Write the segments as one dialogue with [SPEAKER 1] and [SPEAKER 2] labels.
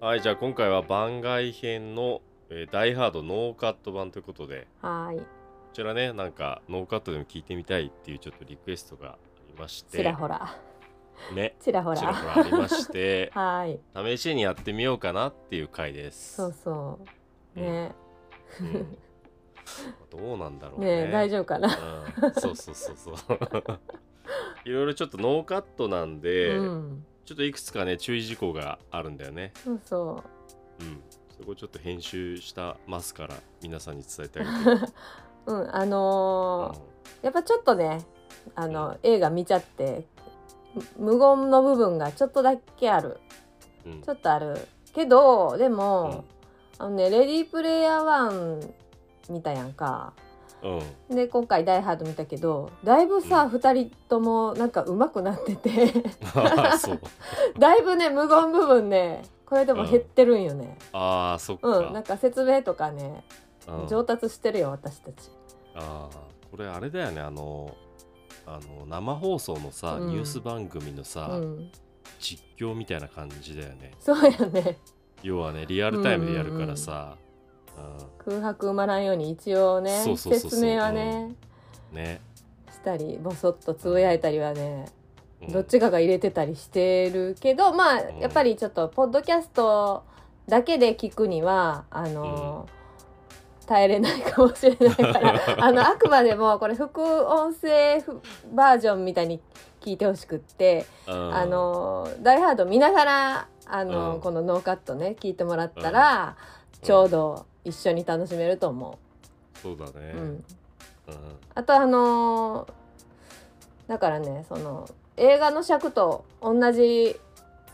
[SPEAKER 1] はい、じゃあ今回は番外編の、えーダイハードノーカット版ということで、
[SPEAKER 2] はーい。
[SPEAKER 1] こちらね、なんかノーカットでも聞いてみたいっていうちょっとリクエストがありまして、
[SPEAKER 2] ちらほら。
[SPEAKER 1] ね、
[SPEAKER 2] ちらほ
[SPEAKER 1] ちら
[SPEAKER 2] ら。
[SPEAKER 1] ほらありまして、
[SPEAKER 2] はーい。
[SPEAKER 1] 試しにやってみようかなっていう回です。
[SPEAKER 2] そうそう。ね
[SPEAKER 1] うん うんどうなんだろうね。
[SPEAKER 2] ね大丈夫かな。
[SPEAKER 1] うんそうそうそうそう。 いろいろちょっとノーカットなんで、
[SPEAKER 2] うん。
[SPEAKER 1] ちょっといくつかね注意事項があるんだよね。
[SPEAKER 2] そうそ
[SPEAKER 1] うん、そこちょっと編集したますから皆さんに伝えてあげて。
[SPEAKER 2] う。うん、あのーやっぱちょっとね、あの、映画見ちゃって、む無言の部分がちょっとだけある。
[SPEAKER 1] うんうん
[SPEAKER 2] ちょっとある。けど、で
[SPEAKER 1] うん
[SPEAKER 2] も、あのね、レディープレイヤー1見たやんか。
[SPEAKER 1] うん、
[SPEAKER 2] で今回「ダイ・ハード」見たけどだいぶさ、二人ともなんか上手くなってて
[SPEAKER 1] ああそう
[SPEAKER 2] だいぶね無言部分ねこれでも減ってるんよね
[SPEAKER 1] ああそっか、
[SPEAKER 2] うん、なんか説明とかね
[SPEAKER 1] うん
[SPEAKER 2] 上達してるよ私たち
[SPEAKER 1] ああこれあれだよねあのあの生放送のさ、
[SPEAKER 2] うん
[SPEAKER 1] ニュース番組のさ、
[SPEAKER 2] うん
[SPEAKER 1] 実況みたいな感じだよね
[SPEAKER 2] そうやね
[SPEAKER 1] 要はねリアルタイムでやるからさ、うん
[SPEAKER 2] 空白埋まらんように一応ね
[SPEAKER 1] そうそうそうそう
[SPEAKER 2] 説明はね、
[SPEAKER 1] ね、
[SPEAKER 2] したりぼそっとつぶやいたりはね、
[SPEAKER 1] うん
[SPEAKER 2] どっちかが入れてたりしてるけどまあ
[SPEAKER 1] うん
[SPEAKER 2] やっぱりちょっとポッドキャストだけで聞くにはあのー耐えれないかもしれないから あのあくまでもこれ副音声ふバージョンみたいに聞いてほしくって、
[SPEAKER 1] うん
[SPEAKER 2] あのー「ダイ・ハード」見ながらあのー
[SPEAKER 1] うん
[SPEAKER 2] このノーカットね聞いてもらったら、ちょうど一緒に楽しめると思
[SPEAKER 1] そうだね
[SPEAKER 2] う。うん、
[SPEAKER 1] うん
[SPEAKER 2] あとあのーだからねその映画の尺と同じ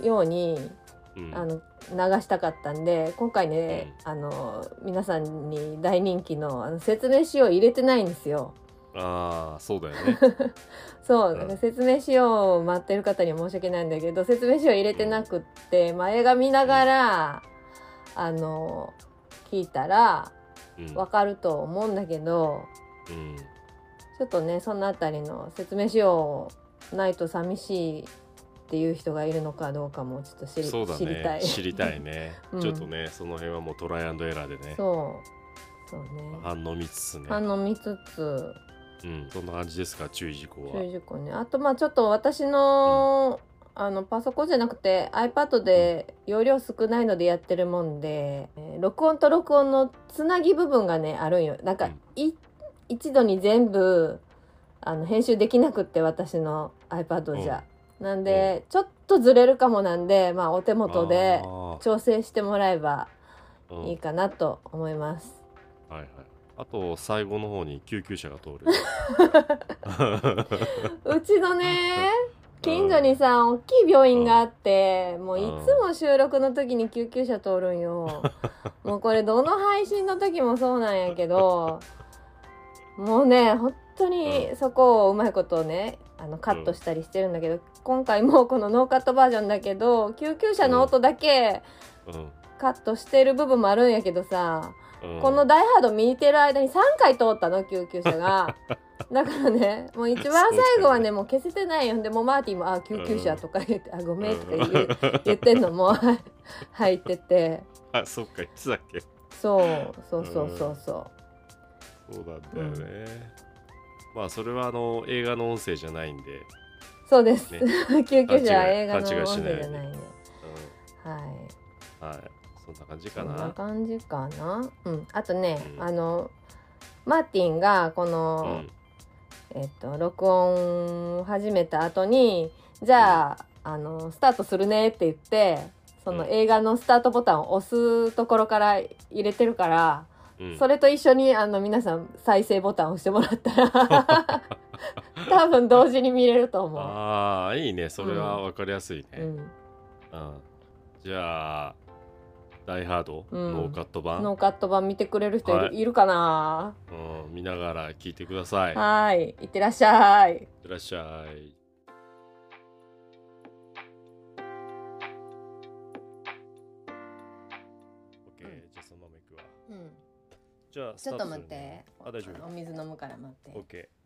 [SPEAKER 2] ように、
[SPEAKER 1] うん
[SPEAKER 2] あの流したかったんで今回ね、あのー皆さんに大人気のあの説明仕様入れてないんですよ。
[SPEAKER 1] ああそうだよ ね。
[SPEAKER 2] そう、
[SPEAKER 1] うん
[SPEAKER 2] だから説明仕様を待ってる方には申し訳ないんだけど説明仕様入れてなくって、まあ、映画見ながら、あのー聞いたら
[SPEAKER 1] うん
[SPEAKER 2] わかると思うんだけど。
[SPEAKER 1] うん
[SPEAKER 2] ちょっとねそのあたりの説明しようないと寂しいっていう人がいるのかどうかもちょっと知り,、
[SPEAKER 1] そうだ
[SPEAKER 2] 知りた
[SPEAKER 1] ね
[SPEAKER 2] い。
[SPEAKER 1] 知りたいね、
[SPEAKER 2] うん
[SPEAKER 1] ちょっとねその辺はもうトライアンドエラーでね
[SPEAKER 2] そうそうね。
[SPEAKER 1] 反応見つつね、
[SPEAKER 2] 反応見つつ
[SPEAKER 1] うん、そんな感じですか注意事項
[SPEAKER 2] 注意
[SPEAKER 1] は。
[SPEAKER 2] 事項ねあとまあちょっと私の,、あのパソコンじゃなくて iPad で容量少ないのでやってるもんで、えー録音と録音のつなぎ部分がねあるんよなん
[SPEAKER 1] う
[SPEAKER 2] か
[SPEAKER 1] ん
[SPEAKER 2] い、一度に全部あの編集できなくって私の iPad じゃ、なんで、ちょっとずれるかもなんでまあお手元で
[SPEAKER 1] あー
[SPEAKER 2] 調整してもらえば
[SPEAKER 1] うん
[SPEAKER 2] いいかなと思います、
[SPEAKER 1] はいはい。あと最後の方に救急車が通る。
[SPEAKER 2] うちのね 近所にさ大きい病院があって、もういつも収録の時に救急車通るんよ もうこれどの配信の時もそうなんやけどもうね本当にそこをうまいことをねあのカットしたりしてるんだけど、今回もこのノーカットバージョンだけど救急車の音だけ
[SPEAKER 1] うん
[SPEAKER 2] カットしてる部分もあるんやけどさ、
[SPEAKER 1] うん
[SPEAKER 2] この「ダイハード」見てる間に3回通ったの救急車が だからねもう一番最後はねもう消せてないよでもうマーティも「あ救急車」とか言って「あごめん」とか言,、言ってんのも 入ってて
[SPEAKER 1] あそっか言ってたっけ。
[SPEAKER 2] そうそうそうそうそ
[SPEAKER 1] そうなんだよね。まあそれはあの映画の音声じゃないんで、
[SPEAKER 2] うそうです、
[SPEAKER 1] ね
[SPEAKER 2] 救急車は映画の
[SPEAKER 1] 勘違い
[SPEAKER 2] 音
[SPEAKER 1] し
[SPEAKER 2] 声
[SPEAKER 1] ないように
[SPEAKER 2] じゃないねはい
[SPEAKER 1] うん、はいそんな感じ
[SPEAKER 2] そ
[SPEAKER 1] か
[SPEAKER 2] んな
[SPEAKER 1] な。
[SPEAKER 2] 感じかなうんあとね、
[SPEAKER 1] うん
[SPEAKER 2] あのマーティンがこの、
[SPEAKER 1] うん
[SPEAKER 2] えっと、録音を始めた後に、じゃあ、あの、スタートするねって言って、その
[SPEAKER 1] うん
[SPEAKER 2] 映画のスタートボタンを押すところから入れてるから、
[SPEAKER 1] うん
[SPEAKER 2] それと一緒に、あの、皆さん再生ボタンを押してもらった ら、多分同時に見れると思
[SPEAKER 1] ああいいねそれはわかりやすいね。
[SPEAKER 2] う。う
[SPEAKER 1] う
[SPEAKER 2] ん。
[SPEAKER 1] んじゃあ、ダイハード、
[SPEAKER 2] うん
[SPEAKER 1] ノーカット版、
[SPEAKER 2] ノーカット版見てくれる人いる,、、
[SPEAKER 1] はい
[SPEAKER 2] るかな
[SPEAKER 1] うん、見ながら聞いてください。いっ
[SPEAKER 2] はい。いってらっしゃい。
[SPEAKER 1] てらっしゃい。オッケーじゃあそのまま行くわ。
[SPEAKER 2] うん。
[SPEAKER 1] じゃあ、
[SPEAKER 2] ちょっと待って。
[SPEAKER 1] スタートするねあ、
[SPEAKER 2] お水飲むから待って
[SPEAKER 1] 大丈夫。オッ。ケ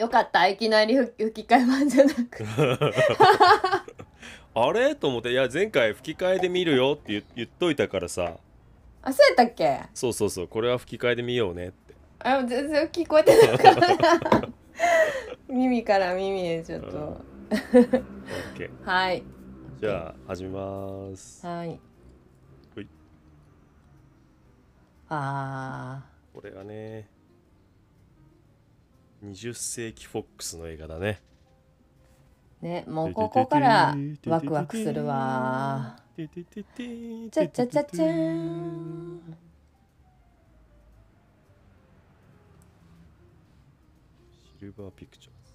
[SPEAKER 2] よかった。いきなり吹き吹き替え版じゃなくて。
[SPEAKER 1] ー。あれと思って「いや前回吹き替えで見るよ」って言言っといたからさ
[SPEAKER 2] あそうやったっけ
[SPEAKER 1] 「そうそうそうこれは吹き替えで見ようね」って
[SPEAKER 2] あ全然聞こえてなかった 耳から耳へちょっと
[SPEAKER 1] OK
[SPEAKER 2] はい
[SPEAKER 1] じゃあ始めます
[SPEAKER 2] はい
[SPEAKER 1] ほい
[SPEAKER 2] あ
[SPEAKER 1] これがね20世紀フォックスの映画だね
[SPEAKER 2] ーねもうここからワクワクするわ
[SPEAKER 1] ち
[SPEAKER 2] ちゃちゃちゃちゃーん
[SPEAKER 1] シルバーピクチャーズ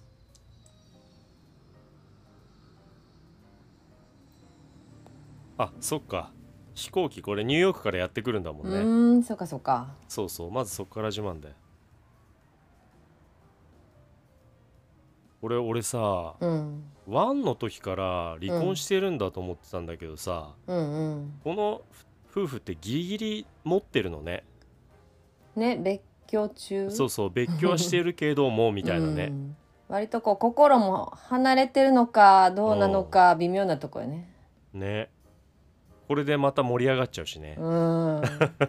[SPEAKER 1] あそっか飛行機これニューヨークからやってくるんだも
[SPEAKER 2] うん
[SPEAKER 1] ね、
[SPEAKER 2] ーんそうかそうか
[SPEAKER 1] そうそうまずそこから始まるんだよ俺俺さ
[SPEAKER 2] うん
[SPEAKER 1] ワンの時から離婚してるんだと思ってたんだけどさ、
[SPEAKER 2] うんうん
[SPEAKER 1] この夫婦ってギリギリ持ってるのね
[SPEAKER 2] ね別居中
[SPEAKER 1] そうそう別居はしてるけどもみたいなね、
[SPEAKER 2] うん割とこう心も離れてるのかどうなのか微妙なとこよね
[SPEAKER 1] ねこれでまた盛り上がっちゃうし ね、
[SPEAKER 2] うん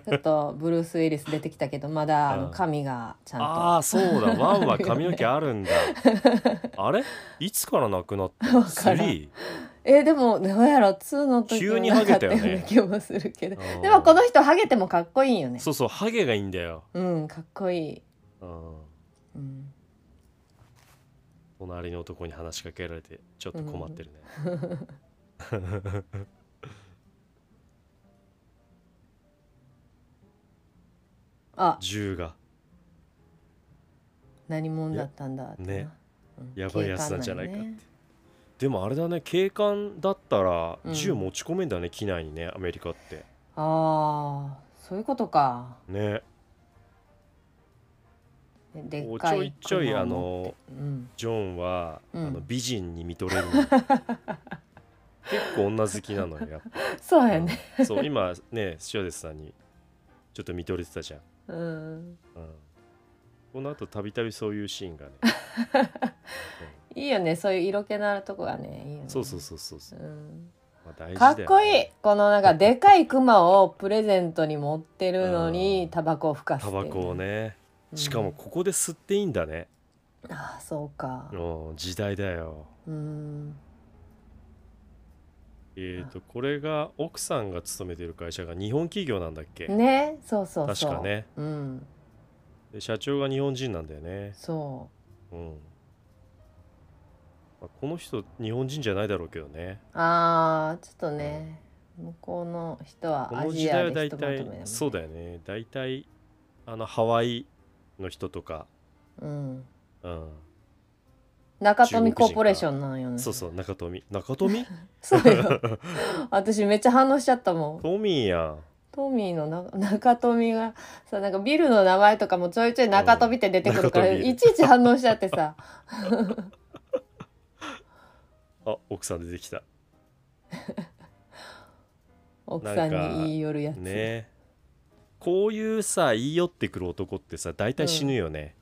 [SPEAKER 2] ちょっとブルース・ウィリス出てきたけどまだあ
[SPEAKER 1] う
[SPEAKER 2] の
[SPEAKER 1] ん
[SPEAKER 2] 髪がちゃんと
[SPEAKER 1] ああそうだワンは髪の毛あ るんだあれいつからなくなったの
[SPEAKER 2] わからん
[SPEAKER 1] 3?
[SPEAKER 2] えーでもどうやろ2の時
[SPEAKER 1] 急に
[SPEAKER 2] もなかっ
[SPEAKER 1] ハゲたよね
[SPEAKER 2] うな気もするけど
[SPEAKER 1] うん
[SPEAKER 2] でもこの人ハゲてもかっこいいよね
[SPEAKER 1] そうそうハゲがいいんだよ、
[SPEAKER 2] うんかっこいい、
[SPEAKER 1] うん、
[SPEAKER 2] うん、
[SPEAKER 1] 隣の男に話しかけられてちょっと困ってるね、
[SPEAKER 2] あ
[SPEAKER 1] 銃が
[SPEAKER 2] 何者だったんだってな
[SPEAKER 1] ね
[SPEAKER 2] うん
[SPEAKER 1] やばいやつなんじゃないかって、
[SPEAKER 2] 警官
[SPEAKER 1] でもあれだね警官だったら
[SPEAKER 2] うん
[SPEAKER 1] 銃持ち込めんだね、機内にねアメリカって
[SPEAKER 2] なんよねああそういうことか
[SPEAKER 1] ね
[SPEAKER 2] でで
[SPEAKER 1] こ
[SPEAKER 2] っ
[SPEAKER 1] う
[SPEAKER 2] か
[SPEAKER 1] ち
[SPEAKER 2] い
[SPEAKER 1] ょいちょい
[SPEAKER 2] 車
[SPEAKER 1] あ
[SPEAKER 2] を持って
[SPEAKER 1] の
[SPEAKER 2] うん
[SPEAKER 1] ジョンは、
[SPEAKER 2] うん
[SPEAKER 1] あの美人に見とれ るの結構女好きなのよやっ ぱ
[SPEAKER 2] そうやね
[SPEAKER 1] うんそう今ね塩出さんにちょっと見とれてたじゃん、
[SPEAKER 2] うん
[SPEAKER 1] うん、このあとたびたびそういうシーンがね、
[SPEAKER 2] いいよねそういう色気のあるとこがねいいよ
[SPEAKER 1] う
[SPEAKER 2] ね
[SPEAKER 1] んそうそうそうそうそう、
[SPEAKER 2] うん
[SPEAKER 1] まあ、大事だ
[SPEAKER 2] か
[SPEAKER 1] よ
[SPEAKER 2] っ
[SPEAKER 1] ね
[SPEAKER 2] こいいこのなんかでかいクマをプレゼントに持ってるのにタバコを吹かせ
[SPEAKER 1] タ
[SPEAKER 2] て
[SPEAKER 1] バコをね
[SPEAKER 2] ね
[SPEAKER 1] しかもここで吸っていいんだね、
[SPEAKER 2] ああそうか
[SPEAKER 1] うん、時代だよ
[SPEAKER 2] うん
[SPEAKER 1] えっ、とこれが奥さんが勤めてる会社が日本企業なんだっけ、
[SPEAKER 2] ねそうそうそう
[SPEAKER 1] 確かね
[SPEAKER 2] うん
[SPEAKER 1] で社長が日本人なんだよね
[SPEAKER 2] そ
[SPEAKER 1] うん、まあ、この人日本人じゃないだろうけどね
[SPEAKER 2] うああちょっとね向こうの人
[SPEAKER 1] こ
[SPEAKER 2] はア
[SPEAKER 1] の時
[SPEAKER 2] ジ
[SPEAKER 1] 代
[SPEAKER 2] ア
[SPEAKER 1] は大
[SPEAKER 2] でひとまとめだ
[SPEAKER 1] 体
[SPEAKER 2] もんね
[SPEAKER 1] そうだよね大体あのハワイの人とか、
[SPEAKER 2] うん
[SPEAKER 1] うん、
[SPEAKER 2] 中富コーポレーションなんよね
[SPEAKER 1] そうそう中富中 富
[SPEAKER 2] そうよ私めっちゃ反応しちゃったもん
[SPEAKER 1] トミーやん
[SPEAKER 2] トミーのな中富がさなんかビルの名前とかもちょいちょい中富って出てくるから
[SPEAKER 1] うん中富
[SPEAKER 2] いちいち反応しちゃっ てさ
[SPEAKER 1] あ奥さん出てきた
[SPEAKER 2] 奥さんに言い寄るやつ、
[SPEAKER 1] ねこういうさ言い寄ってくる男ってさ大体死ぬよ ね、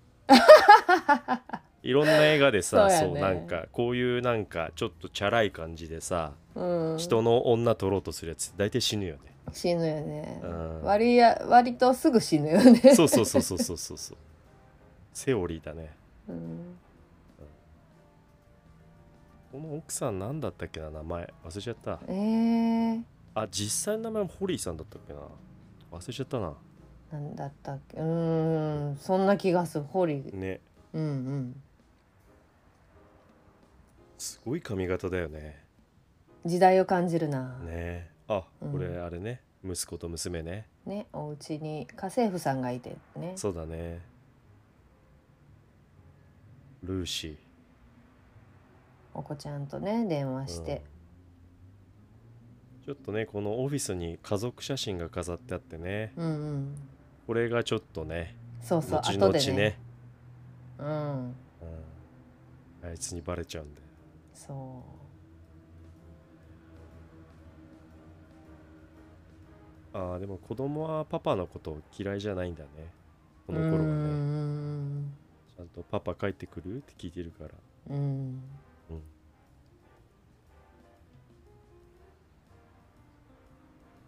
[SPEAKER 1] いろんな映画でさ
[SPEAKER 2] そうや
[SPEAKER 1] そ
[SPEAKER 2] ね
[SPEAKER 1] う,、なんかこういうなんかちょっとチャラい感じでさ、
[SPEAKER 2] うん、
[SPEAKER 1] 人の女取ろうとするやつ大体死ぬよね
[SPEAKER 2] 死ぬよね
[SPEAKER 1] うん
[SPEAKER 2] 割や割とすぐ死ぬよね
[SPEAKER 1] そうそうそうそうそうそうそうセオリーだね
[SPEAKER 2] うん
[SPEAKER 1] この奥さん何だったっけな名前忘れちゃった
[SPEAKER 2] えー、
[SPEAKER 1] あ実際の名前もホリーさんだったっけな忘れちゃったな
[SPEAKER 2] なんだったっけうーんそんな気がするホリー
[SPEAKER 1] ね
[SPEAKER 2] うんうん
[SPEAKER 1] すごい髪型だよね
[SPEAKER 2] 時代を感じるなね
[SPEAKER 1] ねあこれ
[SPEAKER 2] うん
[SPEAKER 1] あれね、息子と娘ね
[SPEAKER 2] お家に家政婦さんがいてね
[SPEAKER 1] そうだね。ルーシー。
[SPEAKER 2] お子ちゃんとね電話して、
[SPEAKER 1] うんちょっとね、このオフィスに家族写真が飾ってあってね、
[SPEAKER 2] うん、うん
[SPEAKER 1] これがちょっとね、
[SPEAKER 2] そうそう
[SPEAKER 1] 後
[SPEAKER 2] 後
[SPEAKER 1] 々
[SPEAKER 2] で
[SPEAKER 1] ね
[SPEAKER 2] ねうん
[SPEAKER 1] うん、あいつにバレちゃうんだよ。
[SPEAKER 2] そ
[SPEAKER 1] ああ、でも子供はパパのこと嫌いじゃないんだね。こ
[SPEAKER 2] う
[SPEAKER 1] の頃は
[SPEAKER 2] う
[SPEAKER 1] ね、
[SPEAKER 2] ん
[SPEAKER 1] ちゃんとパパ帰ってくるって聞いてるから。
[SPEAKER 2] うん
[SPEAKER 1] うん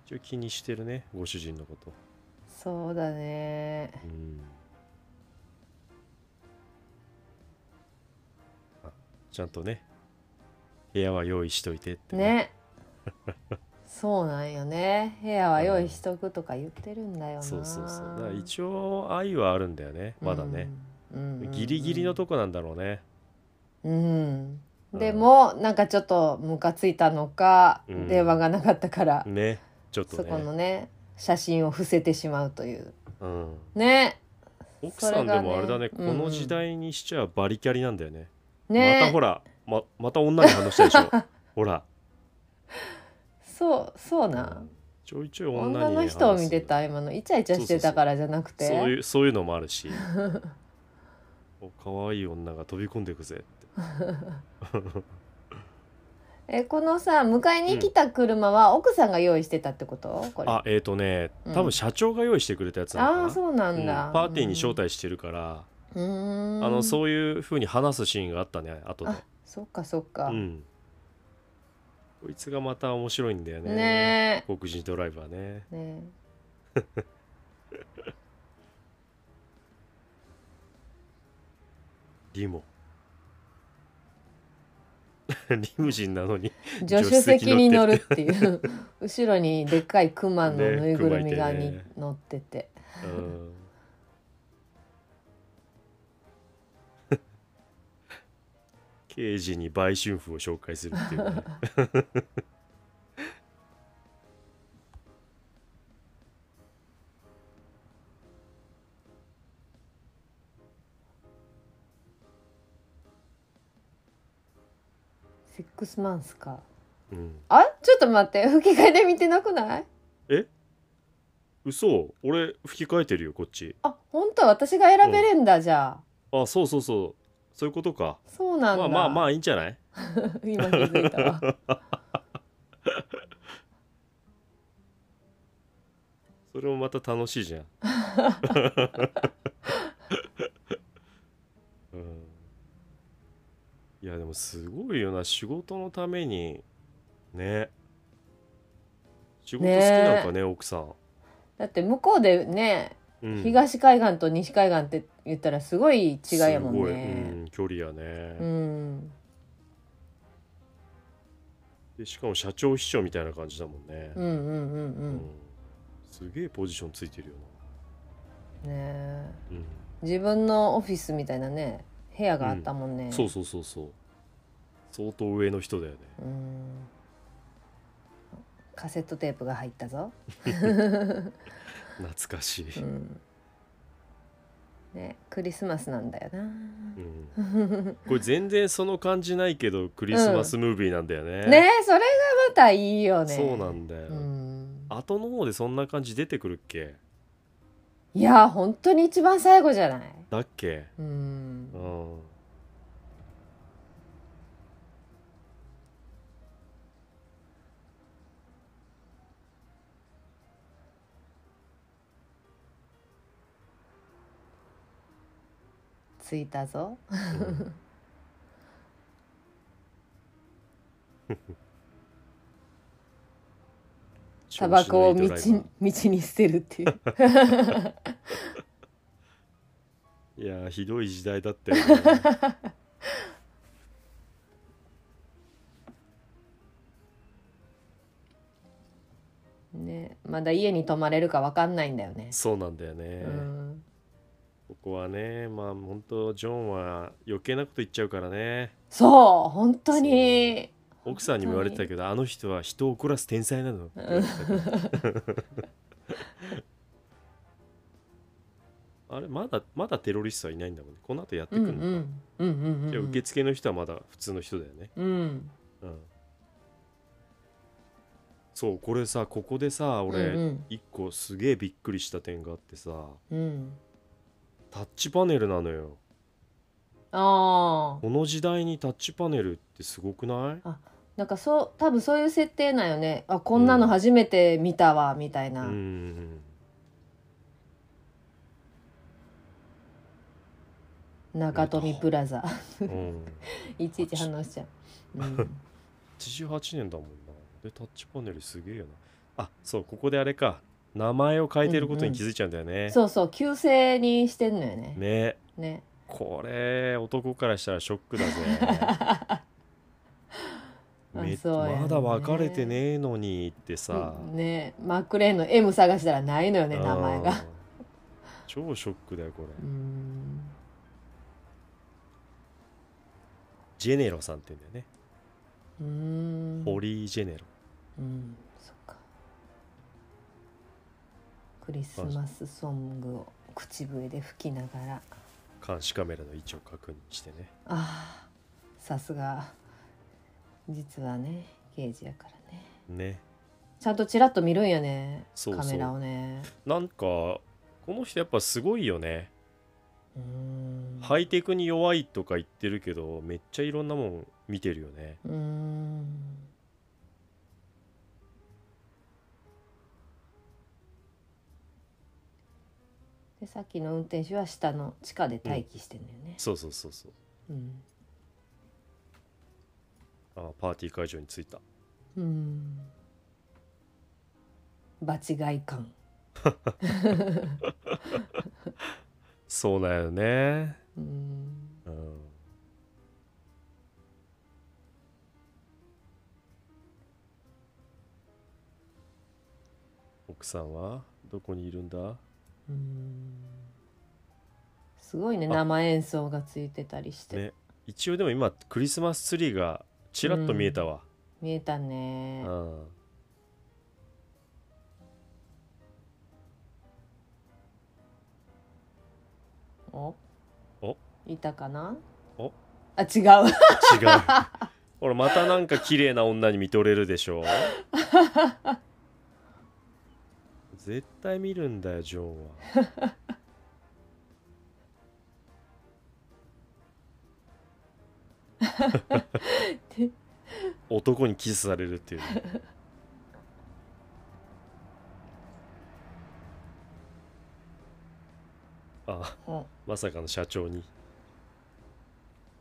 [SPEAKER 1] 一応気にしてるねご主人のこと
[SPEAKER 2] そうだね
[SPEAKER 1] うんあちゃんとね部屋は用意しといてって
[SPEAKER 2] ねそうなんよね部屋は用意しとくとか言ってるんだよな、
[SPEAKER 1] そうそうそうだから一応愛はあるんだよねまだね、
[SPEAKER 2] うん、うんうんうん
[SPEAKER 1] ギリギリのとこなんだろうね
[SPEAKER 2] うんでもなんかちょっとムカついたのか、
[SPEAKER 1] うん
[SPEAKER 2] 電話がなかったから、
[SPEAKER 1] ねちょっと
[SPEAKER 2] そ
[SPEAKER 1] ね
[SPEAKER 2] このね写真を伏せてしまうという
[SPEAKER 1] うん、
[SPEAKER 2] ね
[SPEAKER 1] 奥さんでもあれだね
[SPEAKER 2] そ
[SPEAKER 1] こ
[SPEAKER 2] れがね
[SPEAKER 1] の時代にしちゃバリキャリなんだよね
[SPEAKER 2] ね
[SPEAKER 1] またほらままた女に話したでしょ ほら
[SPEAKER 2] そうそうなん
[SPEAKER 1] ちょいちょい女に
[SPEAKER 2] 女の
[SPEAKER 1] 話す
[SPEAKER 2] 人を見てた今のイチャイチャしてたからじゃなくて
[SPEAKER 1] そういうそういうのもある しお可愛い女が飛び込んでいくぜって
[SPEAKER 2] えこのさ迎えに来た車は奥さんが用意してたってことこれ
[SPEAKER 1] あえっ、ー、とね
[SPEAKER 2] うん
[SPEAKER 1] 多分社長が用意してくれたやつなのかな
[SPEAKER 2] あーそうなんだ、
[SPEAKER 1] うんパーティーに招待してるから、
[SPEAKER 2] うん
[SPEAKER 1] あの
[SPEAKER 2] う
[SPEAKER 1] そういうふうに話すシーンがあったね後
[SPEAKER 2] ー
[SPEAKER 1] で
[SPEAKER 2] んあそっかそっか、
[SPEAKER 1] うんこいつがまた面白いんだよね
[SPEAKER 2] ね
[SPEAKER 1] 黒人ドライバーね
[SPEAKER 2] えね
[SPEAKER 1] リモ リムジンなのに
[SPEAKER 2] え助手席に乗るっていう 後ろにでっかいクマのぬいぐるみ
[SPEAKER 1] ね熊
[SPEAKER 2] が
[SPEAKER 1] いて
[SPEAKER 2] に
[SPEAKER 1] ね
[SPEAKER 2] 乗ってて
[SPEAKER 1] うん刑事に売春婦を紹介するっていう ね
[SPEAKER 2] シックスマンスか
[SPEAKER 1] うん
[SPEAKER 2] あちょっと待って吹き替えで見てなくない
[SPEAKER 1] 嘘俺吹き替えてるよこっち
[SPEAKER 2] あ本当私が選べれんだ、じゃあ
[SPEAKER 1] あそうそうそうそういうことか
[SPEAKER 2] そうなん
[SPEAKER 1] まあ
[SPEAKER 2] だ
[SPEAKER 1] まあま
[SPEAKER 2] あ
[SPEAKER 1] あいいんじゃない
[SPEAKER 2] 今気づいたわ
[SPEAKER 1] それもまた楽しい じゃん、うん、いやでもすごいよな仕事のためにね仕事好きなんかね奥さん、
[SPEAKER 2] だって向こうでね
[SPEAKER 1] うん、
[SPEAKER 2] 東海岸と西海岸って言ったらすごい違いやもん
[SPEAKER 1] すごい
[SPEAKER 2] ね
[SPEAKER 1] うん、距離や
[SPEAKER 2] う
[SPEAKER 1] ね、
[SPEAKER 2] ん
[SPEAKER 1] でしかも社長秘書みたいな感じだもんね
[SPEAKER 2] う、んうんう
[SPEAKER 1] うんすげえポジションついてるよ
[SPEAKER 2] うんねえ
[SPEAKER 1] な、うん
[SPEAKER 2] 自分のオフィスみたいなね部屋があったもんね、
[SPEAKER 1] そうそうそうそう相当上の人だよね
[SPEAKER 2] うんカセットテープが入ったぞ、
[SPEAKER 1] 懐かしい、
[SPEAKER 2] うんね、クリスマスなんだよな、
[SPEAKER 1] うん、これ全然その感じないけどクリスマスムービーなんだよね。
[SPEAKER 2] ねそれがまたいいよね
[SPEAKER 1] そうなんだよ、
[SPEAKER 2] うん
[SPEAKER 1] 後の方でそんな感じ出てくるっけ
[SPEAKER 2] いや本当に一番最後じゃない
[SPEAKER 1] だっけ
[SPEAKER 2] うん
[SPEAKER 1] うん。
[SPEAKER 2] 着いたぞ
[SPEAKER 1] うん
[SPEAKER 2] タバコを道
[SPEAKER 1] 調子のいいドライバ
[SPEAKER 2] 道に捨てるっていう
[SPEAKER 1] ーいやーひどい時代だったよね
[SPEAKER 2] ねまだ家に泊まれるかわかんないんだよね、
[SPEAKER 1] そうなんだよね、
[SPEAKER 2] うん、
[SPEAKER 1] ここはねまあ本当ジョンは余計なこと言っちゃうからね
[SPEAKER 2] そう本当に
[SPEAKER 1] 奥さんにも言われてたけどあの人は人を怒らす天才なのって言われてたから あれまだまだテロリストはいないんだもんねこの後やって
[SPEAKER 2] う
[SPEAKER 1] く
[SPEAKER 2] ん
[SPEAKER 1] る
[SPEAKER 2] う
[SPEAKER 1] の
[SPEAKER 2] ん
[SPEAKER 1] か、
[SPEAKER 2] うんうん
[SPEAKER 1] じ
[SPEAKER 2] う
[SPEAKER 1] ゃあ
[SPEAKER 2] ん
[SPEAKER 1] 受付の人はまだ普通の人だよね、
[SPEAKER 2] うん
[SPEAKER 1] うん、そうこれさここでさ
[SPEAKER 2] うんう
[SPEAKER 1] 俺
[SPEAKER 2] ん
[SPEAKER 1] 一個すげえびっくりした点があってさ
[SPEAKER 2] うん
[SPEAKER 1] タッチパネルなのよ
[SPEAKER 2] ああ
[SPEAKER 1] この時代にタッチパネルってすごくない
[SPEAKER 2] なんかそう多分そういう設定なんよねあこんなの初めて見たわみたいな、
[SPEAKER 1] うん
[SPEAKER 2] 中富プラザ
[SPEAKER 1] うん
[SPEAKER 2] いち いち反応しちゃう、うん、
[SPEAKER 1] 88年だもんなでタッチパネルすげえよなあそうここであれか名前を変えてることに気づいちゃうんだよね、
[SPEAKER 2] そうそう旧姓にしてんのよね
[SPEAKER 1] ね
[SPEAKER 2] ね
[SPEAKER 1] これ男からしたらショックだぜめ
[SPEAKER 2] そうやね
[SPEAKER 1] まだ別れてねえのにってさ、
[SPEAKER 2] ねマックレーンの M 探したらないのよね名前
[SPEAKER 1] うん
[SPEAKER 2] が
[SPEAKER 1] 超ショックだよこれ、
[SPEAKER 2] うん
[SPEAKER 1] ジェネロさんって言うんだよね、
[SPEAKER 2] うん
[SPEAKER 1] ホリー・ジェネロ
[SPEAKER 2] うんそっかクリスマスソングを口笛で吹きながら
[SPEAKER 1] 監視カメラの位置を確認してね
[SPEAKER 2] ああさすが実はね刑事やからね
[SPEAKER 1] ね
[SPEAKER 2] ちゃんとチラッと見るんやね
[SPEAKER 1] そうそう
[SPEAKER 2] カメラをね
[SPEAKER 1] なんかこの人やっぱすごいよね
[SPEAKER 2] うーん
[SPEAKER 1] ハイテクに弱いとか言ってるけどめっちゃいろんなもん見てるよね
[SPEAKER 2] うーんでさっきの運転手は下の地下で待機してんだよね、
[SPEAKER 1] そうそうそうそう
[SPEAKER 2] うん
[SPEAKER 1] あパーティー会場に着いた
[SPEAKER 2] うん場違い感
[SPEAKER 1] そうだよね
[SPEAKER 2] うん
[SPEAKER 1] うん奥さんはどこにいるんだ
[SPEAKER 2] うんすごいね
[SPEAKER 1] あ
[SPEAKER 2] 生演奏がついてたりして、
[SPEAKER 1] ね一応でも今クリスマスツリーがちらっと見えたわ、
[SPEAKER 2] 見えた
[SPEAKER 1] う
[SPEAKER 2] ね
[SPEAKER 1] ん
[SPEAKER 2] お
[SPEAKER 1] お
[SPEAKER 2] いたかな
[SPEAKER 1] お
[SPEAKER 2] あ違う
[SPEAKER 1] 違うほらまたなんか綺麗な女に見とれるでしょ絶対見るんだよジョンは男にキスされるっていうねあまさかの社長に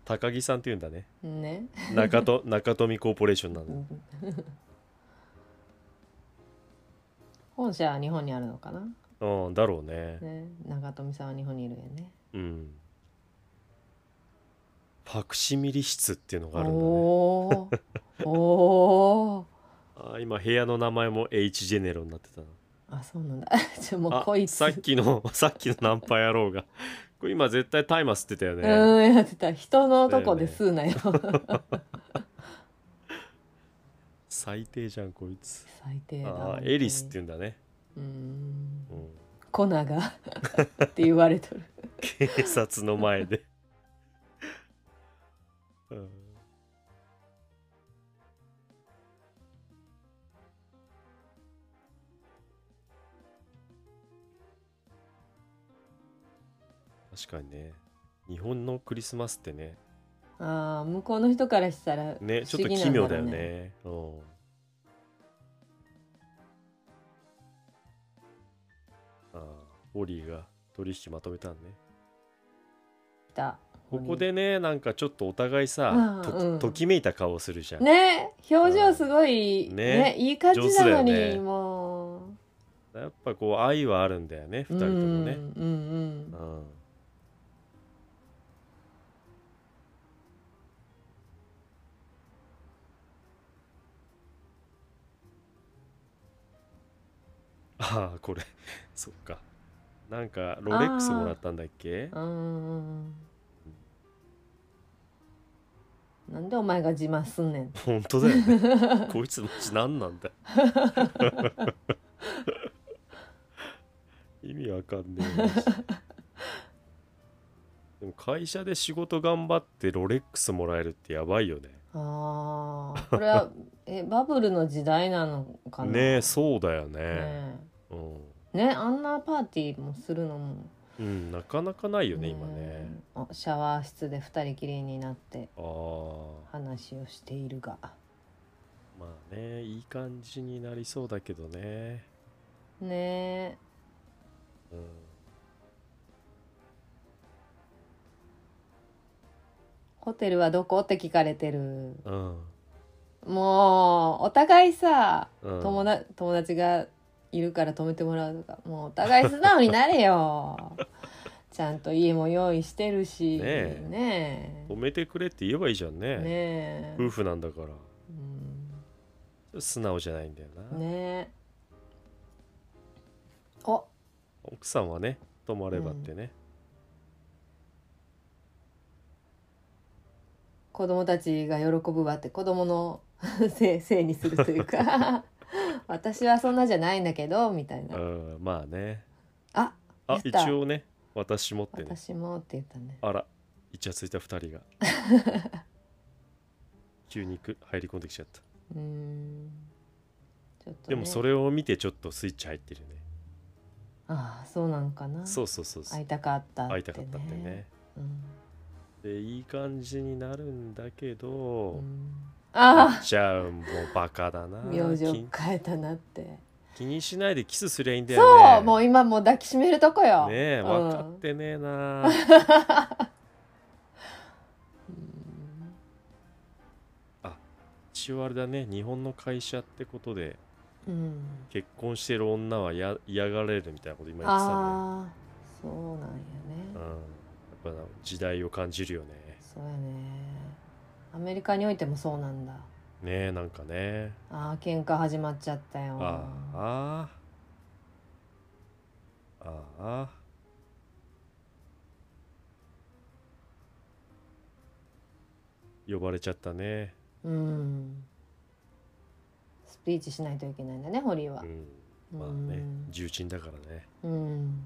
[SPEAKER 1] 高木さんっていうんだね
[SPEAKER 2] うんね
[SPEAKER 1] 中 と中富コーポレーションなんだ、
[SPEAKER 2] 本社は日本にあるのかな、
[SPEAKER 1] うん、だろうね
[SPEAKER 2] ね、長富さんは日本にいるよね
[SPEAKER 1] うんファクシミリ室っていうのがあるんだね
[SPEAKER 2] お ーおー
[SPEAKER 1] あー今部屋の名前も H ジェネロになってたな
[SPEAKER 2] あそうなんだ ちょもう
[SPEAKER 1] あ
[SPEAKER 2] こいつ
[SPEAKER 1] さっきの さっきのナンパ野郎がこれ今絶対タイマ吸ってたよね、
[SPEAKER 2] うんやってた人のとこで吸うなよ
[SPEAKER 1] 最低じゃんこいつ
[SPEAKER 2] 最低だ
[SPEAKER 1] あーエリスっていうんだね、
[SPEAKER 2] うん
[SPEAKER 1] うん、
[SPEAKER 2] 粉 がって言われとる
[SPEAKER 1] 警察の前で、うん確かにね日本のクリスマスってね
[SPEAKER 2] あー向こうの人からしたら
[SPEAKER 1] ねち
[SPEAKER 2] 不
[SPEAKER 1] ょっと
[SPEAKER 2] 思議
[SPEAKER 1] 奇
[SPEAKER 2] なん
[SPEAKER 1] 妙
[SPEAKER 2] ろう
[SPEAKER 1] だよねうんああオリーが取引まとめたんね
[SPEAKER 2] 来た
[SPEAKER 1] ここでねなんかちょっとお互いさ
[SPEAKER 2] あー
[SPEAKER 1] と,、
[SPEAKER 2] うん
[SPEAKER 1] ときめいた顔するじゃん、
[SPEAKER 2] ね表情すごい
[SPEAKER 1] うん
[SPEAKER 2] ね
[SPEAKER 1] ね
[SPEAKER 2] いい感じなのに、
[SPEAKER 1] 上手だよね
[SPEAKER 2] もう
[SPEAKER 1] やっぱこう愛はあるんだよね2人ともね、
[SPEAKER 2] うんうんうん
[SPEAKER 1] うんああこれ そっかなんかロレックスもらったんだっけ
[SPEAKER 2] うんなんでお前が自慢すんねん
[SPEAKER 1] 本当だよね こいつマジ何なんだよ 意味わかんねえマジででも会社で仕事頑張ってロレックスもらえるってやばいよね
[SPEAKER 2] ああこれはえバブルの時代なのかな
[SPEAKER 1] ねえ
[SPEAKER 2] ね
[SPEAKER 1] そうだよね
[SPEAKER 2] え
[SPEAKER 1] うん、
[SPEAKER 2] ねあんなパーティーもするのも
[SPEAKER 1] うん、なかなかないよね
[SPEAKER 2] うん
[SPEAKER 1] 今ね
[SPEAKER 2] あシャワー室で二人きりになって
[SPEAKER 1] ああ
[SPEAKER 2] 話をしているが
[SPEAKER 1] まあねいい感じになりそうだけどね
[SPEAKER 2] ねえ
[SPEAKER 1] うん
[SPEAKER 2] ホテルはどこって聞かれてる
[SPEAKER 1] うん
[SPEAKER 2] もうお互いさ
[SPEAKER 1] うん
[SPEAKER 2] 友達友達がいるから泊めてもらうとかもうお互い素直になれ よちゃんと家も用意してる
[SPEAKER 1] ね
[SPEAKER 2] し
[SPEAKER 1] え
[SPEAKER 2] ね
[SPEAKER 1] 褒めてくれって言えばいいじゃんね
[SPEAKER 2] えねえ
[SPEAKER 1] 夫婦なんだから素直じゃないんだよ
[SPEAKER 2] う
[SPEAKER 1] な、
[SPEAKER 2] んねえお
[SPEAKER 1] 奥さんはね泊まればってね、
[SPEAKER 2] 子供たちが喜ぶわって子供の せいせいにするというか 私はそんなじゃないんだけどみたいな
[SPEAKER 1] うん、まあね
[SPEAKER 2] あ
[SPEAKER 1] あ
[SPEAKER 2] やっ
[SPEAKER 1] 一
[SPEAKER 2] た
[SPEAKER 1] 応ね私もってね
[SPEAKER 2] 私もって言ったね
[SPEAKER 1] あらイチャついた2人が 急にく入り込んできちゃった、
[SPEAKER 2] うーんちょっと、ね、
[SPEAKER 1] でもそれを見てちょっとスイッチ入ってるね
[SPEAKER 2] ああそうなんかな
[SPEAKER 1] そうそうそうそう
[SPEAKER 2] 会いたかった
[SPEAKER 1] 会いたかったってね
[SPEAKER 2] うん
[SPEAKER 1] でいい感じになるんだけ
[SPEAKER 2] う
[SPEAKER 1] ど、
[SPEAKER 2] んあ
[SPEAKER 1] じゃあもうバカだな
[SPEAKER 2] あ 名字を
[SPEAKER 1] 気
[SPEAKER 2] 変えたなって
[SPEAKER 1] 気にしないでキスすりゃいいんだよね
[SPEAKER 2] そうもう今もう抱きしめるとこよ
[SPEAKER 1] ねえ
[SPEAKER 2] うん
[SPEAKER 1] 分かってねえ な
[SPEAKER 2] うん
[SPEAKER 1] 一応あれだね日本の会社ってことで
[SPEAKER 2] うん
[SPEAKER 1] 結婚してる女はや嫌がられるみたいなこと今言ってたね
[SPEAKER 2] ああそう
[SPEAKER 1] うん
[SPEAKER 2] なんやね
[SPEAKER 1] やっぱな時代を感じるよね
[SPEAKER 2] そうやねアメリカにおいてもそうなんだ
[SPEAKER 1] ねえなんかね
[SPEAKER 2] ああ喧嘩始まっちゃったよ
[SPEAKER 1] あああああ呼ばれちゃったね
[SPEAKER 2] うんスピーチしないといけないんだね堀井は
[SPEAKER 1] うんまあね
[SPEAKER 2] うん
[SPEAKER 1] 重鎮だからね
[SPEAKER 2] うん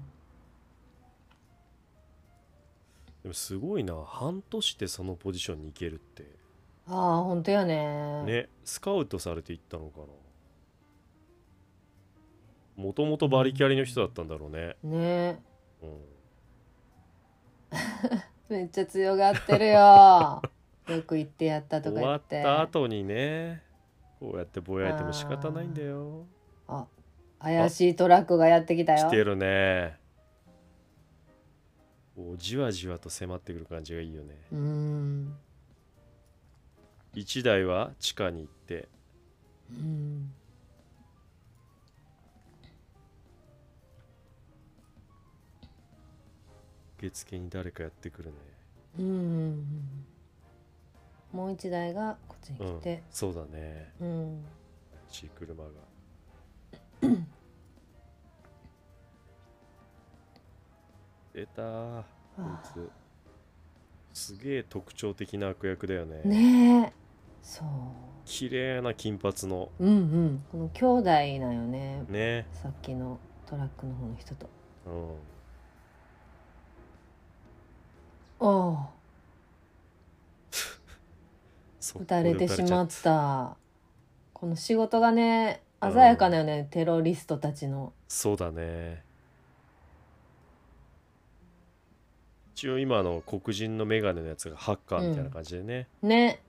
[SPEAKER 1] でもすごいな半年でそのポジションに行けるって
[SPEAKER 2] ああ本当やね
[SPEAKER 1] ねスカウトされていったのかなもともとバリキャリの人だったんだろうね
[SPEAKER 2] ね
[SPEAKER 1] うん
[SPEAKER 2] めっちゃ強がってる よよく言ってやったとか
[SPEAKER 1] 終
[SPEAKER 2] 言
[SPEAKER 1] わ
[SPEAKER 2] っ
[SPEAKER 1] ってた後にねこうやってぼやいても仕方ないんだよ
[SPEAKER 2] 怪しいトラックがやってきたよ
[SPEAKER 1] 来てるねこうじわじわと迫ってくる感じがいいよね
[SPEAKER 2] うーん
[SPEAKER 1] 1台は地下に行って
[SPEAKER 2] うん
[SPEAKER 1] 受付に誰かやってくるね
[SPEAKER 2] うんもう一台がこっちに
[SPEAKER 1] うん
[SPEAKER 2] 来て
[SPEAKER 1] そうだね
[SPEAKER 2] うん
[SPEAKER 1] ちい車 が出たーこ
[SPEAKER 2] あ
[SPEAKER 1] いつすげえ特徴的な悪役だよね
[SPEAKER 2] あねえそう
[SPEAKER 1] 綺麗な金髪の
[SPEAKER 2] うんうんこの兄弟なんよね
[SPEAKER 1] ね
[SPEAKER 2] さっきのトラックの方の人と
[SPEAKER 1] うん
[SPEAKER 2] ああ
[SPEAKER 1] そ
[SPEAKER 2] 撃たれてしま
[SPEAKER 1] っ
[SPEAKER 2] ったたこの仕事がね鮮やかなよね、テロリストたちの
[SPEAKER 1] そうだね一応今の黒人のメガネのやつがハッカーみたいな感じでね、
[SPEAKER 2] ね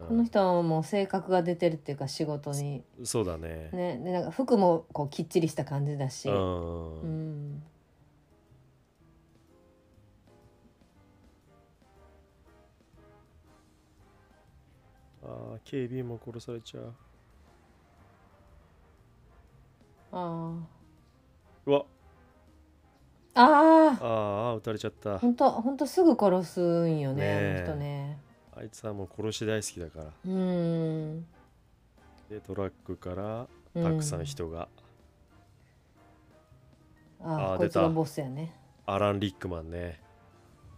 [SPEAKER 1] うん
[SPEAKER 2] この人はもう性格が出てるっていうか仕事に
[SPEAKER 1] そうだね
[SPEAKER 2] ねでなんか服もこうきっちりした感じだし
[SPEAKER 1] う
[SPEAKER 2] うんん
[SPEAKER 1] あー警備員も殺されちゃう
[SPEAKER 2] あ
[SPEAKER 1] うわ
[SPEAKER 2] あああ
[SPEAKER 1] あーあー撃たれちゃった
[SPEAKER 2] ほんとほんとすぐ殺すんよね
[SPEAKER 1] ねえ
[SPEAKER 2] あの人ね
[SPEAKER 1] あいつはもう殺し大好きだから
[SPEAKER 2] うん
[SPEAKER 1] でトラックから
[SPEAKER 2] う
[SPEAKER 1] たくさん人が、
[SPEAKER 2] あ
[SPEAKER 1] あ
[SPEAKER 2] あ
[SPEAKER 1] ー
[SPEAKER 2] こいつ
[SPEAKER 1] 出
[SPEAKER 2] が
[SPEAKER 1] た
[SPEAKER 2] ボスやね
[SPEAKER 1] アラン・リックマンね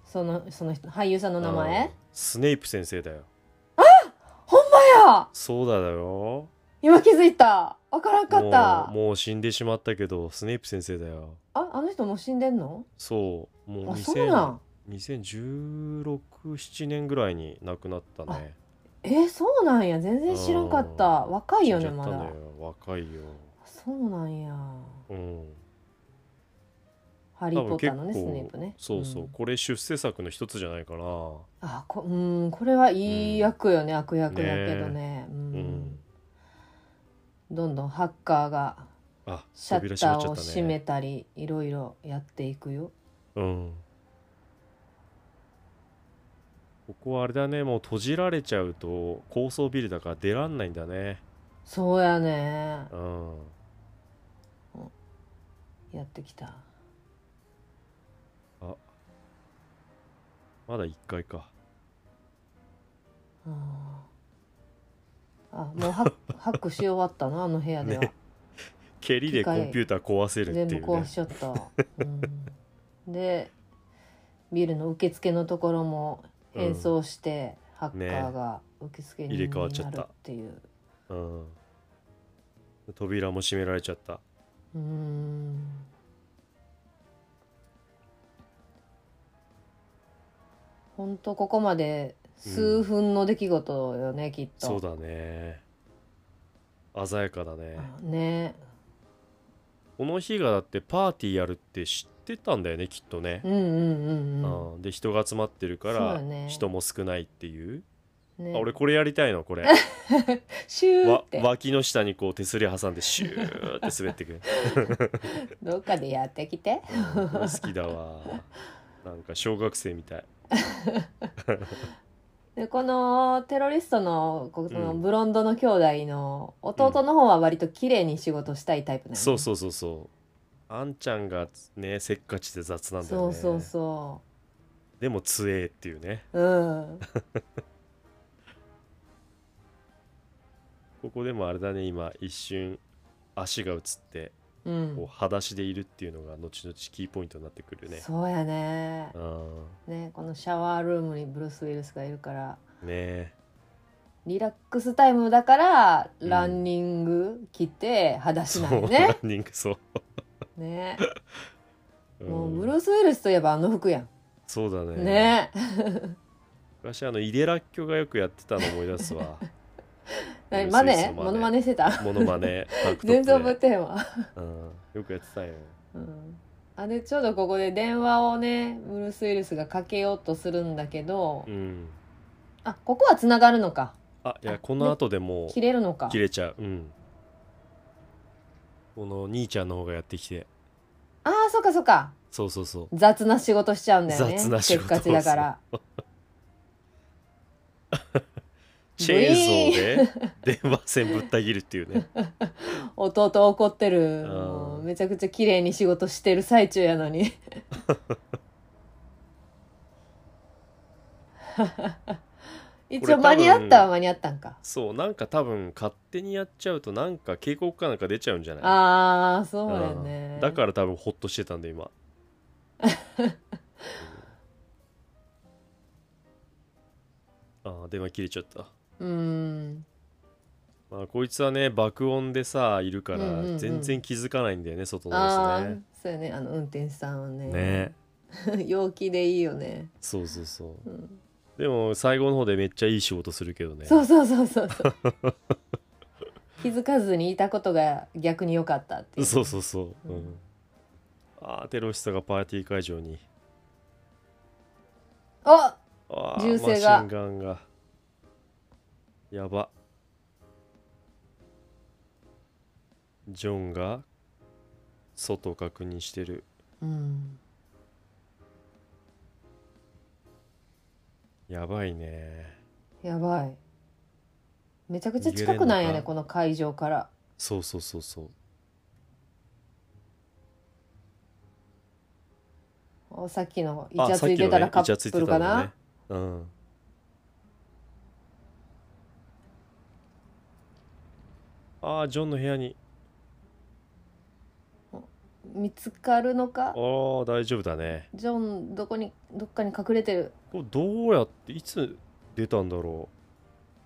[SPEAKER 2] そのその人俳優さんの名前
[SPEAKER 1] うんスネイプ先生だよ
[SPEAKER 2] あや
[SPEAKER 1] そうだよ
[SPEAKER 2] 今気づいたわからんかった
[SPEAKER 1] もうもう死んでしまったけどスネイプ先生だよ
[SPEAKER 2] ああの人もう死んでんの
[SPEAKER 1] そうもう
[SPEAKER 2] あそうな
[SPEAKER 1] 2000
[SPEAKER 2] ん
[SPEAKER 1] 201617年ぐらいに亡くなったね
[SPEAKER 2] えーそうなんや全然知らんかった
[SPEAKER 1] うん
[SPEAKER 2] 若いよ
[SPEAKER 1] 死
[SPEAKER 2] ね
[SPEAKER 1] んじゃ
[SPEAKER 2] ま
[SPEAKER 1] った
[SPEAKER 2] だ
[SPEAKER 1] んだよ若いよ
[SPEAKER 2] そうなんや
[SPEAKER 1] うん
[SPEAKER 2] ハリ
[SPEAKER 1] 多
[SPEAKER 2] ー・
[SPEAKER 1] 分
[SPEAKER 2] ポッ
[SPEAKER 1] 結
[SPEAKER 2] ターのねスネープ
[SPEAKER 1] 構
[SPEAKER 2] ね
[SPEAKER 1] そうそう、
[SPEAKER 2] ん
[SPEAKER 1] これ出世作の一つじゃないかな
[SPEAKER 2] あこうんこれはいい役よね、悪役だ
[SPEAKER 1] ねえ
[SPEAKER 2] けどねう
[SPEAKER 1] うんん、
[SPEAKER 2] どんどんハッカーが
[SPEAKER 1] あ
[SPEAKER 2] シャ
[SPEAKER 1] 扉
[SPEAKER 2] ッ
[SPEAKER 1] 閉ま
[SPEAKER 2] タ
[SPEAKER 1] っち
[SPEAKER 2] ー
[SPEAKER 1] ゃ
[SPEAKER 2] を
[SPEAKER 1] った
[SPEAKER 2] 閉め
[SPEAKER 1] ね
[SPEAKER 2] たりいろいろやっていくよ
[SPEAKER 1] うんここはあれだねもう閉じられちゃうと高層ビルだから出らんないんだね
[SPEAKER 2] そうやね
[SPEAKER 1] うん
[SPEAKER 2] やってきた
[SPEAKER 1] まだ1階か
[SPEAKER 2] うんあもうハッ ハックし終わったなあの部屋では、
[SPEAKER 1] ね蹴りでコンピューター壊せる
[SPEAKER 2] 全
[SPEAKER 1] って
[SPEAKER 2] 部
[SPEAKER 1] いう
[SPEAKER 2] 壊
[SPEAKER 1] ね
[SPEAKER 2] しちゃった、うん、でビルの受付のところも変装して、ハッカーが受付人
[SPEAKER 1] 入
[SPEAKER 2] に
[SPEAKER 1] れ替わっちゃ
[SPEAKER 2] な
[SPEAKER 1] った
[SPEAKER 2] るっていう、
[SPEAKER 1] うん扉も閉められちゃった
[SPEAKER 2] うーんほんとここまで数分の出来事よね、きっと
[SPEAKER 1] そうだね鮮やかだね
[SPEAKER 2] あね
[SPEAKER 1] この日がだってパーティーやるって知ってたんだよねきっとね
[SPEAKER 2] う、んうんうんうん
[SPEAKER 1] うん、で人が集まってるか
[SPEAKER 2] そうよ
[SPEAKER 1] ら
[SPEAKER 2] ね
[SPEAKER 1] 人も少ないっていう
[SPEAKER 2] ね
[SPEAKER 1] あ俺これやりたいのこれ
[SPEAKER 2] シュー
[SPEAKER 1] わ
[SPEAKER 2] って
[SPEAKER 1] 脇の下にこう手すり挟んでシューって滑ってくる、
[SPEAKER 2] どっかでやってきて
[SPEAKER 1] うんこれ好きだわなんか小学生みたい
[SPEAKER 2] でこのテロリストのここの
[SPEAKER 1] うん
[SPEAKER 2] ブロンドの兄弟の弟の方は割と綺麗に仕事したいタイプなん
[SPEAKER 1] そうそうそうそうあんちゃんがねせっかちで雑なんだよ
[SPEAKER 2] そ
[SPEAKER 1] ね
[SPEAKER 2] うそうそ
[SPEAKER 1] でも強えっていうね
[SPEAKER 2] ううん
[SPEAKER 1] ここでもあれだね今一瞬足が映って
[SPEAKER 2] う
[SPEAKER 1] こうん裸足でいるっていうのが後々キーポイントになってくるね
[SPEAKER 2] そうやね
[SPEAKER 1] うん
[SPEAKER 2] ねこのシャワールームにブルース・ウィルスがいるから
[SPEAKER 1] ねえ
[SPEAKER 2] リラックスタイムだから
[SPEAKER 1] うん
[SPEAKER 2] ランニング来て裸足
[SPEAKER 1] そう
[SPEAKER 2] なんよ
[SPEAKER 1] ラ
[SPEAKER 2] ね,、
[SPEAKER 1] ンニングそう、
[SPEAKER 2] ね
[SPEAKER 1] うん
[SPEAKER 2] もうブルース・ウィルスといえばあの服や
[SPEAKER 1] そうだね
[SPEAKER 2] んね
[SPEAKER 1] 昔あのイデラッキョがよくやってたの思い出すわ
[SPEAKER 2] 何マ
[SPEAKER 1] ブルースウィル
[SPEAKER 2] ネ
[SPEAKER 1] スの
[SPEAKER 2] モノマネしてた
[SPEAKER 1] モノマ ネタンクトップで
[SPEAKER 2] 全然覚えてへんわ
[SPEAKER 1] うん、よくやってたよ
[SPEAKER 2] うんあでちょうどここで電話をねブルース・ウィルスがかけようとするんだけど、
[SPEAKER 1] うん
[SPEAKER 2] あここはつながるのか
[SPEAKER 1] あい
[SPEAKER 2] あ
[SPEAKER 1] やこの後でもう
[SPEAKER 2] 切れるのか
[SPEAKER 1] 切れちゃううんこの兄ちゃんの方がやってきて
[SPEAKER 2] ああそっかそっか
[SPEAKER 1] そうそうそう
[SPEAKER 2] 雑な仕事しちゃうんだよね
[SPEAKER 1] 雑な仕事
[SPEAKER 2] せっかちだから
[SPEAKER 1] チェーンソーで電話線ぶった切るっていうね
[SPEAKER 2] 弟怒ってる
[SPEAKER 1] あー
[SPEAKER 2] もうめちゃくちゃ綺麗に仕事してる最中や のに一応間に合ったは間に合ったんか
[SPEAKER 1] そうなんか多分勝手にやっちゃうとなんか警告かなんか出ちゃうんじゃない
[SPEAKER 2] ああそうやね
[SPEAKER 1] うんだから多分ホッとしてたんで 今うんあー電話切れちゃった
[SPEAKER 2] うん
[SPEAKER 1] まあこいつはね爆音でさいるか
[SPEAKER 2] うんうんう
[SPEAKER 1] ら
[SPEAKER 2] ん
[SPEAKER 1] 全然気づかないんだよね、外
[SPEAKER 2] ああ
[SPEAKER 1] のですね
[SPEAKER 2] そうやねあの運転手さんはね
[SPEAKER 1] ね
[SPEAKER 2] 陽気でいいよね、
[SPEAKER 1] そうそうそう
[SPEAKER 2] うん
[SPEAKER 1] でも最後の方でめっちゃいい仕事するけどね
[SPEAKER 2] そうそうそうそ うそう気づかずにいたことが逆に良かったっていう
[SPEAKER 1] そうそうそう、うん
[SPEAKER 2] うん
[SPEAKER 1] ああテロリストがパーティー会場に
[SPEAKER 2] あ
[SPEAKER 1] ああ
[SPEAKER 2] 銃声が
[SPEAKER 1] マシンガンがやばジョンが外を確認してる
[SPEAKER 2] うん
[SPEAKER 1] やばいね
[SPEAKER 2] やばいめちゃくちゃ近くなんや
[SPEAKER 1] 逃げれんの
[SPEAKER 2] ね
[SPEAKER 1] か
[SPEAKER 2] この会場から
[SPEAKER 1] そうそうそうそう
[SPEAKER 2] おさっきのイチ
[SPEAKER 1] あ
[SPEAKER 2] ャ
[SPEAKER 1] さっ
[SPEAKER 2] つ
[SPEAKER 1] き
[SPEAKER 2] いてたらカ
[SPEAKER 1] のねイチャつ
[SPEAKER 2] ッ
[SPEAKER 1] いて
[SPEAKER 2] プル
[SPEAKER 1] た
[SPEAKER 2] か
[SPEAKER 1] んだ
[SPEAKER 2] な、
[SPEAKER 1] ねうんああジョンの部屋に
[SPEAKER 2] 見つかるの
[SPEAKER 1] あ
[SPEAKER 2] か
[SPEAKER 1] あ大丈夫だね
[SPEAKER 2] ジョンどこにどっかに隠れてる
[SPEAKER 1] これどうやっていつ出たんだろ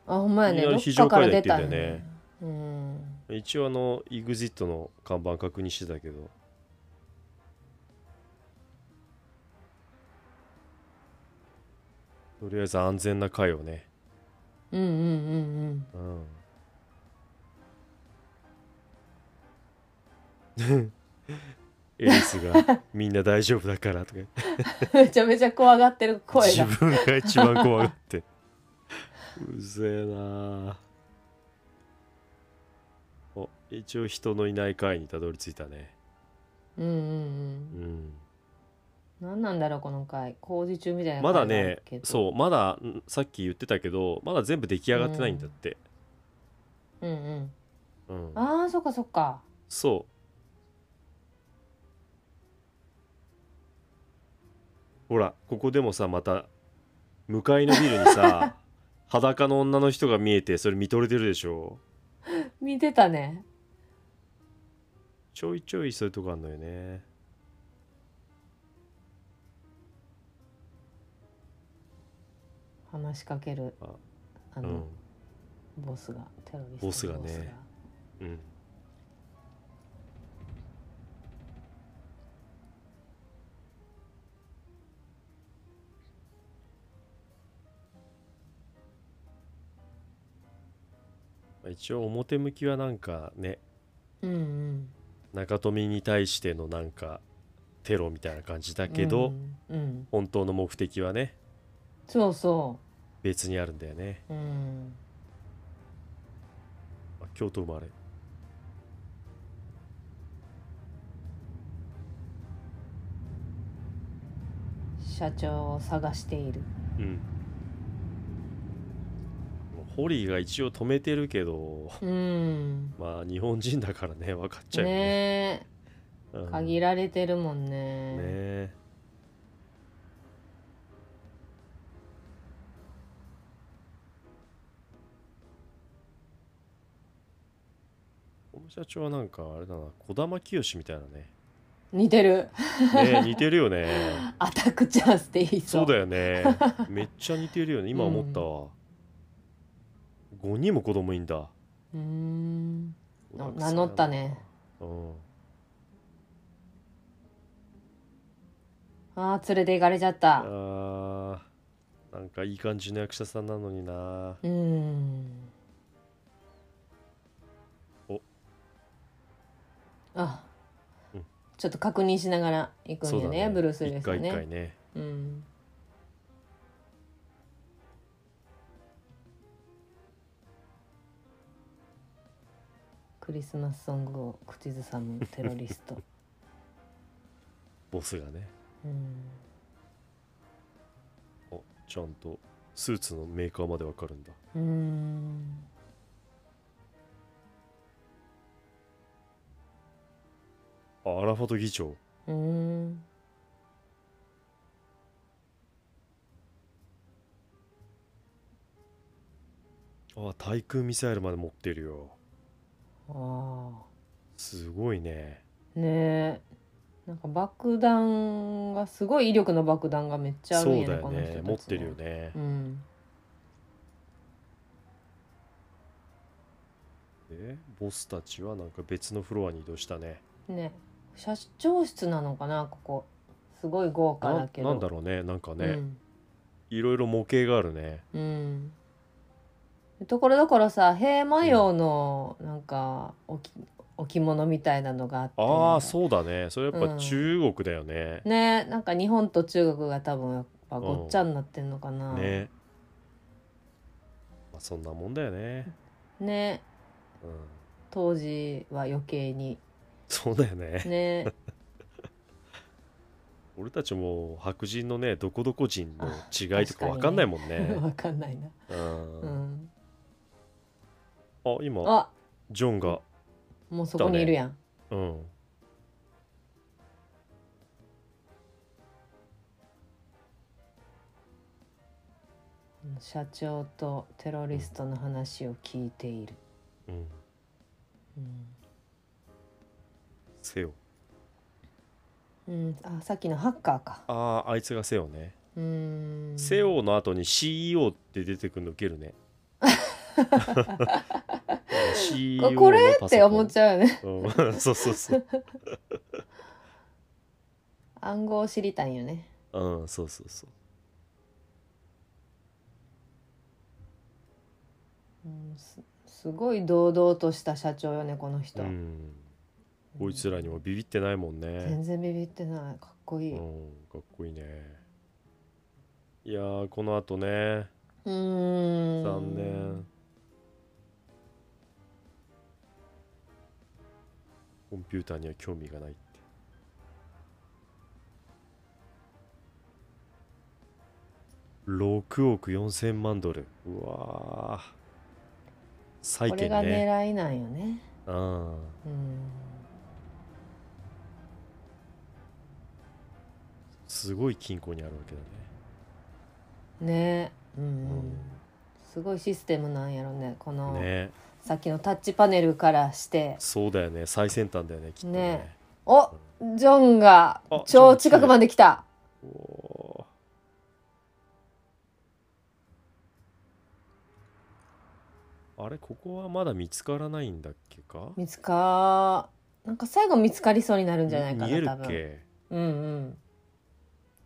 [SPEAKER 2] あほんまや
[SPEAKER 1] い
[SPEAKER 2] ね
[SPEAKER 1] きなり
[SPEAKER 2] どっ
[SPEAKER 1] 非
[SPEAKER 2] か
[SPEAKER 1] 常
[SPEAKER 2] から
[SPEAKER 1] 階
[SPEAKER 2] 出
[SPEAKER 1] 段行
[SPEAKER 2] た
[SPEAKER 1] ってん
[SPEAKER 2] んや
[SPEAKER 1] だよね
[SPEAKER 2] ねうん
[SPEAKER 1] う一応あの EXIT の看板確認してたけどとりあえず安全な階をね、
[SPEAKER 2] うんうんうんうん
[SPEAKER 1] うん、エリスが「みんな大丈夫だから」とか言って
[SPEAKER 2] めちゃめちゃ怖がってる声
[SPEAKER 1] 自
[SPEAKER 2] が
[SPEAKER 1] 分が一番怖がってうぜえなお一応人のいない階にたどり着いたね
[SPEAKER 2] うんうんうん
[SPEAKER 1] うん
[SPEAKER 2] 何なんだろうこの回工事中みたいな
[SPEAKER 1] まだ
[SPEAKER 2] 回があ
[SPEAKER 1] ね
[SPEAKER 2] るけど
[SPEAKER 1] そうまだんさっき言ってたけどまだ全部出来上がってないんだって、
[SPEAKER 2] うんうん
[SPEAKER 1] うん、
[SPEAKER 2] ああそっかそっか
[SPEAKER 1] そうほらここでもさまた向かいのビルに さ裸の女の人が見えてそれ見とれてるでしょ
[SPEAKER 2] 見てたね
[SPEAKER 1] ちょいちょいそういうとこあんのよね
[SPEAKER 2] 話しかける
[SPEAKER 1] あ
[SPEAKER 2] あ
[SPEAKER 1] う
[SPEAKER 2] の、
[SPEAKER 1] ん、
[SPEAKER 2] ボスがテロリスト
[SPEAKER 1] ボ
[SPEAKER 2] の
[SPEAKER 1] スがねうん、まあ一応表向きはなんかね
[SPEAKER 2] うんうん
[SPEAKER 1] 中富に対してのなんかテロみたいな感じだけど、
[SPEAKER 2] うん、うん
[SPEAKER 1] 本当の目的はね
[SPEAKER 2] そうそ
[SPEAKER 1] 別にあるんだよね、
[SPEAKER 2] ううん
[SPEAKER 1] まあ京都生まれ
[SPEAKER 2] 社長を探している
[SPEAKER 1] うんホリーが一応止めてるけど
[SPEAKER 2] うん
[SPEAKER 1] まあ日本人だからね 分かっちゃうよね
[SPEAKER 2] ねえ
[SPEAKER 1] うん
[SPEAKER 2] 限られてるもんね
[SPEAKER 1] ねえこの社長はなんかあれだな児玉清みたいな ね
[SPEAKER 2] 似てる
[SPEAKER 1] ねえ似てるよね
[SPEAKER 2] アタックチャンスでいい
[SPEAKER 1] そう
[SPEAKER 2] よ
[SPEAKER 1] だよ ねめっちゃ似てるよね今思ったわ、5人も子供いんだ
[SPEAKER 2] うーんな名乗ったね
[SPEAKER 1] うん
[SPEAKER 2] あー連れて行かれちゃった
[SPEAKER 1] あーなんかいい感じの役者さんなのにな
[SPEAKER 2] うん
[SPEAKER 1] お
[SPEAKER 2] あ、
[SPEAKER 1] うん
[SPEAKER 2] ちょっと確認しながら行くん
[SPEAKER 1] そう
[SPEAKER 2] で
[SPEAKER 1] だ
[SPEAKER 2] ねブルース・ウィリスは
[SPEAKER 1] 一回一
[SPEAKER 2] ね
[SPEAKER 1] 回ね
[SPEAKER 2] うんクリスマスソングを口ずさむテロリスト
[SPEAKER 1] ボスがね
[SPEAKER 2] うん
[SPEAKER 1] おちゃんとスーツのメーカーまでわかるんだ
[SPEAKER 2] うん
[SPEAKER 1] あアラファト議長
[SPEAKER 2] うん
[SPEAKER 1] あ対空ミサイルまで持ってるよ
[SPEAKER 2] ああ
[SPEAKER 1] すごいね
[SPEAKER 2] ねえなんか爆弾がすごい威力の爆弾がめっちゃあ
[SPEAKER 1] そ
[SPEAKER 2] るん
[SPEAKER 1] う
[SPEAKER 2] や
[SPEAKER 1] だ
[SPEAKER 2] な
[SPEAKER 1] よ
[SPEAKER 2] この人た
[SPEAKER 1] ね
[SPEAKER 2] ち
[SPEAKER 1] 持ってるよね
[SPEAKER 2] う、ん
[SPEAKER 1] でボスたちはなんか別のフロアに移動したね
[SPEAKER 2] ね社長室なのかなここすごい豪華だ
[SPEAKER 1] な
[SPEAKER 2] けど
[SPEAKER 1] なんだろうねなんかね、
[SPEAKER 2] うん
[SPEAKER 1] いろいろ模型があるね
[SPEAKER 2] うんところどころさ兵馬俑のなんか置き置物みたいなのがあって
[SPEAKER 1] ああそうだねそれやっ
[SPEAKER 2] う
[SPEAKER 1] ぱ
[SPEAKER 2] ん
[SPEAKER 1] 中国だよね、
[SPEAKER 2] ねなんか日本と中国が多分やっぱごっちゃになってんのかな、
[SPEAKER 1] ね、まあ、そんなもんだよね、
[SPEAKER 2] ね
[SPEAKER 1] うん、
[SPEAKER 2] 当時は余計に
[SPEAKER 1] そうだよね
[SPEAKER 2] ね
[SPEAKER 1] 俺たちも白人のねどこどこ人の違いとか分かんないもんね
[SPEAKER 2] わかんないな、
[SPEAKER 1] うん
[SPEAKER 2] うん、
[SPEAKER 1] あ今
[SPEAKER 2] あ
[SPEAKER 1] ジョンが
[SPEAKER 2] もうそこにいるやん、
[SPEAKER 1] うん
[SPEAKER 2] 社長とテロリストの話を聞いている、
[SPEAKER 1] うん
[SPEAKER 2] うん
[SPEAKER 1] セオ
[SPEAKER 2] うん、あさっきのハッカーか
[SPEAKER 1] あああいつがセオね、
[SPEAKER 2] うーん
[SPEAKER 1] セオの後に CEO って出てくるのウケる ね CEO のパソコン
[SPEAKER 2] これって思っちゃうよね
[SPEAKER 1] うん そうそうそう
[SPEAKER 2] 暗号を知りたいんよね
[SPEAKER 1] うんそうそうそう
[SPEAKER 2] うんすすごい堂々とした社長よねこの人、
[SPEAKER 1] うんこいつらにもビビってないもんね
[SPEAKER 2] 全然ビビってないかっこいい
[SPEAKER 1] うんかっこいいねいやーこのあとね
[SPEAKER 2] うん
[SPEAKER 1] 残念コンピューターには興味がないって6億4000万ドルうわー債
[SPEAKER 2] これ
[SPEAKER 1] 券
[SPEAKER 2] が
[SPEAKER 1] ね
[SPEAKER 2] 狙いなんよね
[SPEAKER 1] うん
[SPEAKER 2] うん
[SPEAKER 1] すごい金庫にあるわけだね
[SPEAKER 2] ねうん、
[SPEAKER 1] ん
[SPEAKER 2] すごいシステムなんやろねこの
[SPEAKER 1] ね
[SPEAKER 2] さっきのタッチパネルからして
[SPEAKER 1] そうだよね最先端だよねきっとね
[SPEAKER 2] ねおジョンが
[SPEAKER 1] あ
[SPEAKER 2] 超近くまで来た
[SPEAKER 1] おーあれここはまだ見つからないんだっけか
[SPEAKER 2] 見つかなんか最後見つかりそうになるんじゃないか
[SPEAKER 1] 見える
[SPEAKER 2] な多
[SPEAKER 1] っ
[SPEAKER 2] 分
[SPEAKER 1] け
[SPEAKER 2] うんうん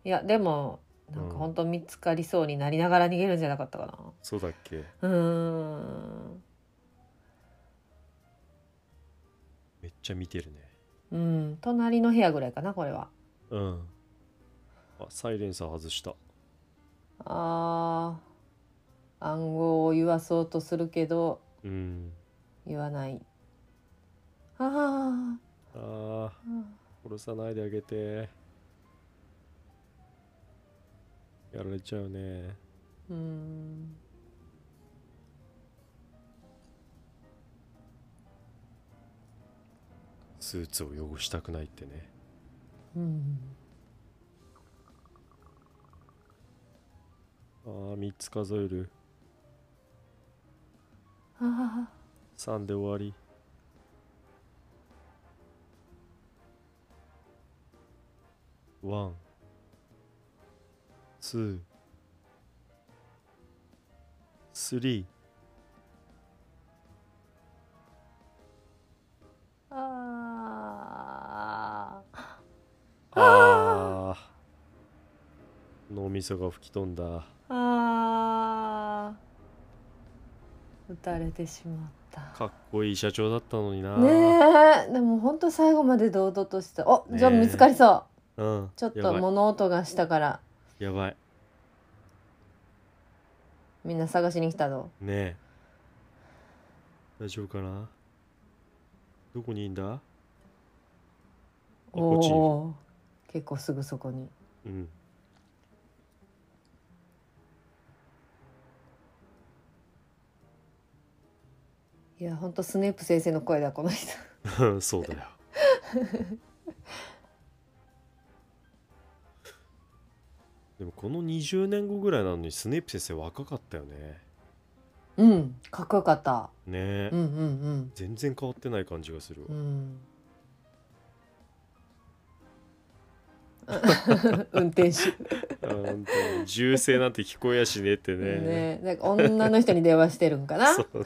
[SPEAKER 2] いやでもなんか本当見つかりそうになりながら逃げるんじゃなかったか
[SPEAKER 1] そうだっけ
[SPEAKER 2] なうーん
[SPEAKER 1] めっちゃ見てるね
[SPEAKER 2] うん隣の部屋ぐらいかなこれは
[SPEAKER 1] うんあサイレンサー外した
[SPEAKER 2] あー暗号を言わそうとするけど
[SPEAKER 1] うん
[SPEAKER 2] 言わないあ
[SPEAKER 1] あ
[SPEAKER 2] ー
[SPEAKER 1] ー殺さないであげてやられちゃうね
[SPEAKER 2] うん
[SPEAKER 1] スーツを汚したくないってね
[SPEAKER 2] うん
[SPEAKER 1] あー3つ数える
[SPEAKER 2] あ
[SPEAKER 1] 3で終わりワンツースリー
[SPEAKER 2] ーあー
[SPEAKER 1] ああ脳みそが吹き飛んだ
[SPEAKER 2] あー撃たれてしまった
[SPEAKER 1] かっこいい社長だったのにな
[SPEAKER 2] ねえでも本当最後まで堂々としたお
[SPEAKER 1] ねえ
[SPEAKER 2] じゃあ見つかりそう
[SPEAKER 1] うん
[SPEAKER 2] ちょっ
[SPEAKER 1] や
[SPEAKER 2] と
[SPEAKER 1] ばい
[SPEAKER 2] 物音がしたから
[SPEAKER 1] やばい
[SPEAKER 2] みんな探しに来たぞ
[SPEAKER 1] ねえ大丈夫かなどこにいんだあこっちにいる
[SPEAKER 2] おー結構すぐそこに
[SPEAKER 1] うん。
[SPEAKER 2] いや本当スネープ先生の声だこ の人
[SPEAKER 1] そうだよ。 でもこの20年後ぐらいなのにスネープ先生若かったよね。
[SPEAKER 2] うんかっこよかった
[SPEAKER 1] ねえ、
[SPEAKER 2] うんうん
[SPEAKER 1] 全然変わってない感じがするわ
[SPEAKER 2] うん う。ん運転手
[SPEAKER 1] あー本当に銃声なんて聞こえやしねえってね。
[SPEAKER 2] ねなんか女の人に電話してるんか な
[SPEAKER 1] そう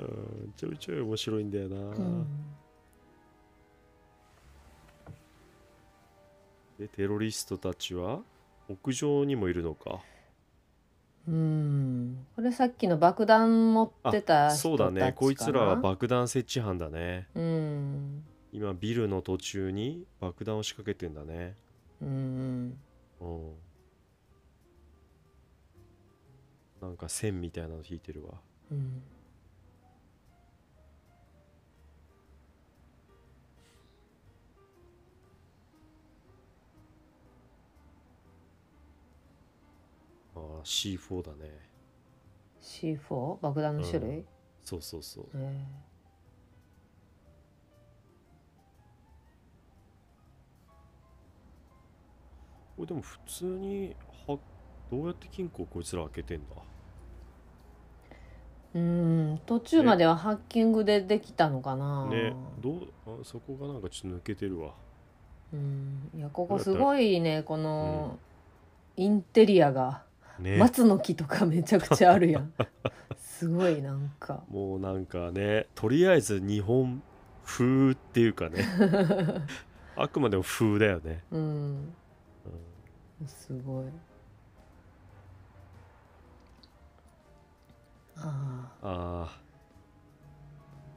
[SPEAKER 1] うん、ちょいちょい面白いんだよな。
[SPEAKER 2] うん
[SPEAKER 1] でテロリストたちは屋上にもいるのか。
[SPEAKER 2] うんこれさっきの爆弾持ってた人たちかな
[SPEAKER 1] そうだね。こいつらは爆弾設置犯だね。
[SPEAKER 2] うん
[SPEAKER 1] 今ビルの途中に爆弾を仕掛けてんだね。
[SPEAKER 2] うん
[SPEAKER 1] うん。なんか線みたいなの引いてるわ。
[SPEAKER 2] うん
[SPEAKER 1] ああ、C4 だね。
[SPEAKER 2] C4 爆弾の種類、
[SPEAKER 1] そうそうそう。
[SPEAKER 2] え
[SPEAKER 1] これでも普通にはどうやって金庫をこいつら開けてんだ
[SPEAKER 2] ーうん途中まではハッキングでできたのかな、
[SPEAKER 1] ねどうあそこがなんかちょっと抜けてるわ。
[SPEAKER 2] うんいやここすごいねこの、インテリアが
[SPEAKER 1] ね。
[SPEAKER 2] 松の木とかめちゃくちゃあるやんすごいなんか
[SPEAKER 1] もうなんかね、とりあえず日本風っていうかね。あくまでも風だよね。
[SPEAKER 2] うん
[SPEAKER 1] うん
[SPEAKER 2] すごいあ
[SPEAKER 1] ああ。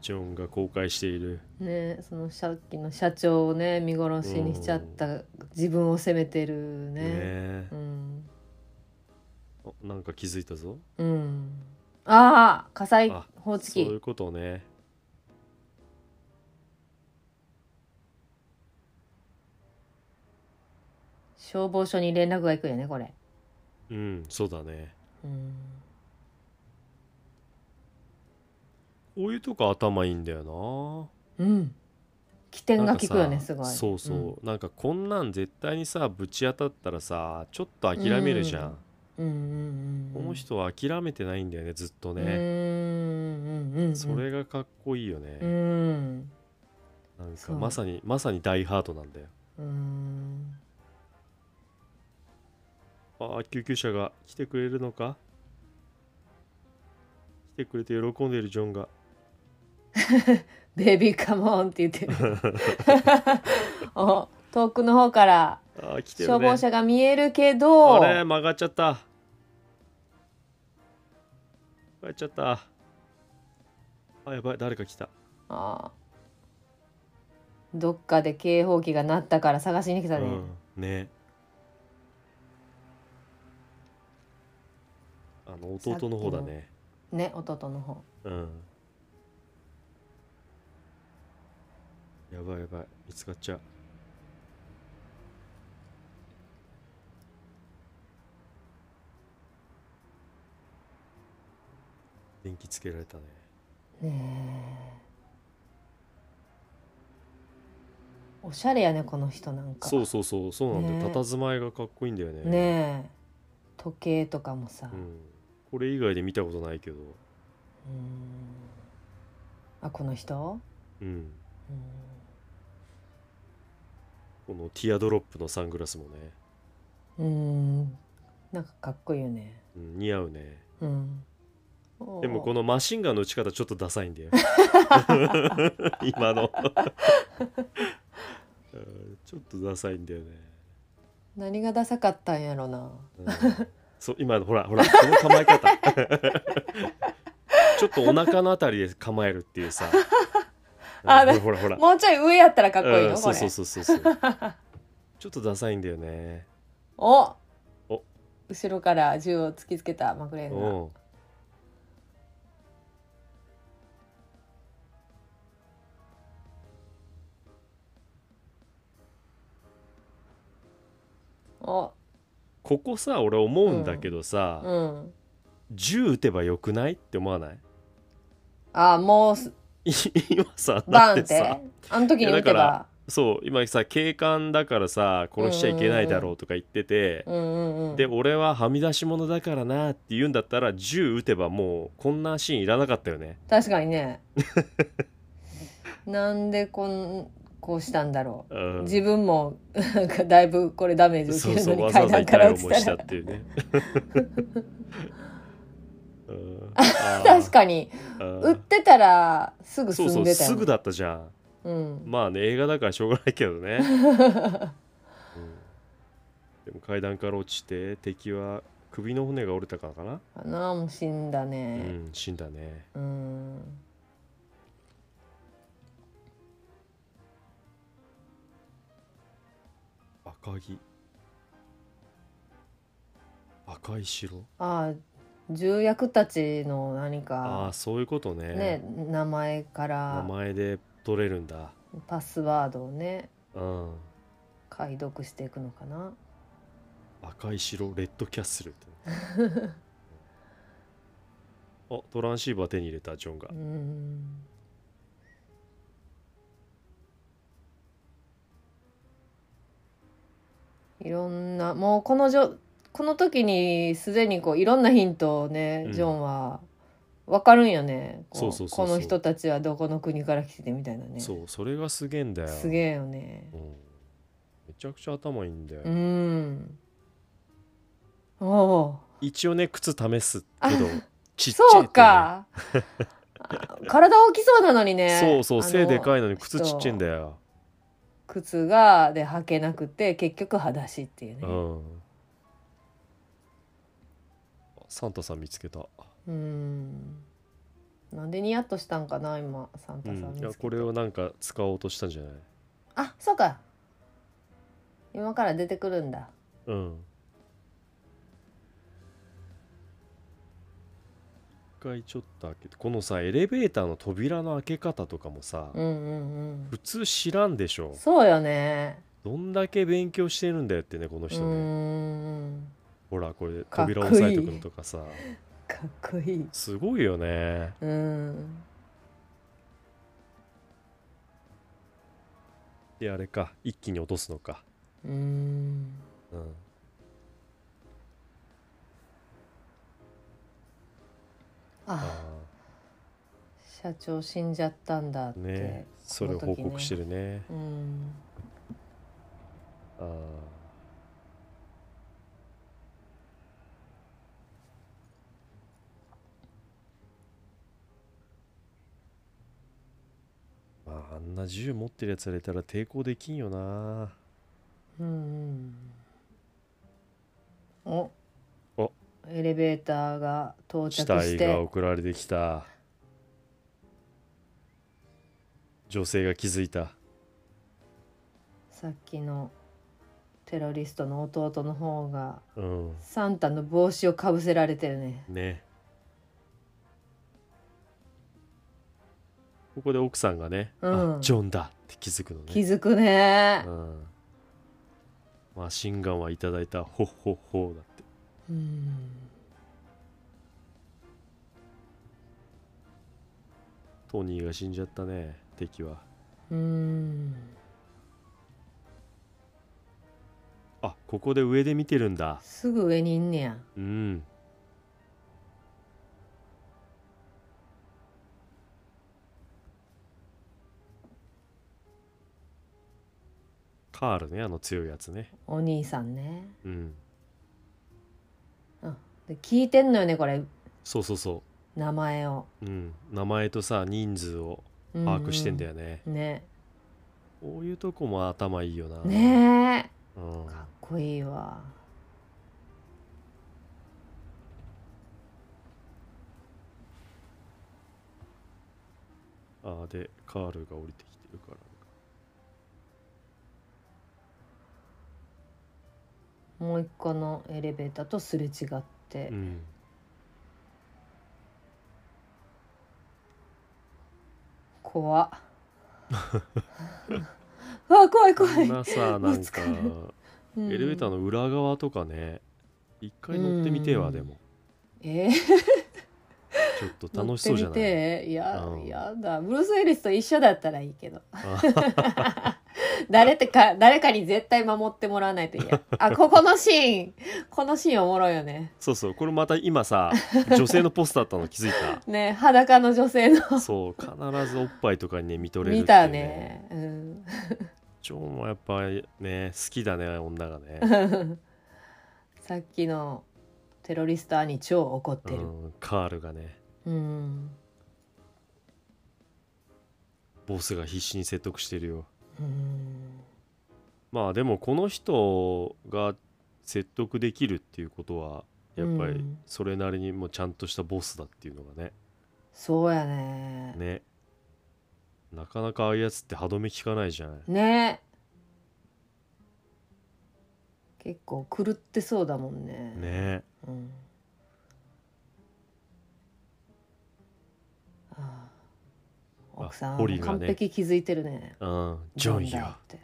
[SPEAKER 1] ジョンが公開している。
[SPEAKER 2] あねそのさっきの社長をね見殺しにしちゃった自分を責めてる
[SPEAKER 1] ね
[SPEAKER 2] ね
[SPEAKER 1] え
[SPEAKER 2] うん、
[SPEAKER 1] おなんか気づいたぞ。
[SPEAKER 2] うん、ああ火災
[SPEAKER 1] あ
[SPEAKER 2] 報知
[SPEAKER 1] そういう
[SPEAKER 2] 器
[SPEAKER 1] ことね。
[SPEAKER 2] シ消防署に連絡が行くよねこれ
[SPEAKER 1] うんそうだね
[SPEAKER 2] うん
[SPEAKER 1] こういうとこ頭いいんだよ
[SPEAKER 2] うん起点
[SPEAKER 1] な
[SPEAKER 2] が効くよね
[SPEAKER 1] なんかさ
[SPEAKER 2] すごい
[SPEAKER 1] そうそう、なんかこんなん絶対にさぶち当たったらさちょっと諦めるじゃん、
[SPEAKER 2] うんうんうんうん
[SPEAKER 1] この人は諦めてないんだよねずっと
[SPEAKER 2] うーん
[SPEAKER 1] ね、
[SPEAKER 2] うんうん
[SPEAKER 1] それがかっこいいよね、
[SPEAKER 2] うん
[SPEAKER 1] なんか
[SPEAKER 2] そう
[SPEAKER 1] まさにまさにダイハードなんだよ
[SPEAKER 2] うん
[SPEAKER 1] ああ救急車が来てくれるのか来てくれて喜んでいるジョンが
[SPEAKER 2] ベイビーカモンって言って る お遠くの方から
[SPEAKER 1] ああ来てる
[SPEAKER 2] 消
[SPEAKER 1] ね
[SPEAKER 2] 防車が見えるけど
[SPEAKER 1] あれ曲がっちゃった曲がっちゃったあやばい誰か来た
[SPEAKER 2] あーどっかで警報器が鳴ったから探しに来たね、
[SPEAKER 1] うん、ねあの弟の方だね
[SPEAKER 2] ね弟の方
[SPEAKER 1] うんやばいやばい見つかっちゃう電気つけられたね
[SPEAKER 2] ねえおしゃれやねこの人なんか
[SPEAKER 1] そうそうそうそうなんだよ
[SPEAKER 2] ね
[SPEAKER 1] 佇まいがかっこいいんだよね
[SPEAKER 2] ねえ時計とかもさ、
[SPEAKER 1] う
[SPEAKER 2] うん
[SPEAKER 1] ん、これ以外で見たことないけど
[SPEAKER 2] あこの人、
[SPEAKER 1] うん
[SPEAKER 2] うん
[SPEAKER 1] このティアドロップのサングラスもね、
[SPEAKER 2] うーんなんかかっこいいよね。
[SPEAKER 1] うん、似合うね
[SPEAKER 2] うん。
[SPEAKER 1] でもこ
[SPEAKER 2] の
[SPEAKER 1] のマシンガンの打ち方ちょっとダサい んだよ今の うんちょっとダサいんだよね、
[SPEAKER 2] 何がダサかったんやろな。
[SPEAKER 1] うんそう今のほらほらこの構え方 ちょっとお腹のあたりで構えるっていうさ
[SPEAKER 2] あ
[SPEAKER 1] うんほらほらほら
[SPEAKER 2] もうちょい上やったらかっこいいの
[SPEAKER 1] うん
[SPEAKER 2] こ
[SPEAKER 1] そう
[SPEAKER 2] れ。
[SPEAKER 1] そうそうそうそうちょっとダサいんだよね
[SPEAKER 2] お
[SPEAKER 1] お
[SPEAKER 2] 後ろから銃を突きつけたマクレーンが。
[SPEAKER 1] うん
[SPEAKER 2] お
[SPEAKER 1] ここさ俺思うんだけどさ、
[SPEAKER 2] うん。
[SPEAKER 1] 銃撃てばよくないって思わない
[SPEAKER 2] あもうす
[SPEAKER 1] 今さだ
[SPEAKER 2] バ
[SPEAKER 1] っ
[SPEAKER 2] ン
[SPEAKER 1] て
[SPEAKER 2] って
[SPEAKER 1] さ
[SPEAKER 2] あの時に撃
[SPEAKER 1] い
[SPEAKER 2] て
[SPEAKER 1] やだか
[SPEAKER 2] ば。
[SPEAKER 1] そう今さ警官だからさ殺しちゃいけないだろうとか言ってて、
[SPEAKER 2] うんうんうん。
[SPEAKER 1] で俺ははみ出し者だからなって言うんだったら銃撃てばもうこんなシーンいらなかったよね
[SPEAKER 2] 確か にね。なんでこんこうしたんだろ
[SPEAKER 1] う
[SPEAKER 2] う。
[SPEAKER 1] ん
[SPEAKER 2] 自分もなんかだいぶこれダメージ
[SPEAKER 1] そ
[SPEAKER 2] 受
[SPEAKER 1] う
[SPEAKER 2] ける
[SPEAKER 1] そ
[SPEAKER 2] の
[SPEAKER 1] う
[SPEAKER 2] に
[SPEAKER 1] わざ
[SPEAKER 2] 階
[SPEAKER 1] わざ
[SPEAKER 2] 段から
[SPEAKER 1] 痛い
[SPEAKER 2] 落ち
[SPEAKER 1] 思い
[SPEAKER 2] た
[SPEAKER 1] した
[SPEAKER 2] ら
[SPEAKER 1] っ。ていう ね確
[SPEAKER 2] 確かに売ってたらすぐ
[SPEAKER 1] そう
[SPEAKER 2] 住
[SPEAKER 1] そ
[SPEAKER 2] ん
[SPEAKER 1] う
[SPEAKER 2] でたよ
[SPEAKER 1] すぐだったじゃん
[SPEAKER 2] うん
[SPEAKER 1] まあね映画だからしょうがないけど ね、うんでも階段から落ちて敵は首の骨が折れたからかな、
[SPEAKER 2] かなもう死んだ
[SPEAKER 1] う
[SPEAKER 2] ね
[SPEAKER 1] ん死んだね
[SPEAKER 2] うん、
[SPEAKER 1] 赤城赤い城
[SPEAKER 2] ああ重役たちの何
[SPEAKER 1] ああ
[SPEAKER 2] か
[SPEAKER 1] ーそういうことね
[SPEAKER 2] ね名前か
[SPEAKER 1] 名
[SPEAKER 2] ら
[SPEAKER 1] 前で取れるんだ
[SPEAKER 2] パスワードをね
[SPEAKER 1] うん
[SPEAKER 2] 解読していくのかな
[SPEAKER 1] 赤い城レッドキャッスルって あトランシーバー手に入れたジョンが
[SPEAKER 2] うんいろんなもうこのじょこの時にすでにこういろんなヒントをね、
[SPEAKER 1] うん
[SPEAKER 2] ジョンは分かるんよねこ
[SPEAKER 1] そうそうそうそう
[SPEAKER 2] この人たちはどこの国から来ててみたいなね
[SPEAKER 1] そうそれがすげえんだよ
[SPEAKER 2] すげえよね
[SPEAKER 1] うん、めちゃくちゃ頭いいんだよ、
[SPEAKER 2] うんおお
[SPEAKER 1] 一応ね靴試すけどちっちゃいって
[SPEAKER 2] そ
[SPEAKER 1] ね
[SPEAKER 2] うか あ体大きそうなのにね
[SPEAKER 1] そうそう
[SPEAKER 2] あの
[SPEAKER 1] 背でかいのに靴ちっちゃいんだよ、
[SPEAKER 2] 靴がで履けなくて結局裸足っていう
[SPEAKER 1] う
[SPEAKER 2] ね
[SPEAKER 1] んサンタさん見つけた、
[SPEAKER 2] うんなんでニヤッとしたんかな今サン
[SPEAKER 1] う
[SPEAKER 2] タさん
[SPEAKER 1] ん、い
[SPEAKER 2] 見つ
[SPEAKER 1] や
[SPEAKER 2] けて
[SPEAKER 1] これをなんか使おうとしたんじゃない
[SPEAKER 2] あそうか今から出てくるんだ
[SPEAKER 1] うん一回ちょっと開けてこのさエレベーターの扉の開け方とかもさ、
[SPEAKER 2] うんうん
[SPEAKER 1] 普通知らんでしょ
[SPEAKER 2] うんそうよね
[SPEAKER 1] どんだけ勉強してるんだよってねこの
[SPEAKER 2] うー
[SPEAKER 1] 人ね
[SPEAKER 2] ん
[SPEAKER 1] ほらこれ
[SPEAKER 2] かっこいい
[SPEAKER 1] 扉押さえてくのとかさ
[SPEAKER 2] かっこいい
[SPEAKER 1] すごいよね
[SPEAKER 2] うん
[SPEAKER 1] であれか一気に落とすのか
[SPEAKER 2] うーん
[SPEAKER 1] うん
[SPEAKER 2] あ
[SPEAKER 1] あ
[SPEAKER 2] 社長死んじゃったんだっ
[SPEAKER 1] あ
[SPEAKER 2] て、
[SPEAKER 1] ねそれを報告してるね
[SPEAKER 2] うん
[SPEAKER 1] ああまああんな銃持ってるやつらいたら抵抗できんよな
[SPEAKER 2] うんうんお
[SPEAKER 1] お
[SPEAKER 2] エレベーターが到着
[SPEAKER 1] 死
[SPEAKER 2] し
[SPEAKER 1] 体が
[SPEAKER 2] て
[SPEAKER 1] 送られてきた女性が気づいた
[SPEAKER 2] さっきのテロリストの弟の方が
[SPEAKER 1] うん
[SPEAKER 2] サンタの帽子をかぶせられてるね
[SPEAKER 1] ねここで奥さんがね、
[SPEAKER 2] うん
[SPEAKER 1] あジョンだって気づくのね
[SPEAKER 2] 気づくね
[SPEAKER 1] うん、マシンガンはいただいたほっほっほだって
[SPEAKER 2] うん
[SPEAKER 1] トニーが死んじゃったね敵は
[SPEAKER 2] うん
[SPEAKER 1] あここで上で見てるんだ
[SPEAKER 2] すぐ上にいんねや
[SPEAKER 1] うんカールねあの強いやつね
[SPEAKER 2] お兄さんね
[SPEAKER 1] うん
[SPEAKER 2] で聞いてんのよねこれ
[SPEAKER 1] そうそうそ
[SPEAKER 2] 名前を
[SPEAKER 1] ううん名前とさ人数を把握してんだよね、
[SPEAKER 2] うんうんね
[SPEAKER 1] こういうとこも頭いいよな
[SPEAKER 2] ね
[SPEAKER 1] うん
[SPEAKER 2] えかっこいいわ
[SPEAKER 1] あーでカールが降りてきてるから
[SPEAKER 2] もう一個のエレベーターとすれ違って
[SPEAKER 1] うん
[SPEAKER 2] 怖っ あ怖い怖
[SPEAKER 1] こ
[SPEAKER 2] い
[SPEAKER 1] んなさ
[SPEAKER 2] も
[SPEAKER 1] な
[SPEAKER 2] う
[SPEAKER 1] んか
[SPEAKER 2] 疲れる
[SPEAKER 1] エレベーター
[SPEAKER 2] の
[SPEAKER 1] の裏側とかね一回乗ってみて
[SPEAKER 2] う
[SPEAKER 1] は
[SPEAKER 2] ん
[SPEAKER 1] でも
[SPEAKER 2] え
[SPEAKER 1] ちょっと
[SPEAKER 2] ー、
[SPEAKER 1] 楽しそうじゃ
[SPEAKER 2] 乗
[SPEAKER 1] な
[SPEAKER 2] って
[SPEAKER 1] い
[SPEAKER 2] みていや、
[SPEAKER 1] うん
[SPEAKER 2] やだブルース・ウィリスと一緒だったらい いけど
[SPEAKER 1] あー
[SPEAKER 2] 誰ってか誰かに絶対守ってもらわないといやあここのシーンこのシーンおもろいよね
[SPEAKER 1] そうそうこれまた今さ女性のポスターあったの気づい
[SPEAKER 2] ね裸の女性の
[SPEAKER 1] たそう必ずおっぱいとかにね見とれる
[SPEAKER 2] 見
[SPEAKER 1] ってい
[SPEAKER 2] た
[SPEAKER 1] う
[SPEAKER 2] ねうん
[SPEAKER 1] ジョンはやっぱりね好きだね女がね
[SPEAKER 2] さっきのテロリスト兄超怒って
[SPEAKER 1] う
[SPEAKER 2] る
[SPEAKER 1] んカールがね
[SPEAKER 2] うん、
[SPEAKER 1] ボスが必死に説得してるよ
[SPEAKER 2] うん、
[SPEAKER 1] まあでもこの人が説得できるっていうことはやっぱ
[SPEAKER 2] う
[SPEAKER 1] り
[SPEAKER 2] ん
[SPEAKER 1] それなりにもうちゃんとしたボスだっていうのがね
[SPEAKER 2] そうやね
[SPEAKER 1] ねなかなかああいうやつって歯止め効かないじゃない
[SPEAKER 2] ね結構狂ってそうだもんね
[SPEAKER 1] ね
[SPEAKER 2] うんああ
[SPEAKER 1] あ
[SPEAKER 2] 奥さん、
[SPEAKER 1] ホリーがね
[SPEAKER 2] 完璧気づいてるね
[SPEAKER 1] うんジョン
[SPEAKER 2] なんだ
[SPEAKER 1] よ
[SPEAKER 2] って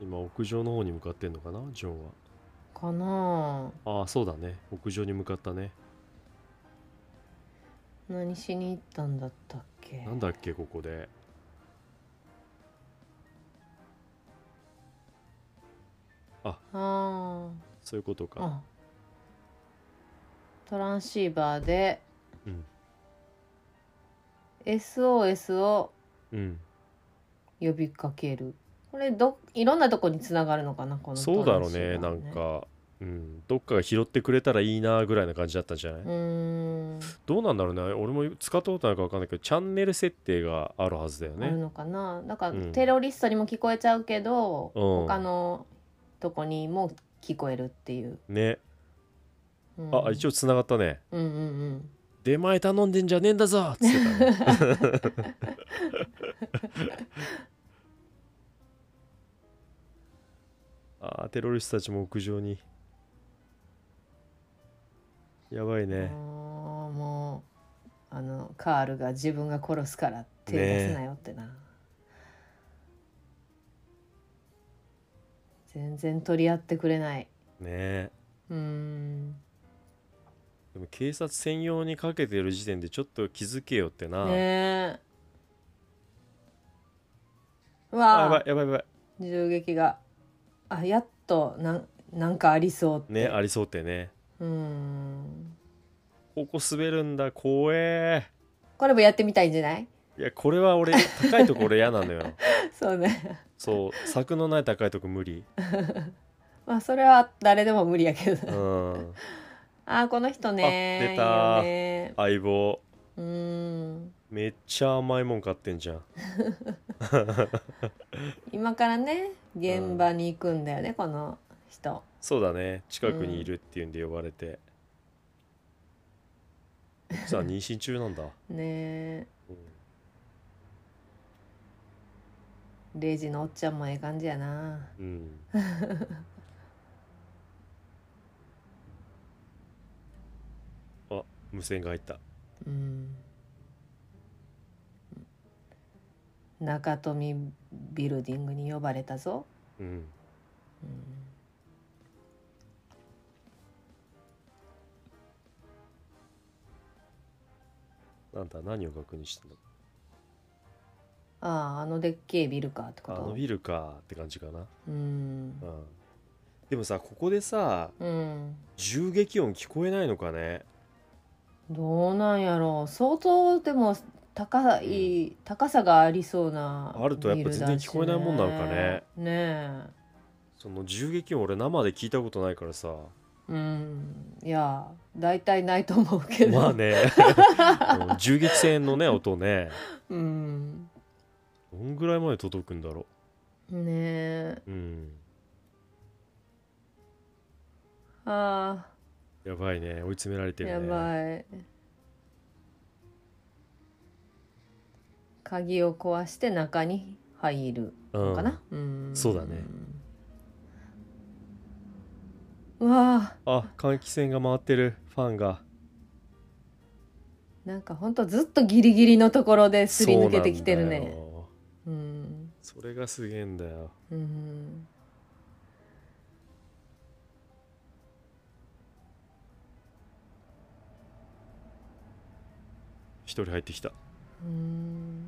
[SPEAKER 1] 今屋上の方に向かってんのかなジョンは
[SPEAKER 2] かなあ
[SPEAKER 1] ああそうだね屋上に向かったね
[SPEAKER 2] 何しに行ったんだったっけ
[SPEAKER 1] なんだっけここで
[SPEAKER 2] あ
[SPEAKER 1] そういうこと
[SPEAKER 2] あ
[SPEAKER 1] か
[SPEAKER 2] あトランシーバーで、
[SPEAKER 1] うん
[SPEAKER 2] SOS を
[SPEAKER 1] うん
[SPEAKER 2] 呼びかけるこれどいろんなとこにつながるのかなこの
[SPEAKER 1] そうだろう
[SPEAKER 2] トラ
[SPEAKER 1] ね
[SPEAKER 2] ンシ
[SPEAKER 1] な
[SPEAKER 2] ーバー
[SPEAKER 1] んかうんどっかが拾ってくれたらいいなぐらいな感じだったんじゃないう
[SPEAKER 2] ーん
[SPEAKER 1] どうなんだろうね俺も使ったことないから分かんないけどチャンネル設定があるはずだよ
[SPEAKER 2] ある
[SPEAKER 1] ね
[SPEAKER 2] のかななんか、
[SPEAKER 1] うん
[SPEAKER 2] テロリストにも聞こえちゃうけど、
[SPEAKER 1] うん
[SPEAKER 2] 他のとこにも聞こえるっていう、
[SPEAKER 1] ね
[SPEAKER 2] うん
[SPEAKER 1] あ一応つながったね
[SPEAKER 2] うんうんうん
[SPEAKER 1] 出前頼んでんじゃねえんだぞっつってたね あわあテロリストたちも屋上にやばいね
[SPEAKER 2] もうもうあのカールが自分が殺すから手出すなよってな、全然取り合ってくれない
[SPEAKER 1] ねえ
[SPEAKER 2] うーん
[SPEAKER 1] でも警察専用にかけてる時点でちょっと気づけよってな、
[SPEAKER 2] ねえう
[SPEAKER 1] あやば
[SPEAKER 2] わ
[SPEAKER 1] いやばいやばい
[SPEAKER 2] あ銃撃があやっとなんなんかありそうって
[SPEAKER 1] ねありそうってね
[SPEAKER 2] うーん
[SPEAKER 1] ここ滑るんだ怖え
[SPEAKER 2] これもやってみたいんじゃない
[SPEAKER 1] いやこれは俺高いとこ俺嫌なのよ
[SPEAKER 2] そうね
[SPEAKER 1] そう柵のない高いとこ無理
[SPEAKER 2] まあそれは誰でも無理やけど
[SPEAKER 1] う
[SPEAKER 2] な、
[SPEAKER 1] ん
[SPEAKER 2] あーこの人ね
[SPEAKER 1] あ出た
[SPEAKER 2] いいよね
[SPEAKER 1] 相棒
[SPEAKER 2] うーん
[SPEAKER 1] めっちゃ甘いもん買ってんじゃん
[SPEAKER 2] 今からね現場に行くんだよね、この人
[SPEAKER 1] そうだね近くにいるっていうんで呼ばれて、さあ妊娠中なんだ、
[SPEAKER 2] ね
[SPEAKER 1] うん
[SPEAKER 2] レイジのおっちゃんもええ感じやな
[SPEAKER 1] うん、あ無線が入った
[SPEAKER 2] うん中富ビルディングに呼ばれたぞ、
[SPEAKER 1] うん
[SPEAKER 2] うん
[SPEAKER 1] なんだ何を確認してんだ
[SPEAKER 2] あああのでっけえビルかってこ
[SPEAKER 1] あの
[SPEAKER 2] と
[SPEAKER 1] ビルかって感じかな、
[SPEAKER 2] うん
[SPEAKER 1] うん、でもさここでさ
[SPEAKER 2] うん
[SPEAKER 1] 銃撃音聞こえないのかね
[SPEAKER 2] どうなんやろう相当でも高い、高さがありそうな
[SPEAKER 1] あるとやっぱ
[SPEAKER 2] ビルだ
[SPEAKER 1] 全然聞こえないもんなのかね
[SPEAKER 2] しねね
[SPEAKER 1] その銃撃音俺生で聞いたことないから さ
[SPEAKER 2] えうんいや大体ないと思うけど
[SPEAKER 1] まあね うん銃撃戦のね音ね
[SPEAKER 2] うん
[SPEAKER 1] どんぐらいまで届くんだろ
[SPEAKER 2] ねえ
[SPEAKER 1] ううん
[SPEAKER 2] あ
[SPEAKER 1] やばいね追い詰められ
[SPEAKER 2] あ
[SPEAKER 1] てる
[SPEAKER 2] や
[SPEAKER 1] ね
[SPEAKER 2] ばい鍵を壊して中に入る
[SPEAKER 1] うん、
[SPEAKER 2] かな、うん
[SPEAKER 1] そうだね
[SPEAKER 2] うわあ
[SPEAKER 1] あ換気扇が回ってるファンが
[SPEAKER 2] なんかほんとずっとギリギリのところですり抜けてきてる
[SPEAKER 1] そうなんだ
[SPEAKER 2] ね
[SPEAKER 1] よ
[SPEAKER 2] うん
[SPEAKER 1] それがすげえんだよ
[SPEAKER 2] うん
[SPEAKER 1] 一人入ってきた
[SPEAKER 2] うん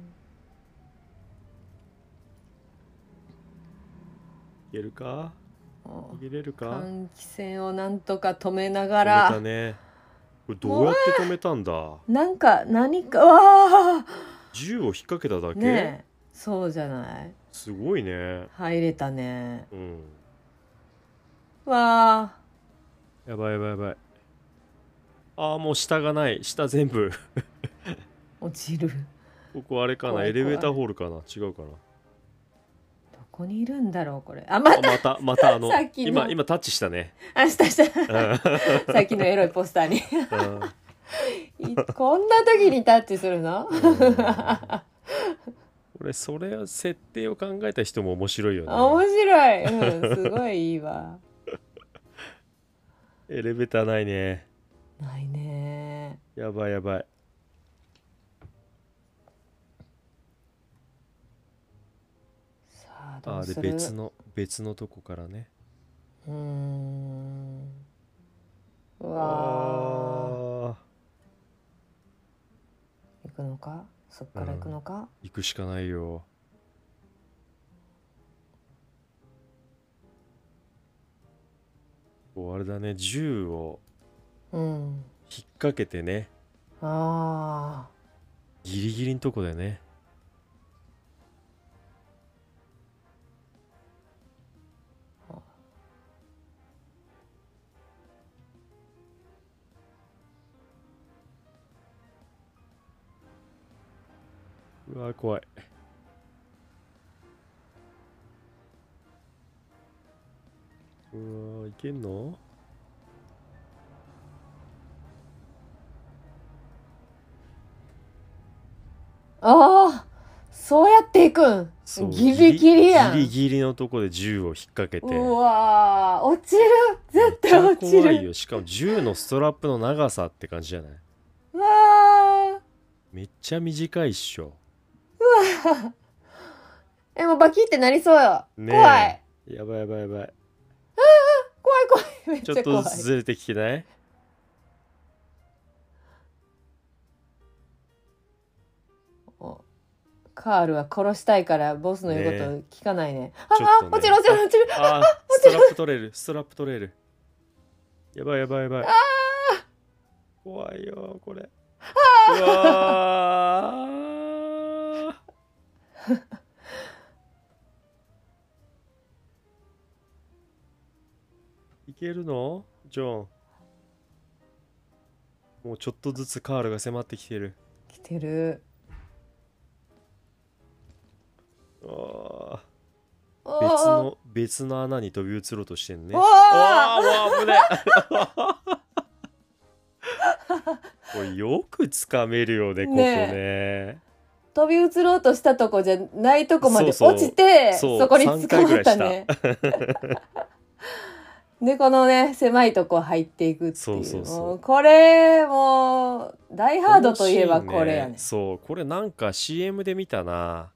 [SPEAKER 1] いけるか
[SPEAKER 2] お
[SPEAKER 1] 逃げれるか
[SPEAKER 2] 換気扇をなんとか止めな
[SPEAKER 1] 止
[SPEAKER 2] が
[SPEAKER 1] め
[SPEAKER 2] ら、
[SPEAKER 1] たねこれどうやって止めたんだ
[SPEAKER 2] なんか何かうわあ
[SPEAKER 1] 銃を引っ掛けただけ、
[SPEAKER 2] ねえそうじゃない
[SPEAKER 1] すごいね
[SPEAKER 2] 入れたね
[SPEAKER 1] うん
[SPEAKER 2] わあ
[SPEAKER 1] やばいやばいやばいああもう下がない下全部
[SPEAKER 2] 落ちる
[SPEAKER 1] ここあれかな
[SPEAKER 2] 怖い
[SPEAKER 1] エレベーターホールかな違うかな
[SPEAKER 2] どこにいるんだろうこれあま
[SPEAKER 1] あま たまたあの
[SPEAKER 2] さっきの
[SPEAKER 1] 今今タッチした ね
[SPEAKER 2] あしたした
[SPEAKER 1] うん
[SPEAKER 2] さっきのエロいポスターに
[SPEAKER 1] うん
[SPEAKER 2] いこんな時にタッチするの
[SPEAKER 1] 俺それは設定を考えた人も面白いよ
[SPEAKER 2] あ面
[SPEAKER 1] ね
[SPEAKER 2] 白い、うん、すごいいいわ
[SPEAKER 1] エレベーターないね
[SPEAKER 2] ないね
[SPEAKER 1] やばいやばい
[SPEAKER 2] さあど
[SPEAKER 1] あ
[SPEAKER 2] う
[SPEAKER 1] です
[SPEAKER 2] る
[SPEAKER 1] 別の別のとこからね
[SPEAKER 2] うーん
[SPEAKER 1] あ
[SPEAKER 2] うわあ
[SPEAKER 1] ー
[SPEAKER 2] 行くのかそっから行くのか、
[SPEAKER 1] 行くしかないよこうあれだね銃を
[SPEAKER 2] うん
[SPEAKER 1] 引っ掛けてね
[SPEAKER 2] ああ
[SPEAKER 1] ギリギリのとこでねうわ怖いうわいけんの
[SPEAKER 2] ああそうやっててくん
[SPEAKER 1] そう
[SPEAKER 2] ギリギリやん
[SPEAKER 1] ギリギリのとこで銃を引っ掛けて
[SPEAKER 2] うわー落ちる絶対落ち
[SPEAKER 1] めっゃ怖い
[SPEAKER 2] る
[SPEAKER 1] よしかも銃のストラップの長さって感じじゃないう
[SPEAKER 2] わー
[SPEAKER 1] めっちゃ短いっしょ
[SPEAKER 2] えもうバキってなりそうよ、
[SPEAKER 1] ねえ
[SPEAKER 2] 怖い
[SPEAKER 1] やばいやばいやばい
[SPEAKER 2] 怖い怖いめっ
[SPEAKER 1] ち
[SPEAKER 2] ち
[SPEAKER 1] ょっ
[SPEAKER 2] ゃ
[SPEAKER 1] と
[SPEAKER 2] 怖い
[SPEAKER 1] ずれてきてない
[SPEAKER 2] おカールは殺したいからボスの言うこと聞かないねあ
[SPEAKER 1] ちょっとね
[SPEAKER 2] あ落ちる落ちる落ちる
[SPEAKER 1] あーストラップ取れるストラップ取れるやばいやばいやばい怖いよこれうわーいけるのジョンもうちょっとずつカールが迫ってきてる
[SPEAKER 2] 来てる
[SPEAKER 1] あー
[SPEAKER 2] おー
[SPEAKER 1] 別の別の穴に飛び移ろうとしてんね
[SPEAKER 2] おー
[SPEAKER 1] ああ、もう危ね え。これよくつかめるよね、ここね。
[SPEAKER 2] 飛び移ろうとしたとこじゃないとこまで
[SPEAKER 1] そうそう
[SPEAKER 2] 落ちてそ
[SPEAKER 1] そう
[SPEAKER 2] こに
[SPEAKER 1] 3
[SPEAKER 2] 捕
[SPEAKER 1] 回ぐら
[SPEAKER 2] まっ
[SPEAKER 1] いした
[SPEAKER 2] たね でこのね狭いとこ入っていくってい
[SPEAKER 1] そううそうそう
[SPEAKER 2] もうこれもうダイハードといえばこれやね
[SPEAKER 1] このシーンそう、これなんか CM で見たな。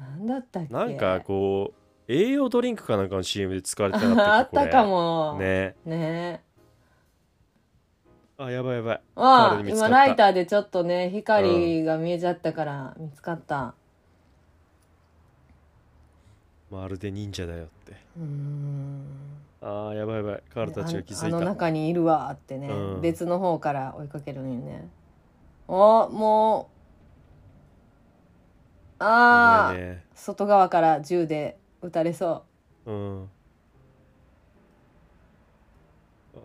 [SPEAKER 2] なんだったっけ
[SPEAKER 1] なんかこう、栄養ドリンクかなんかの CM で使われてなかったっけ
[SPEAKER 2] あ あ
[SPEAKER 1] これ
[SPEAKER 2] ったかもね
[SPEAKER 1] ね。
[SPEAKER 2] ね
[SPEAKER 1] あ、やばいやばい。カー
[SPEAKER 2] あ
[SPEAKER 1] ルに見つか
[SPEAKER 2] 今
[SPEAKER 1] った
[SPEAKER 2] ライターでちょっとね光が見えちゃったから見つかった、
[SPEAKER 1] まるで忍者だよって。
[SPEAKER 2] うーん
[SPEAKER 1] ああ、やばいやばい。カールたちが気づい
[SPEAKER 2] あのあ
[SPEAKER 1] た。
[SPEAKER 2] の中にいるわってね、
[SPEAKER 1] うん
[SPEAKER 2] 別の方から追いかけるのよねおもうああ、
[SPEAKER 1] ごめんね。
[SPEAKER 2] 外側から銃で撃たれそ
[SPEAKER 1] うん。あ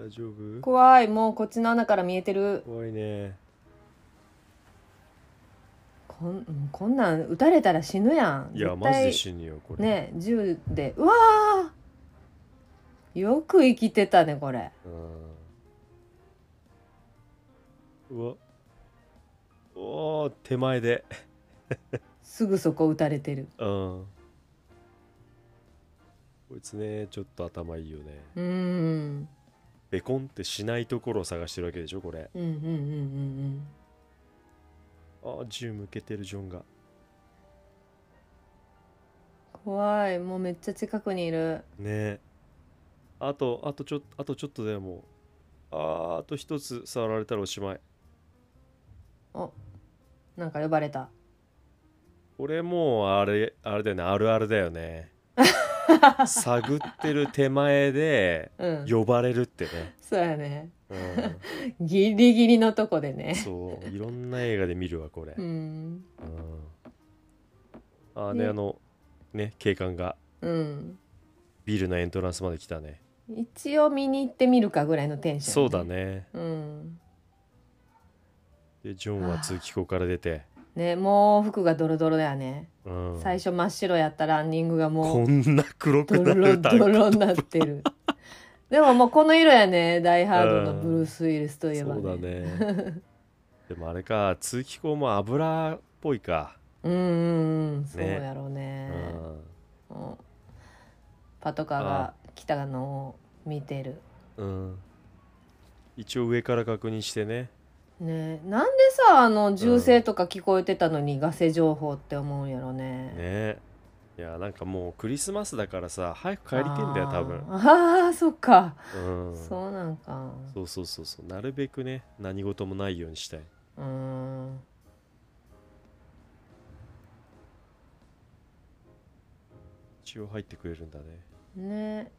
[SPEAKER 1] ー大丈
[SPEAKER 2] う
[SPEAKER 1] 夫
[SPEAKER 2] 怖いもうこっちの穴から見えてる
[SPEAKER 1] 怖いね。
[SPEAKER 2] こんもうこんなん撃たれたら死ぬやん
[SPEAKER 1] いや、
[SPEAKER 2] 絶
[SPEAKER 1] マ
[SPEAKER 2] 対
[SPEAKER 1] ジで死ぬよ、これ。
[SPEAKER 2] ね銃でうわーよく生きてたねこれ
[SPEAKER 1] うんうわおー手前で、
[SPEAKER 2] すぐそこ撃たれてる
[SPEAKER 1] うん、こいつねちょっと頭いいよね
[SPEAKER 2] うーん
[SPEAKER 1] ベコンってしないところを探してるわけでしょこれ
[SPEAKER 2] うんうんうんうん
[SPEAKER 1] あー銃向けてるジョンが
[SPEAKER 2] うん怖いもうめっちゃ近くにいる
[SPEAKER 1] ねあとあとちょあとちょっとでもうあーあと一つ触られたらおしまい
[SPEAKER 2] なんか呼ばれた
[SPEAKER 1] これもうあれあれだよねあるあるだよね探ってる手前で
[SPEAKER 2] うん
[SPEAKER 1] 呼ばれるってね、
[SPEAKER 2] そうやね
[SPEAKER 1] うん
[SPEAKER 2] ギリギリのとこでね
[SPEAKER 1] そういろんな映画で見るわこれ、
[SPEAKER 2] うん
[SPEAKER 1] うんあで
[SPEAKER 2] ね
[SPEAKER 1] あのね警官が
[SPEAKER 2] うん
[SPEAKER 1] ビルのエントランスまで来たね
[SPEAKER 2] 一応見に行ってみるかぐらいのテンション
[SPEAKER 1] そうだね
[SPEAKER 2] うん
[SPEAKER 1] でジョンは通気口から出て、
[SPEAKER 2] ねもう服がドロドロだよね
[SPEAKER 1] うん、
[SPEAKER 2] 最初真っ白やったランニングがもう
[SPEAKER 1] こんな黒く
[SPEAKER 2] ド
[SPEAKER 1] な
[SPEAKER 2] ロ
[SPEAKER 1] る
[SPEAKER 2] ド
[SPEAKER 1] タンク
[SPEAKER 2] ロになってるでももうこの色やねダイハードのブルース・ウィルスといえば、
[SPEAKER 1] そうだねでもあれか通気口も油っぽいか、
[SPEAKER 2] うんうんうんそう
[SPEAKER 1] ね
[SPEAKER 2] やろうね
[SPEAKER 1] うん
[SPEAKER 2] うんパトカーが来たのを見てる
[SPEAKER 1] うん、一応上から確認してね
[SPEAKER 2] ねなんでさあの銃声とか聞こえてたのにガセ情報って思うんやろね
[SPEAKER 1] ねいやなんかもうクリスマスだからさ早く帰りてんだよ多分
[SPEAKER 2] あーあーそっか、
[SPEAKER 1] うん
[SPEAKER 2] そうなんか
[SPEAKER 1] そうそうそうそうなるべくね何事もないようにしたい
[SPEAKER 2] うん
[SPEAKER 1] 一応入ってくれるんだね
[SPEAKER 2] ね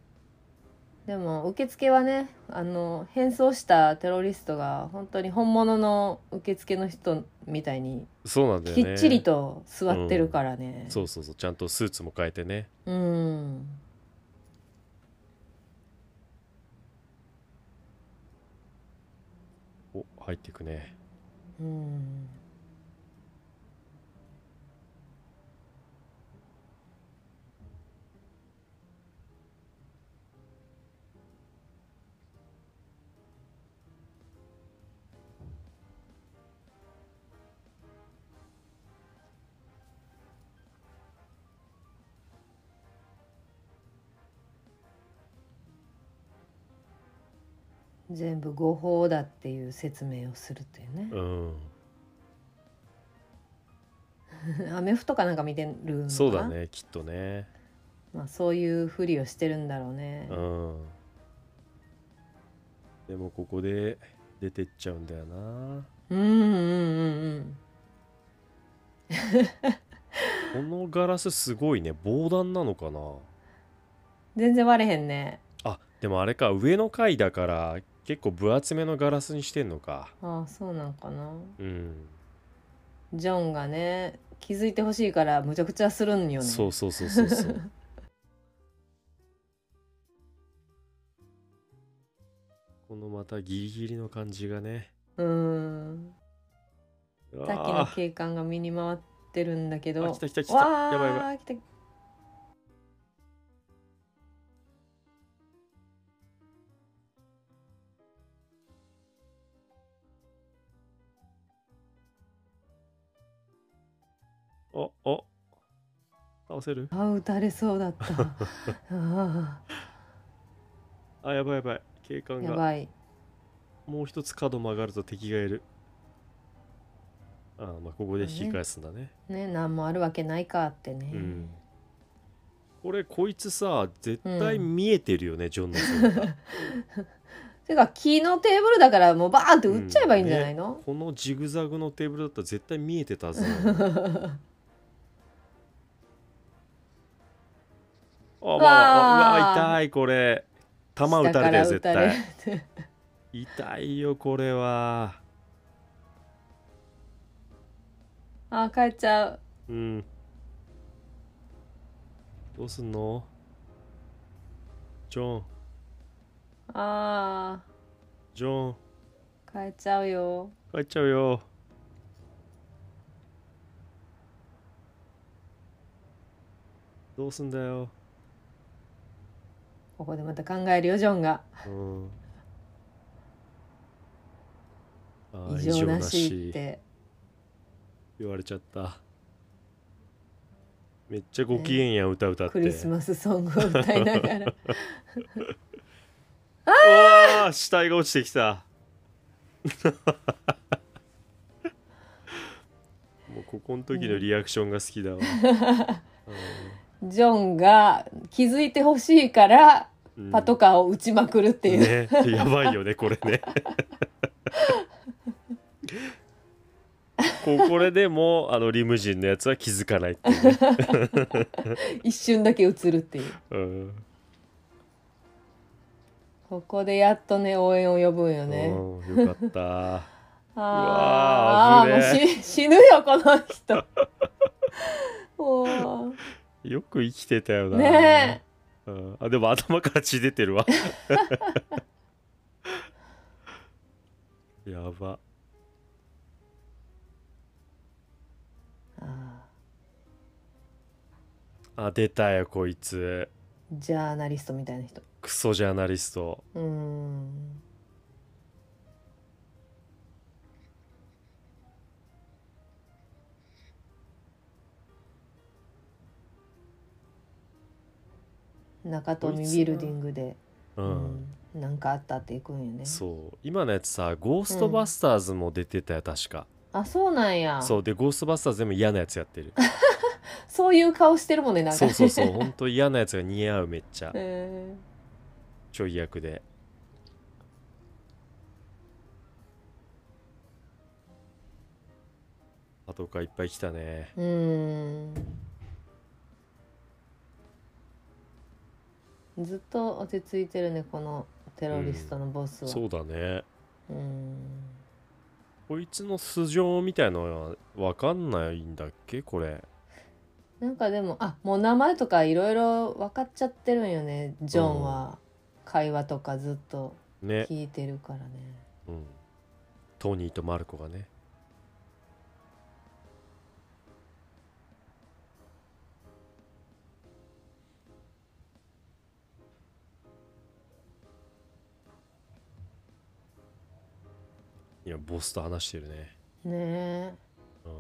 [SPEAKER 2] でも受付はねあの変装したテロリストが本当に本物の受付の人みたいに
[SPEAKER 1] そうなんだよ
[SPEAKER 2] き
[SPEAKER 1] ね
[SPEAKER 2] っちりと座ってるからね、
[SPEAKER 1] そうそうそうちゃんとスーツも変えてね
[SPEAKER 2] うん
[SPEAKER 1] お入ってくね
[SPEAKER 2] うん全部誤報だっていう説明をするっていうね
[SPEAKER 1] う、ん
[SPEAKER 2] アメフトかなんか見てるのかな
[SPEAKER 1] そうだ、ねきっとね
[SPEAKER 2] まあ、そういうふりをしてるんだろうね、
[SPEAKER 1] うんでもここで出てっちゃうんだよな
[SPEAKER 2] うん、うんうんうん
[SPEAKER 1] このガラスすごいね防弾なのかな
[SPEAKER 2] 全然割れへんね
[SPEAKER 1] あでもあれか上の階だから結構分厚めのガラスにしてんのか
[SPEAKER 2] ああそうなんかな
[SPEAKER 1] うん
[SPEAKER 2] ジョンがね気づいてほしいからむちゃくちゃするんよね
[SPEAKER 1] そうそうそうそうそう このまたギリギリの感じがね
[SPEAKER 2] うん
[SPEAKER 1] う
[SPEAKER 2] さっき
[SPEAKER 1] わ
[SPEAKER 2] の
[SPEAKER 1] あ
[SPEAKER 2] 警官が身に回ってるんだけど
[SPEAKER 1] あ来た来た来た
[SPEAKER 2] わあ
[SPEAKER 1] やばいやば
[SPEAKER 2] 来た
[SPEAKER 1] おお倒せる
[SPEAKER 2] あ撃たれそうだった ああ
[SPEAKER 1] あやばいやばい警官
[SPEAKER 2] や
[SPEAKER 1] が
[SPEAKER 2] ばい
[SPEAKER 1] もう一つ角曲がると敵がいるあまあここで引き返すんだね
[SPEAKER 2] ね何もあるわけないかってね、
[SPEAKER 1] うんこれこいつさ絶対
[SPEAKER 2] うん
[SPEAKER 1] 見えてるよね、ジョンの姿
[SPEAKER 2] てか木のテーブルだからもうバーンって打っちゃえばいいんじゃないの、
[SPEAKER 1] このジグザグのテーブルだったら絶対見えてたはずなのにあ、まあ、
[SPEAKER 2] わあ
[SPEAKER 1] うわ痛いこれ弾
[SPEAKER 2] 下
[SPEAKER 1] 撃たれ
[SPEAKER 2] か
[SPEAKER 1] たよ
[SPEAKER 2] ら
[SPEAKER 1] 絶
[SPEAKER 2] 撃たれ
[SPEAKER 1] 対
[SPEAKER 2] て
[SPEAKER 1] 痛いよこれは
[SPEAKER 2] あ帰っちゃう
[SPEAKER 1] うんどうすんのジョン
[SPEAKER 2] あ
[SPEAKER 1] ジョン
[SPEAKER 2] ー帰っちゃうよ
[SPEAKER 1] 帰っちゃうよどうすんだよ、
[SPEAKER 2] ここでまた考えるよジョンが
[SPEAKER 1] うん、あー
[SPEAKER 2] 異常なしって
[SPEAKER 1] 言われちゃっためっちゃご機嫌や歌歌って、
[SPEAKER 2] クリスマスソングを歌いながら
[SPEAKER 1] うわー死体が落ちてきた もうここの時のリアクションが好き だわ、
[SPEAKER 2] ジョンが気づいてほしいから
[SPEAKER 1] うん
[SPEAKER 2] パトカーを撃ちまくるっていう、
[SPEAKER 1] ね、やばいよねこれ ねここれでもあのリムジンのやつは気づかないっていうね、
[SPEAKER 2] 一瞬だけ映るっていう
[SPEAKER 1] うん
[SPEAKER 2] ここでやっとね応援を呼ぶんよね、
[SPEAKER 1] うんよかった
[SPEAKER 2] あ
[SPEAKER 1] うわ
[SPEAKER 2] ー
[SPEAKER 1] ー危
[SPEAKER 2] あー
[SPEAKER 1] ね
[SPEAKER 2] もうし死ぬよこの 人もう
[SPEAKER 1] よく生きてたよな
[SPEAKER 2] ね
[SPEAKER 1] うん、あでも頭から血出てるわ やば
[SPEAKER 2] あ
[SPEAKER 1] あ出たよこいつ
[SPEAKER 2] ージャーナリストみたいな人
[SPEAKER 1] クソジャーナリスト
[SPEAKER 2] うーん中富ビルディングで、
[SPEAKER 1] う、
[SPEAKER 2] うんんなんかあったっていくんよね
[SPEAKER 1] そう今のやつさ「ゴーストバスターズ」も出てたよ確か、
[SPEAKER 2] あそうなんや
[SPEAKER 1] そうで「ゴーストバスターズ」でも嫌なやつやってる
[SPEAKER 2] そういう顔してるもんねなんか、
[SPEAKER 1] そうそうそう 本当嫌なやつが似合うめっちゃ、
[SPEAKER 2] え
[SPEAKER 1] ちょい役で。パトカーいっぱい来たね。
[SPEAKER 2] ー、うーんずっと落ち着いてるねこのテロリストのボスは、
[SPEAKER 1] そうだね。
[SPEAKER 2] うーん
[SPEAKER 1] こいつの素性みたいのはわかんないんだっけこれ。
[SPEAKER 2] なんかでもあもう名前とかいろいろ分かっちゃってるんよねジョンは会話とかずっと
[SPEAKER 1] ね。
[SPEAKER 2] 聞いてるからね
[SPEAKER 1] うん。トニーとマルコがね。いや、ボスと話してるね。
[SPEAKER 2] ねえ
[SPEAKER 1] うん。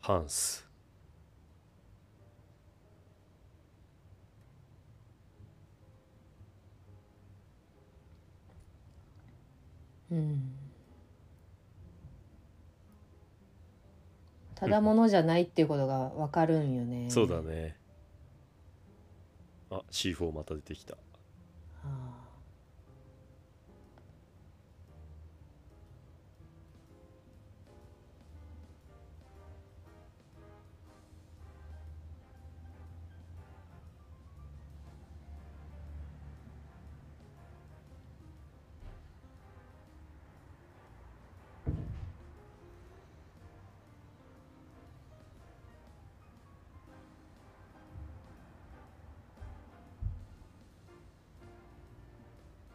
[SPEAKER 1] ハンス。
[SPEAKER 2] うんただものじゃないっていうことがわかるんよね
[SPEAKER 1] そうだねあ C4 また出てきた
[SPEAKER 2] あー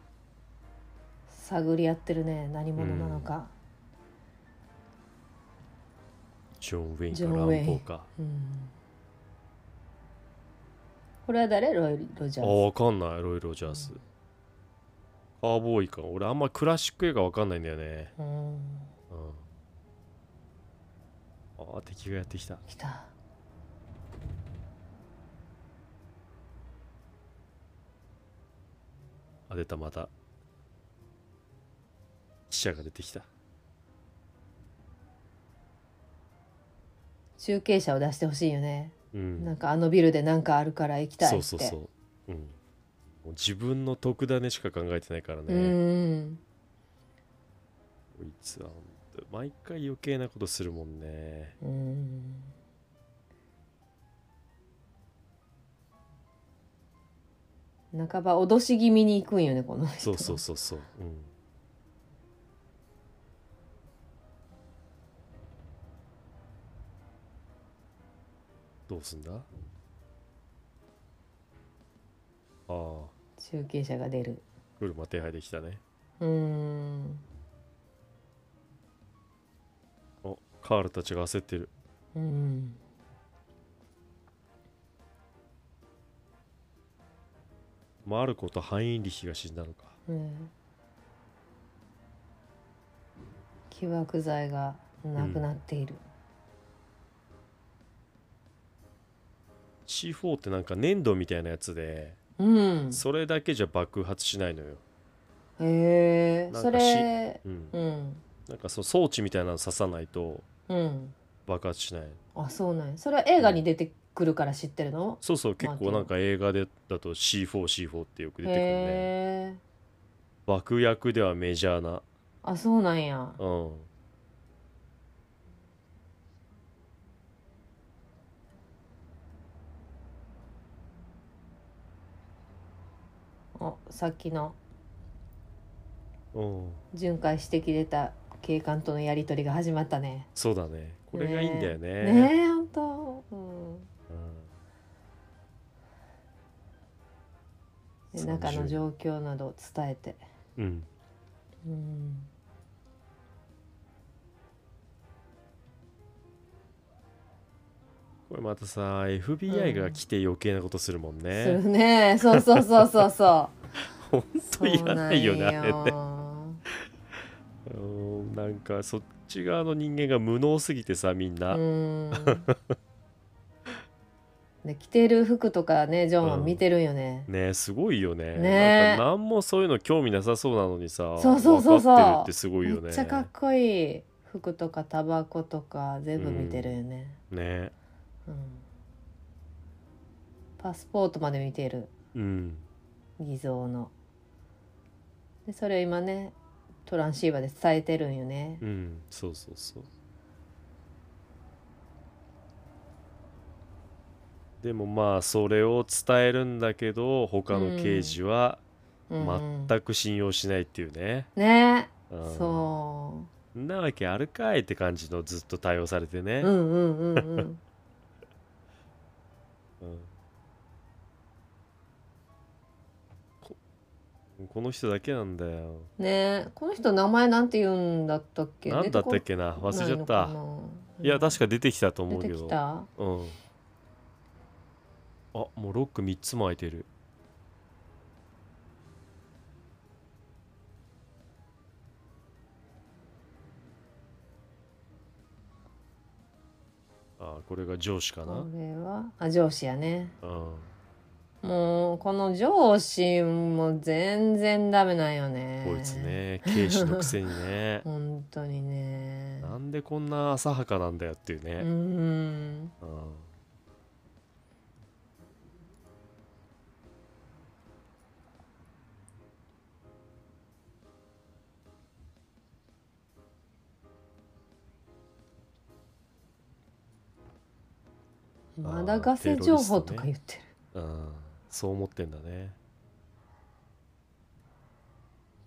[SPEAKER 2] 探り合ってるね何者なのか、
[SPEAKER 1] ジョン・ウェイン
[SPEAKER 2] ジョン
[SPEAKER 1] か
[SPEAKER 2] ウェイ
[SPEAKER 1] 乱
[SPEAKER 2] ン
[SPEAKER 1] 暴か
[SPEAKER 2] うんこれは誰ロイロジャ
[SPEAKER 1] あ
[SPEAKER 2] ー
[SPEAKER 1] わかんないロイ・ロジャースカーボーイか俺あんまクラシック映画わかんないんだよね
[SPEAKER 2] スう
[SPEAKER 1] う
[SPEAKER 2] ん
[SPEAKER 1] んあ敵がやってきた
[SPEAKER 2] 来た
[SPEAKER 1] あ出たまた死者が出てきた
[SPEAKER 2] 中継車を出してほしいよね、
[SPEAKER 1] うん
[SPEAKER 2] なんかあのビルで何かあるから行きたいって
[SPEAKER 1] そうそうそう、うん、もう自分の得だねしか考えてないから
[SPEAKER 2] う
[SPEAKER 1] ね、
[SPEAKER 2] ん
[SPEAKER 1] こいつは本当毎回余計なことするもんね
[SPEAKER 2] うん半ば脅し気味に行くんよねこの人
[SPEAKER 1] そうそうそうそう、うん、どうすんだああ
[SPEAKER 2] 中継車が出る
[SPEAKER 1] 車手配できたね
[SPEAKER 2] うん
[SPEAKER 1] おカールたちが焦ってる
[SPEAKER 2] うん
[SPEAKER 1] マルコとハインリヒが死んだのか
[SPEAKER 2] うん起爆剤がなくなっている、
[SPEAKER 1] C4 ってなんか粘土みたいなやつで
[SPEAKER 2] うん、
[SPEAKER 1] それだけじゃ爆発しないのよ、
[SPEAKER 2] へ
[SPEAKER 1] な
[SPEAKER 2] え
[SPEAKER 1] んか
[SPEAKER 2] それ
[SPEAKER 1] うん、
[SPEAKER 2] うん
[SPEAKER 1] なんかそう装置みたいなの刺さないと
[SPEAKER 2] うん
[SPEAKER 1] 爆発しない
[SPEAKER 2] あそうなんやそれは映画に出てくるから知ってるの、
[SPEAKER 1] そうそう
[SPEAKER 2] まあ
[SPEAKER 1] 結構なんか映画でだと C4C4 ってよく出てくるね
[SPEAKER 2] へえ
[SPEAKER 1] 爆薬ではメジャーな
[SPEAKER 2] あそうなんや
[SPEAKER 1] うん
[SPEAKER 2] おさっきの
[SPEAKER 1] うん
[SPEAKER 2] 巡回してきれた警官とのやり取りが始まったね
[SPEAKER 1] そうだねこれがいいんだよね
[SPEAKER 2] ねえほんと、うん、で
[SPEAKER 1] 30
[SPEAKER 2] 中の状況などを伝えて
[SPEAKER 1] うん、うん
[SPEAKER 2] うん
[SPEAKER 1] これまたさ FBI が来て余計なことするもん
[SPEAKER 2] する
[SPEAKER 1] ね、
[SPEAKER 2] ねそうそうそ うそうそう
[SPEAKER 1] ほんといらないよね
[SPEAKER 2] そう
[SPEAKER 1] あ
[SPEAKER 2] なん
[SPEAKER 1] れ
[SPEAKER 2] よ
[SPEAKER 1] ねうんなんかそっち側の人間が無能すぎてさみんな、
[SPEAKER 2] うんで着てる服とかねジョンは見てるんよね、
[SPEAKER 1] ねすごいよねな
[SPEAKER 2] ね
[SPEAKER 1] んか何もそういうの興味なさそうなのにさ
[SPEAKER 2] そうそうそうそ
[SPEAKER 1] 分か
[SPEAKER 2] う
[SPEAKER 1] ってるってすごいよね
[SPEAKER 2] めっちゃかっこいい服とかタバコとか全部見てるよね、
[SPEAKER 1] ね
[SPEAKER 2] うんパスポートまで見てる
[SPEAKER 1] うん
[SPEAKER 2] 偽造のでそれを今ねトランシーバーで伝えてるんよね
[SPEAKER 1] うんそうそうそうでもまあそれを伝えるんだけど他の刑事は
[SPEAKER 2] うんうん
[SPEAKER 1] 全く信用しないっていうね、
[SPEAKER 2] ね
[SPEAKER 1] うん
[SPEAKER 2] そ
[SPEAKER 1] んなわけあるかいって感じのずっと対応されてね
[SPEAKER 2] うう、んうんうんうん
[SPEAKER 1] うんここの人だけなんだよ
[SPEAKER 2] ねこの人名前なんて言うんだったっけ
[SPEAKER 1] なんだったっけな忘れちゃったいや確
[SPEAKER 2] か
[SPEAKER 1] か出てきたと思う
[SPEAKER 2] 出
[SPEAKER 1] け
[SPEAKER 2] て
[SPEAKER 1] ど
[SPEAKER 2] きた
[SPEAKER 1] うんあもうロック3つも開いてるあこれが上司かな
[SPEAKER 2] これはあ上司やね
[SPEAKER 1] うん
[SPEAKER 2] もうこの上司も全然ダメなんよね
[SPEAKER 1] こいつね警視のくせに ね
[SPEAKER 2] 本当にね
[SPEAKER 1] なんでこんな浅はかなんだよっていう
[SPEAKER 2] う
[SPEAKER 1] ね、
[SPEAKER 2] ん
[SPEAKER 1] うん
[SPEAKER 2] まだガセ情報とか言って
[SPEAKER 1] う
[SPEAKER 2] る、
[SPEAKER 1] んそう思ってんだね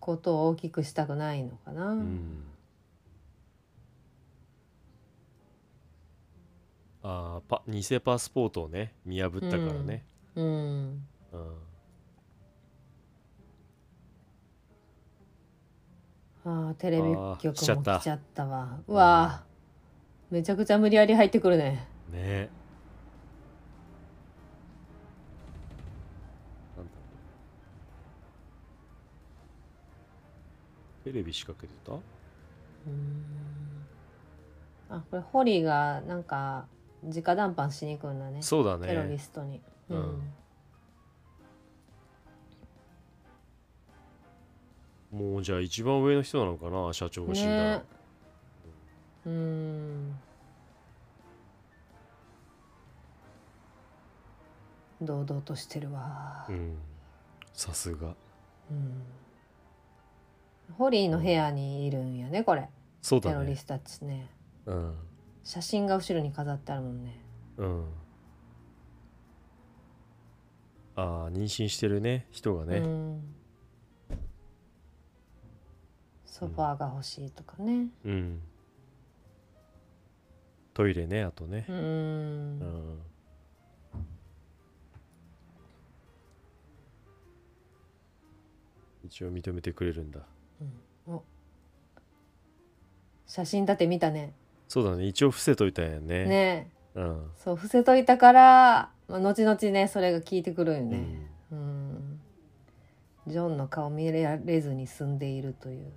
[SPEAKER 2] ことを大きくしたくないのかな、
[SPEAKER 1] うんああパ偽パスポートをね見破ったからね、
[SPEAKER 2] うん
[SPEAKER 1] うん
[SPEAKER 2] ああテレビ
[SPEAKER 1] あー
[SPEAKER 2] 局も
[SPEAKER 1] 来ちゃった
[SPEAKER 2] 来ちゃったわうわーめちゃくちゃ無理やり入ってくるね
[SPEAKER 1] ねなんだろうテレビ仕掛けてた
[SPEAKER 2] うんあこれホリーがなんか直談判しに行くんだね
[SPEAKER 1] そうだ
[SPEAKER 2] テロリ
[SPEAKER 1] ね
[SPEAKER 2] ストに、
[SPEAKER 1] うんもうじゃあ一番上の人なのかな社長が死んだら、
[SPEAKER 2] ねうん堂々としてるわ、
[SPEAKER 1] うんさすが
[SPEAKER 2] うんホリーの部屋にいるんやねこれ
[SPEAKER 1] そう
[SPEAKER 2] テ
[SPEAKER 1] だ
[SPEAKER 2] ロリ
[SPEAKER 1] ね
[SPEAKER 2] ストたちね
[SPEAKER 1] うん
[SPEAKER 2] 写真が後ろに飾ってあるもんね
[SPEAKER 1] うんああ妊娠してるね人がね、
[SPEAKER 2] うん、ソファーが欲しいとかね
[SPEAKER 1] うん。トイレね、あとね
[SPEAKER 2] う。ん、
[SPEAKER 1] うん。一応認めてくれるんだ。
[SPEAKER 2] うんお写真立て見たね
[SPEAKER 1] そうだね、一応伏せといたんやね。
[SPEAKER 2] ね
[SPEAKER 1] うん。
[SPEAKER 2] そう伏せといたから、まあ、後々ねそれが効いてくるよねうん、ジョンの顔見られずに済んでいるという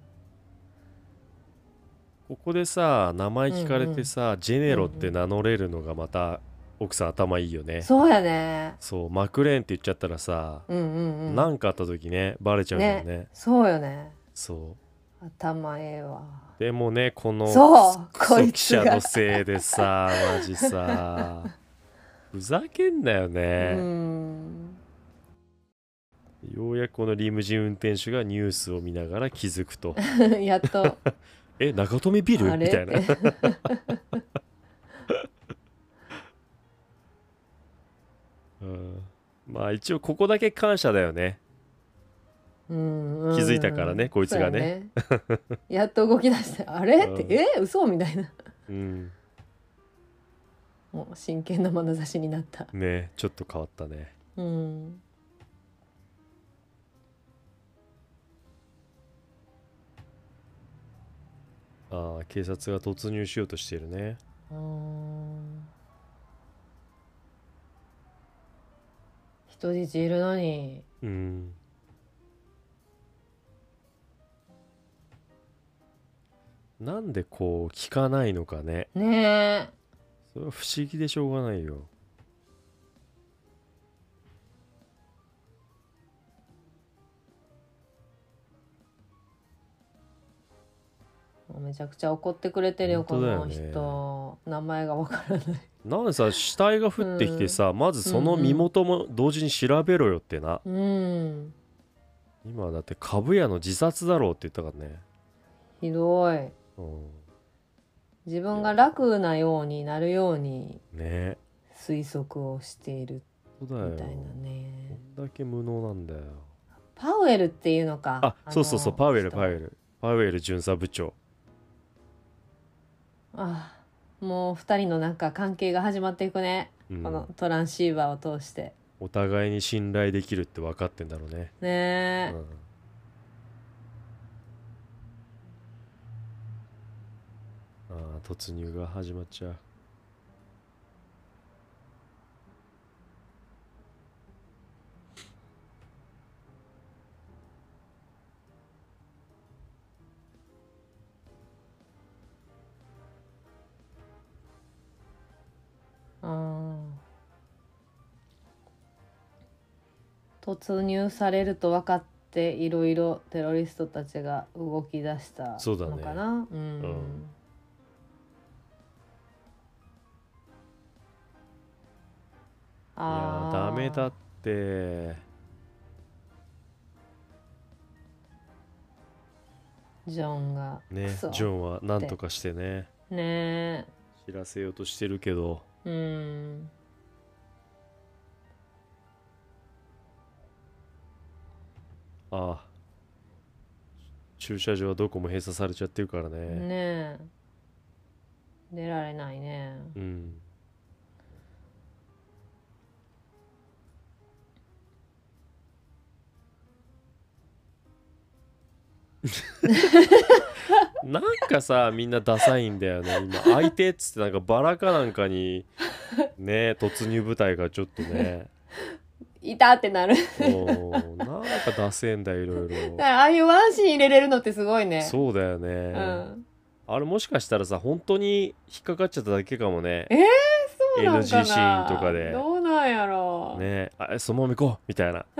[SPEAKER 1] ここでさ、名前聞かれてさ、ジェネロって名乗れるのがまた奥さん頭いいよね。
[SPEAKER 2] そうやね
[SPEAKER 1] そう、マクレーンって言っちゃったらさ、
[SPEAKER 2] うんうんうん
[SPEAKER 1] なんかあった時ね、バレちゃうんだよね。
[SPEAKER 2] そうよね
[SPEAKER 1] そう。
[SPEAKER 2] 頭ええわ
[SPEAKER 1] でもね、この
[SPEAKER 2] そう
[SPEAKER 1] クソ
[SPEAKER 2] こ
[SPEAKER 1] 記
[SPEAKER 2] いつ
[SPEAKER 1] 者
[SPEAKER 2] が
[SPEAKER 1] のせいでさマジ さふざけんなよ
[SPEAKER 2] う
[SPEAKER 1] ね、
[SPEAKER 2] ん
[SPEAKER 1] ようやくこのリムジン運転手がニュースを見ながら気づく と
[SPEAKER 2] やっと
[SPEAKER 1] え長富ビル
[SPEAKER 2] あれ
[SPEAKER 1] みたいな
[SPEAKER 2] って
[SPEAKER 1] うんまあ一応ここだけ感謝だよね
[SPEAKER 2] うんうん
[SPEAKER 1] 気づいたからねこいつが
[SPEAKER 2] ねねやっと動き出してあれっ
[SPEAKER 1] うん
[SPEAKER 2] てえ嘘みたいな
[SPEAKER 1] うん
[SPEAKER 2] もう真剣な眼差しになった
[SPEAKER 1] ねちょっと変わったね
[SPEAKER 2] うん
[SPEAKER 1] ああ警察が突入しようとしてるね
[SPEAKER 2] うん人質いるのに
[SPEAKER 1] うんなんでこう聞かないのかね
[SPEAKER 2] ねえ
[SPEAKER 1] それは不思議でしょうがないよ
[SPEAKER 2] もうめちゃくちゃ怒ってくれてるよこ
[SPEAKER 1] 本当だよ
[SPEAKER 2] の
[SPEAKER 1] ね
[SPEAKER 2] 人名前がわからない
[SPEAKER 1] なんでさ死体が降ってきてさ、まずその身元も同時に調べろよってな、
[SPEAKER 2] うん
[SPEAKER 1] 今だって株屋の自殺だろうって言ったからね、
[SPEAKER 2] ひどい
[SPEAKER 1] うん、
[SPEAKER 2] 自分が楽なようになるように
[SPEAKER 1] ね
[SPEAKER 2] 推測をしている
[SPEAKER 1] そうだよ
[SPEAKER 2] みたいな
[SPEAKER 1] こ
[SPEAKER 2] ね
[SPEAKER 1] んだけ無能なんだよ
[SPEAKER 2] パウエルっていうのか
[SPEAKER 1] あそうそうそうパウエルパウエ
[SPEAKER 2] ル
[SPEAKER 1] ルパウエル巡査部長
[SPEAKER 2] あもう二人のなんか関係が始まっていくね、
[SPEAKER 1] うん
[SPEAKER 2] このトランシーバーを通して
[SPEAKER 1] お互いに信頼できるって分かってんだろうね、う
[SPEAKER 2] ね
[SPEAKER 1] ん、
[SPEAKER 2] え、
[SPEAKER 1] あー突入が始まっちゃう
[SPEAKER 2] うん突入されると分かっていろいろテロリストたちが動き出した
[SPEAKER 1] そうだね
[SPEAKER 2] のかな
[SPEAKER 1] う
[SPEAKER 2] う,、
[SPEAKER 1] んんいや
[SPEAKER 2] あ
[SPEAKER 1] ー
[SPEAKER 2] ー
[SPEAKER 1] ダメだって
[SPEAKER 2] ジョンが
[SPEAKER 1] ね
[SPEAKER 2] クソ
[SPEAKER 1] ジョンは何とかしてね
[SPEAKER 2] ね
[SPEAKER 1] 知らせようとしてるけど
[SPEAKER 2] えうん
[SPEAKER 1] ああ駐車場はどこも閉鎖されちゃってるからね
[SPEAKER 2] ねえ出られないね
[SPEAKER 1] うん なんかさみんなダサいんだよね今相手っつってなんかバラかなんかにね突入部隊がちょっとね
[SPEAKER 2] いたってなる
[SPEAKER 1] おーなんかダセえんだよいろい
[SPEAKER 2] だ
[SPEAKER 1] ろ
[SPEAKER 2] からああいうワンシーン入れれるのってすごいね
[SPEAKER 1] そうだよね、
[SPEAKER 2] うん
[SPEAKER 1] あれもしかしたらさ本当に引っかかっちゃっただけかもね
[SPEAKER 2] そうなんかな
[SPEAKER 1] NG シーンとかで
[SPEAKER 2] どうなんやろう、
[SPEAKER 1] ねあえそのまま行こうみたいな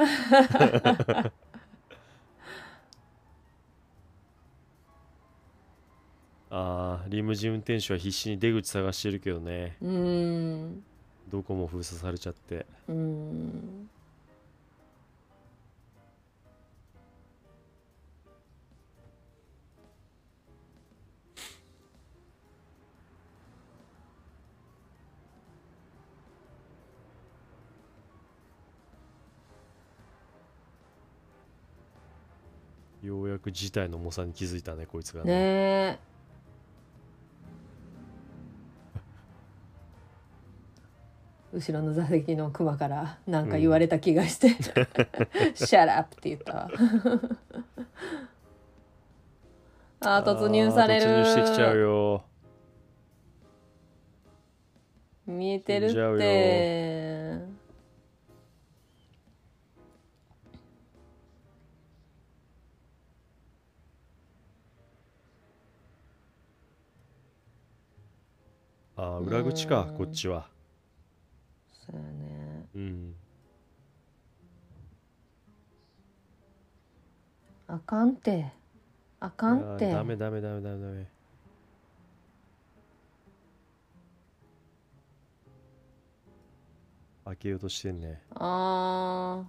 [SPEAKER 1] あーリムジン運転手は必死に出口探してるけどね
[SPEAKER 2] うーん
[SPEAKER 1] どこも封鎖されちゃって
[SPEAKER 2] うーん
[SPEAKER 1] ようやく事態の重さに気づいたねこいつが
[SPEAKER 2] ね
[SPEAKER 1] ね
[SPEAKER 2] え 後ろの座席のクマからなんか言われた気が して「シャラップ」って言ったわ あー突入される
[SPEAKER 1] あー突入してきちゃうよ
[SPEAKER 2] 見えてる
[SPEAKER 1] 死んじゃ
[SPEAKER 2] っ
[SPEAKER 1] う
[SPEAKER 2] て
[SPEAKER 1] あー裏口か
[SPEAKER 2] うん
[SPEAKER 1] こっちは
[SPEAKER 2] そうやね
[SPEAKER 1] うん
[SPEAKER 2] あかんてあかん
[SPEAKER 1] い
[SPEAKER 2] て
[SPEAKER 1] やーダメダメダメダメダメ開けようとしてんね
[SPEAKER 2] あ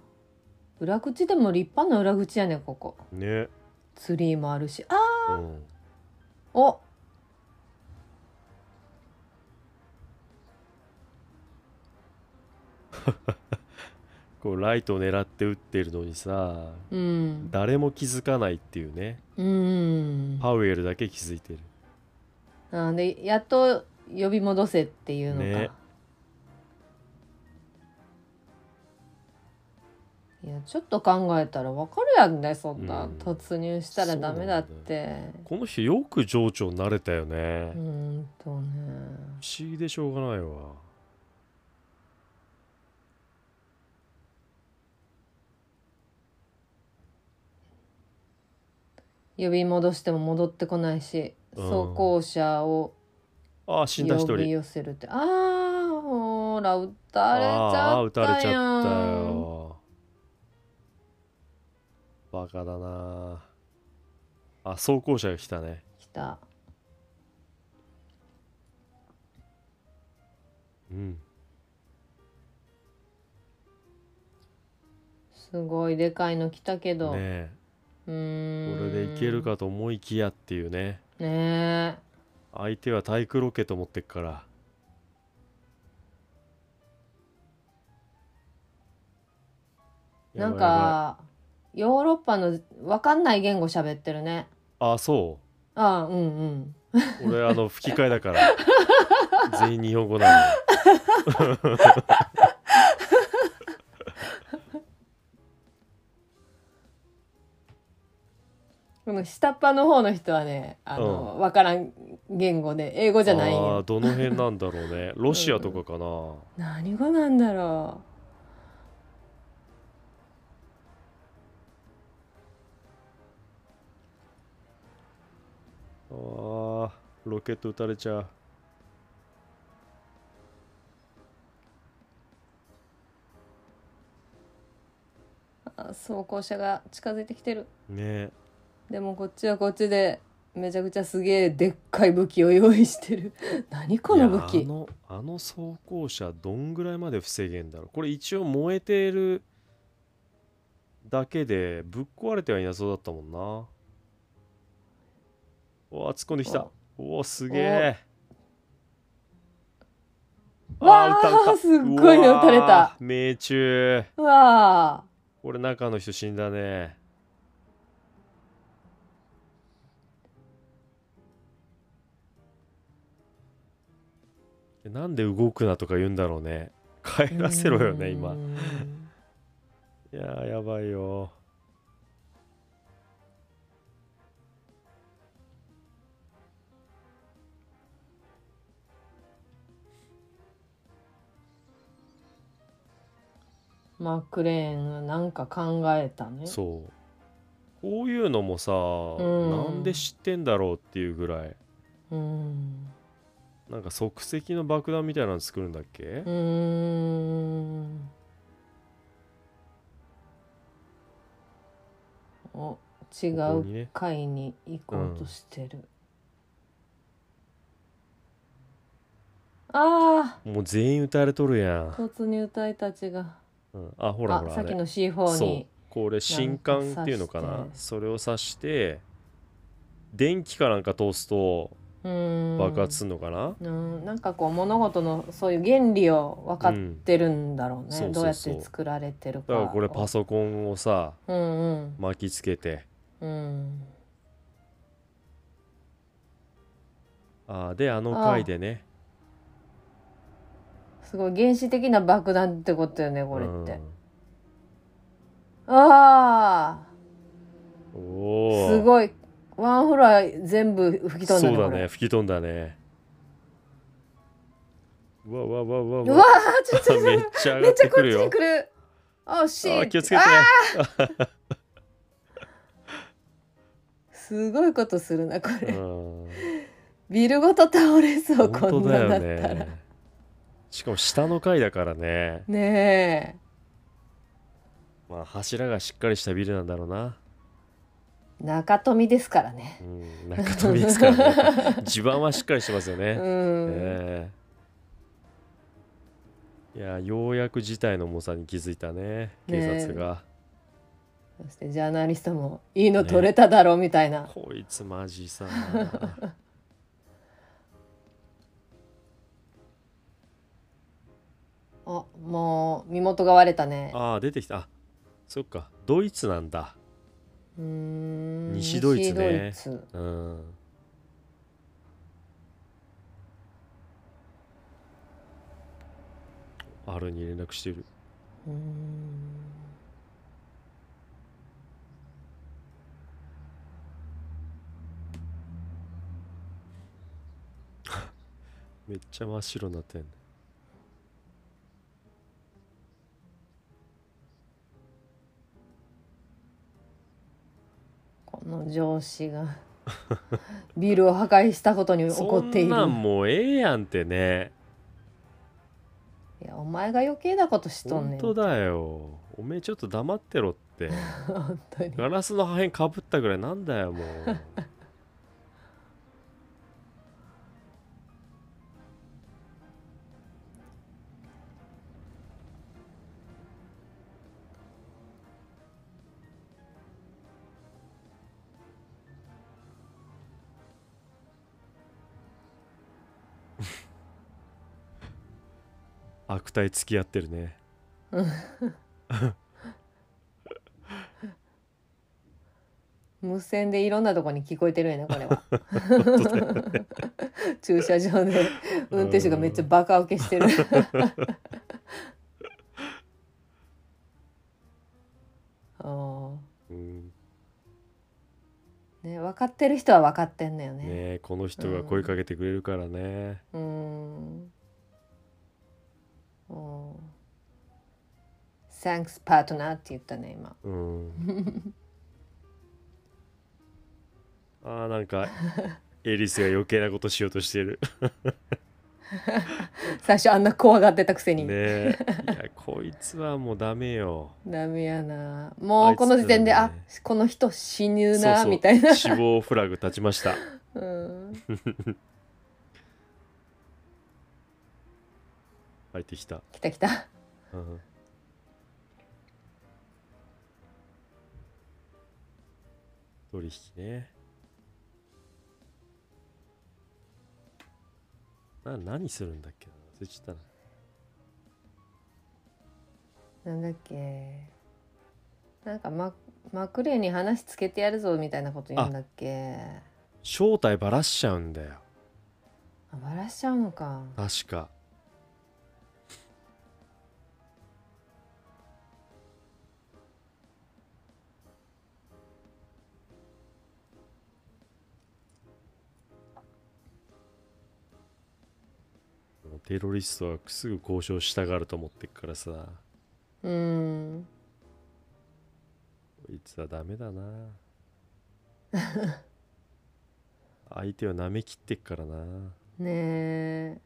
[SPEAKER 2] ー裏口でも立派な裏口やねここ
[SPEAKER 1] ね
[SPEAKER 2] ツリーもあるしあ
[SPEAKER 1] うん
[SPEAKER 2] お
[SPEAKER 1] こうライトを狙って撃ってるのにさ
[SPEAKER 2] うん
[SPEAKER 1] 誰も気づかないっていうね
[SPEAKER 2] うん
[SPEAKER 1] パウエルだけ気づいてる
[SPEAKER 2] なんでやっと呼び戻せっていうのか、
[SPEAKER 1] ね
[SPEAKER 2] いやちょっと考えたらわかるやんねそんな、
[SPEAKER 1] うん
[SPEAKER 2] 突入したらダメだって
[SPEAKER 1] この人よく情緒慣れたよね、
[SPEAKER 2] う
[SPEAKER 1] 不
[SPEAKER 2] んとね
[SPEAKER 1] 思議でしょうがないわ
[SPEAKER 2] 呼び戻しても戻ってこないし
[SPEAKER 1] うん
[SPEAKER 2] 走行車を
[SPEAKER 1] あー死んだ一
[SPEAKER 2] 呼び
[SPEAKER 1] 人
[SPEAKER 2] 寄せるってああほら撃たれち
[SPEAKER 1] あー
[SPEAKER 2] ゃ
[SPEAKER 1] 撃
[SPEAKER 2] ったた
[SPEAKER 1] れち
[SPEAKER 2] や
[SPEAKER 1] ゃった
[SPEAKER 2] ん
[SPEAKER 1] よバカだなあ装甲車が来たね
[SPEAKER 2] 来た
[SPEAKER 1] うん
[SPEAKER 2] すごいでかいの来たけど、
[SPEAKER 1] ねえ
[SPEAKER 2] う
[SPEAKER 1] こ
[SPEAKER 2] ーん
[SPEAKER 1] れでいけるかと思いきやっていうね
[SPEAKER 2] ねえ
[SPEAKER 1] 相手は体育ロケット持ってっから
[SPEAKER 2] な
[SPEAKER 1] やばいや
[SPEAKER 2] ん
[SPEAKER 1] ばい
[SPEAKER 2] かヨーロッパのわかんない言語喋ってるね
[SPEAKER 1] あそ
[SPEAKER 2] ああうんうん
[SPEAKER 1] う俺あの 吹き替えだから全員日本語な
[SPEAKER 2] この下っ端の方の人はねあの、わからん言語で英語じゃ
[SPEAKER 1] の
[SPEAKER 2] ない
[SPEAKER 1] あ
[SPEAKER 2] んよ
[SPEAKER 1] ーどの辺なんだろうねロシアとかかな、
[SPEAKER 2] 何語なんだろ
[SPEAKER 1] あーロケット撃たれちゃう
[SPEAKER 2] な装甲車が近づいてきてる
[SPEAKER 1] ね
[SPEAKER 2] でもこっちはこっちでめちゃくちゃすげえでっかい武器を用意してる 何この武
[SPEAKER 1] いやあ
[SPEAKER 2] 器
[SPEAKER 1] のあの装甲車どんぐらいまで防げんだろうこれ一応燃えてるだけでぶっ壊れてはいなそうだったもんなうわ突っ込んできたおおすげえ
[SPEAKER 2] わ
[SPEAKER 1] あー撃た
[SPEAKER 2] あ
[SPEAKER 1] 撃た
[SPEAKER 2] すっごいの撃たれ
[SPEAKER 1] うわ
[SPEAKER 2] た
[SPEAKER 1] ー命中
[SPEAKER 2] うわあ
[SPEAKER 1] これ中の人死んだねなんで動くなとか言うんだろうね帰らせろよね今
[SPEAKER 2] うーん
[SPEAKER 1] いやーやばいよ
[SPEAKER 2] マクレーンがなんか考えたね
[SPEAKER 1] そうこういうのもさ、
[SPEAKER 2] ん
[SPEAKER 1] なんで知ってんだろうっていうぐらいう
[SPEAKER 2] ーん
[SPEAKER 1] なんか即席の爆弾みたいなの作るんだっけ
[SPEAKER 2] う、ーんお違
[SPEAKER 1] ここ
[SPEAKER 2] う
[SPEAKER 1] にね
[SPEAKER 2] 階に行こうとしてる、あ
[SPEAKER 1] もう全員撃たれとるや
[SPEAKER 2] あ
[SPEAKER 1] ん、
[SPEAKER 2] 突入隊たちが
[SPEAKER 1] うん、あほらほら
[SPEAKER 2] あ
[SPEAKER 1] あ
[SPEAKER 2] さっ
[SPEAKER 1] れ
[SPEAKER 2] きの C4
[SPEAKER 1] そう
[SPEAKER 2] に
[SPEAKER 1] これ新刊っていうのか
[SPEAKER 2] なん
[SPEAKER 1] な
[SPEAKER 2] か刺して
[SPEAKER 1] それを刺して電気かなんか通すと
[SPEAKER 2] うーん
[SPEAKER 1] 爆発するのかな、
[SPEAKER 2] うんなんかこう物事のそういう原理を分かってるんだろうね、
[SPEAKER 1] うん
[SPEAKER 2] どうやっ
[SPEAKER 1] そうそう
[SPEAKER 2] て
[SPEAKER 1] そう
[SPEAKER 2] 作られてるか
[SPEAKER 1] だからこれパソコンをさ
[SPEAKER 2] うんうん
[SPEAKER 1] 巻きつけて
[SPEAKER 2] うん
[SPEAKER 1] あーであの回でね
[SPEAKER 2] すごい原始的な爆弾ってことよねこれって、
[SPEAKER 1] うん
[SPEAKER 2] ああ
[SPEAKER 1] おお
[SPEAKER 2] すごいワンフロア全部吹き飛んだ
[SPEAKER 1] そ
[SPEAKER 2] ね
[SPEAKER 1] うだ
[SPEAKER 2] これ
[SPEAKER 1] ね吹き飛んだねうわうわうわうわう
[SPEAKER 2] うわ
[SPEAKER 1] わ
[SPEAKER 2] ーちょ っと
[SPEAKER 1] めっちゃ上
[SPEAKER 2] め
[SPEAKER 1] が
[SPEAKER 2] っ
[SPEAKER 1] っ
[SPEAKER 2] ち
[SPEAKER 1] て
[SPEAKER 2] ゃこ
[SPEAKER 1] く
[SPEAKER 2] っち
[SPEAKER 1] るよ
[SPEAKER 2] に来るあシ
[SPEAKER 1] あ
[SPEAKER 2] ー
[SPEAKER 1] ー
[SPEAKER 2] ン
[SPEAKER 1] 気をつけてね
[SPEAKER 2] あすごいことするなこ
[SPEAKER 1] う
[SPEAKER 2] れ
[SPEAKER 1] ん
[SPEAKER 2] ビルごと倒れそうこ
[SPEAKER 1] 本当
[SPEAKER 2] ん
[SPEAKER 1] だ
[SPEAKER 2] なんだ
[SPEAKER 1] よ
[SPEAKER 2] ったらね
[SPEAKER 1] ねしかも下の階だからね
[SPEAKER 2] え
[SPEAKER 1] まあ柱がしっかりしたビルなんだろうな
[SPEAKER 2] 中富ですからね
[SPEAKER 1] うん、中富ですからね 地盤はしっかりしてますよ
[SPEAKER 2] う
[SPEAKER 1] ね、
[SPEAKER 2] ん、
[SPEAKER 1] ええいやようやく事態の重さに気づいたね警察が、
[SPEAKER 2] そしてジャーナリストもいいの取れただろうみたいな、
[SPEAKER 1] こいつマジさ
[SPEAKER 2] あもう身元が割れたね
[SPEAKER 1] ああ出てきたあそっかドイツなんだ
[SPEAKER 2] うーん
[SPEAKER 1] 西ドイツね
[SPEAKER 2] 西ドイツ
[SPEAKER 1] うんあるに連絡してる
[SPEAKER 2] うーん
[SPEAKER 1] めっちゃ真っ白になってんね
[SPEAKER 2] この上司が ビルを破壊したことに怒っている
[SPEAKER 1] そんなんもうええやんってね
[SPEAKER 2] いやお前が余計なことしとんね
[SPEAKER 1] 本当
[SPEAKER 2] ん
[SPEAKER 1] だよおめえちょっと黙ってろって
[SPEAKER 2] 本当に
[SPEAKER 1] ガラスの破片かぶったぐらいなんだよもう悪態付き合ってるね
[SPEAKER 2] 無線でいろんなとこに聞こえてるよねこ れは駐車場で運転手がめっちゃバカ受けしてる あー
[SPEAKER 1] うん
[SPEAKER 2] ね分かってる人は分かってんだよね
[SPEAKER 1] ねえこの人が声かけてくれるからね、
[SPEAKER 2] うーんおー Thanks partner って言ったね今
[SPEAKER 1] うん、あーなんかエリスが余計なことしようとしてる
[SPEAKER 2] 最初あんな怖がってたくせ
[SPEAKER 1] ね
[SPEAKER 2] に、
[SPEAKER 1] えいやここいつはもうダメよ
[SPEAKER 2] ダメやな
[SPEAKER 1] あ
[SPEAKER 2] も
[SPEAKER 1] いうつ
[SPEAKER 2] この時点で、
[SPEAKER 1] だ
[SPEAKER 2] あ
[SPEAKER 1] ね
[SPEAKER 2] この人死
[SPEAKER 1] そ
[SPEAKER 2] ぬ
[SPEAKER 1] う
[SPEAKER 2] な
[SPEAKER 1] そう
[SPEAKER 2] み たいな
[SPEAKER 1] 死亡フラグ立ちました
[SPEAKER 2] うん
[SPEAKER 1] 入ってきた、
[SPEAKER 2] 来た来た
[SPEAKER 1] うん取引ねな何するんだっけな忘れちゃったな
[SPEAKER 2] なんだっけなんかまマクレーに話つけてやるぞみたいなこと言うんだっけ
[SPEAKER 1] 正体ばらしちゃうんだよ
[SPEAKER 2] あバラしちゃうのか
[SPEAKER 1] 確かテロリストはすぐ交渉したがると思ってっからさ
[SPEAKER 2] うん
[SPEAKER 1] こいつはダメだな相手を舐めきってっからな
[SPEAKER 2] ねえ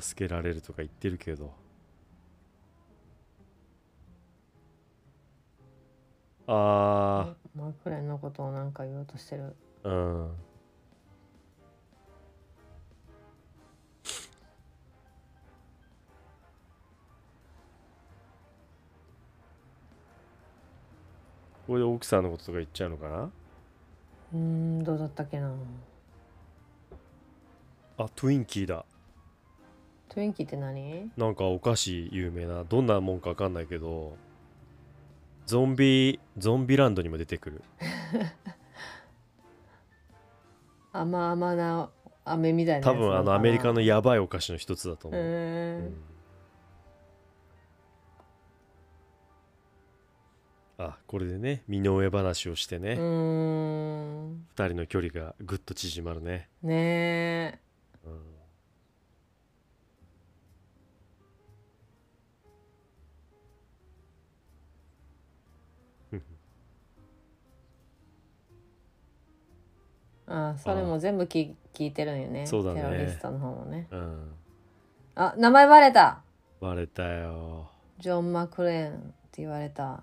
[SPEAKER 1] 助けられるとか言ってるけどあ
[SPEAKER 2] マクレーのことをなんか言おうとしてる
[SPEAKER 1] あうんこれで奥さんのこととか言っちゃうのかな
[SPEAKER 2] うんどうだったっけな
[SPEAKER 1] あトゥインキーだ
[SPEAKER 2] トゥインキーって何
[SPEAKER 1] なんかお菓子有名などんなもんかわかんないけどゾンビゾンビランドにも出てくる
[SPEAKER 2] 甘々な飴みたいな
[SPEAKER 1] 多
[SPEAKER 2] やつ
[SPEAKER 1] 分
[SPEAKER 2] な
[SPEAKER 1] あ
[SPEAKER 2] のか
[SPEAKER 1] のア
[SPEAKER 2] な
[SPEAKER 1] メリカのやばいお菓子の一つだと思う、
[SPEAKER 2] う
[SPEAKER 1] うんんあこれでね身の上話をして
[SPEAKER 2] う
[SPEAKER 1] ね、
[SPEAKER 2] ーん
[SPEAKER 1] 二人の距離がぐっと縮まるね、
[SPEAKER 2] ねえ
[SPEAKER 1] うんふふ
[SPEAKER 2] あそれも全部き聞いてるんよね
[SPEAKER 1] そうだね
[SPEAKER 2] テロリストの方もね
[SPEAKER 1] うん
[SPEAKER 2] あ名前バレた
[SPEAKER 1] バレたよ
[SPEAKER 2] ジョン・マクレーンって言われた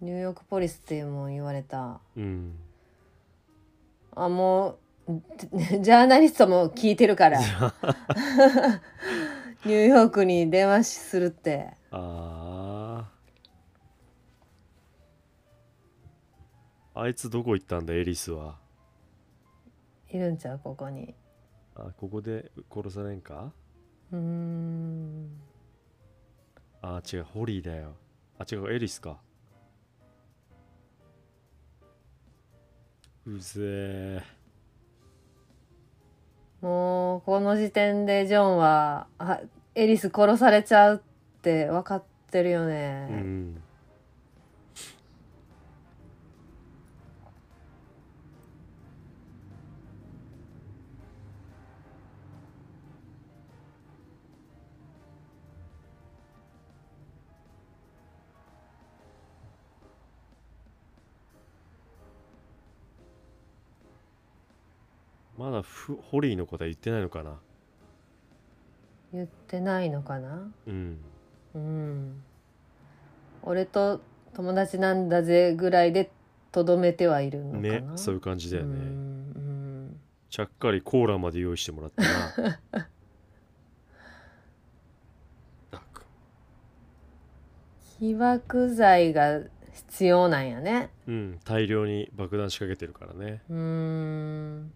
[SPEAKER 2] ニューヨーク・ポリスっても言われた
[SPEAKER 1] うん
[SPEAKER 2] あもう てジャーナリストも聞いてるからニューヨークに電話するって
[SPEAKER 1] あああいつどこ行ったんだエリスはい
[SPEAKER 2] るんちゃうここに
[SPEAKER 1] あここで殺されんか
[SPEAKER 2] うーん
[SPEAKER 1] あ違うホリーだよあ違うエリスかうぜえ
[SPEAKER 2] もうこの時点でジョンはあエリス殺されちゃうって分かってるよね、
[SPEAKER 1] うんまだフホリーのことは言ってないのかな
[SPEAKER 2] 言ってないのかな
[SPEAKER 1] うん
[SPEAKER 2] うん俺と友達なんだぜぐらいでとどめてはいるのかな
[SPEAKER 1] ねそういう感じだよね、
[SPEAKER 2] うん
[SPEAKER 1] ちゃっかりコーラまで用意してもらったな。なんか
[SPEAKER 2] うん、被爆剤が必要なんやね
[SPEAKER 1] うん、大量に爆弾仕掛けてるからね。
[SPEAKER 2] うん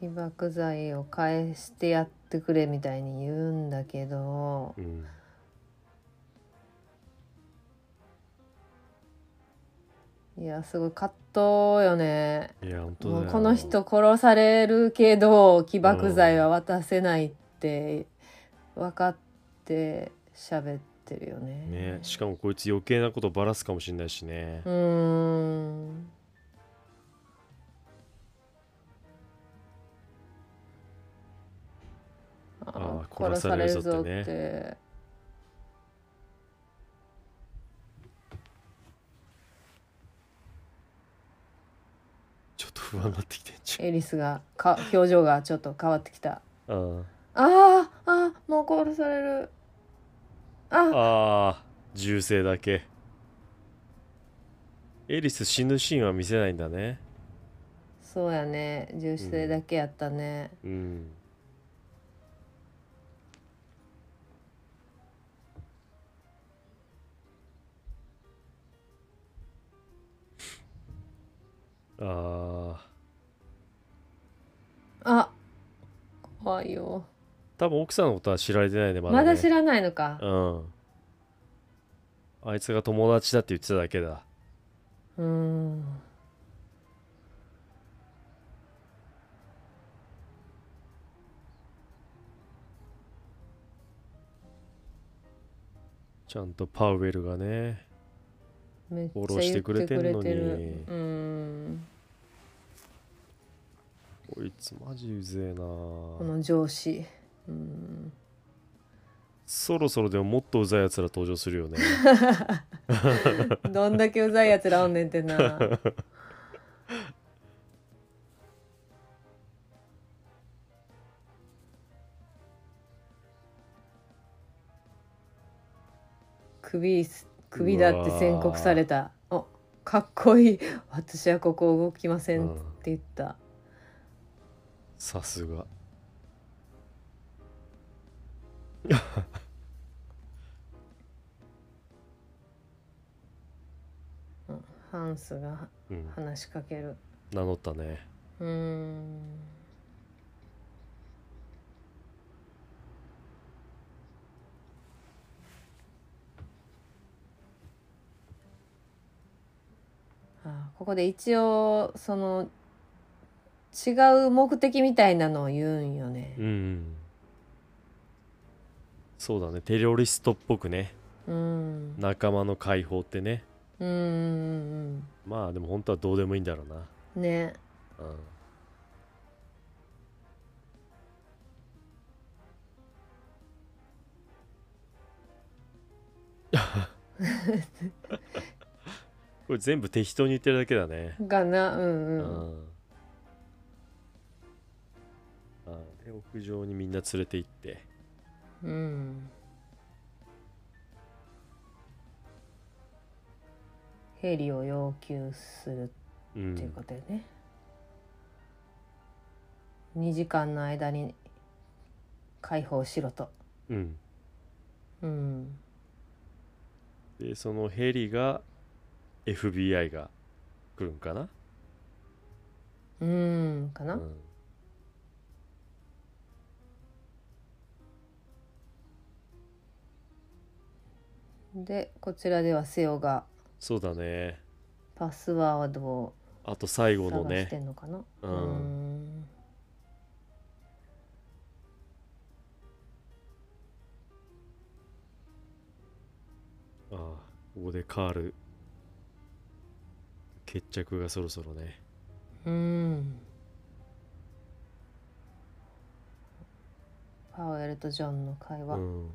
[SPEAKER 2] 被爆剤を返してやってくれみたいに言うんだけど
[SPEAKER 1] うん。
[SPEAKER 2] いやすごい葛藤よね
[SPEAKER 1] いや、本当
[SPEAKER 2] も
[SPEAKER 1] だ
[SPEAKER 2] う
[SPEAKER 1] よ。
[SPEAKER 2] この人殺されるけど起爆剤は渡せないって分かって喋ってるよね。
[SPEAKER 1] ね、しかもこいつ余計なことばらすかもしれないしね
[SPEAKER 2] う。ーん
[SPEAKER 1] 殺されるぞってね
[SPEAKER 2] て
[SPEAKER 1] ちょっと不安になってきてんじ
[SPEAKER 2] エリスがか表情がちょっと変わってきた
[SPEAKER 1] ゃんあ
[SPEAKER 2] あーあーもう殺される
[SPEAKER 1] あ
[SPEAKER 2] あ
[SPEAKER 1] あー銃声だけエリス死ぬシーンは見せないんだね
[SPEAKER 2] そうやね銃声だけやったね、
[SPEAKER 1] うんああ
[SPEAKER 2] あ怖いよ
[SPEAKER 1] 多分奥さんのことは知られてないねまだ
[SPEAKER 2] ま
[SPEAKER 1] ね
[SPEAKER 2] だ知らないのか
[SPEAKER 1] うんあいつが友達だって言ってただけだ
[SPEAKER 2] うーん
[SPEAKER 1] ちゃんとパウエルがね
[SPEAKER 2] めっちゃ
[SPEAKER 1] フォローしてくれてんのに
[SPEAKER 2] 言ってくれてるうーん
[SPEAKER 1] こいつマジうぜえな
[SPEAKER 2] この上司うーん
[SPEAKER 1] そろそろでももっとうざいやつら登場するよね
[SPEAKER 2] どんだけうざいやつらおんねんってな 首す首だって宣告されたあかっこいい私はここ動きませんって言った、
[SPEAKER 1] さすが
[SPEAKER 2] ハンスが
[SPEAKER 1] うん
[SPEAKER 2] 話しかける
[SPEAKER 1] 名乗ったね
[SPEAKER 2] うーんあここで一応その違う目的みたいなのを言うんよね
[SPEAKER 1] う。んそうだねテロリストっぽくね
[SPEAKER 2] うん。
[SPEAKER 1] 仲間の解放ってね
[SPEAKER 2] うんうん
[SPEAKER 1] まあでも本当はどうでもいいんだろうな
[SPEAKER 2] うん。ね。
[SPEAKER 1] うん これ全部適当に言ってるだけだね。
[SPEAKER 2] がな。う
[SPEAKER 1] うん
[SPEAKER 2] うん。
[SPEAKER 1] ん。あで屋上にみんな連れて行って。
[SPEAKER 2] うんヘリを要求す
[SPEAKER 1] う
[SPEAKER 2] るっていうんこ。とよね、2時間の間に解放しろと
[SPEAKER 1] うん、
[SPEAKER 2] うん
[SPEAKER 1] でそのヘリが FBI が来るんかな。
[SPEAKER 2] うんかな、
[SPEAKER 1] うん
[SPEAKER 2] でこちらではセオが
[SPEAKER 1] そうだね。
[SPEAKER 2] パスワードを
[SPEAKER 1] あと最後の
[SPEAKER 2] 探して
[SPEAKER 1] ね。
[SPEAKER 2] んのかな
[SPEAKER 1] う
[SPEAKER 2] うんん
[SPEAKER 1] ああここでカール決着がそろそろね。
[SPEAKER 2] うんパウエルとジョンの会
[SPEAKER 1] う
[SPEAKER 2] 話、
[SPEAKER 1] ん。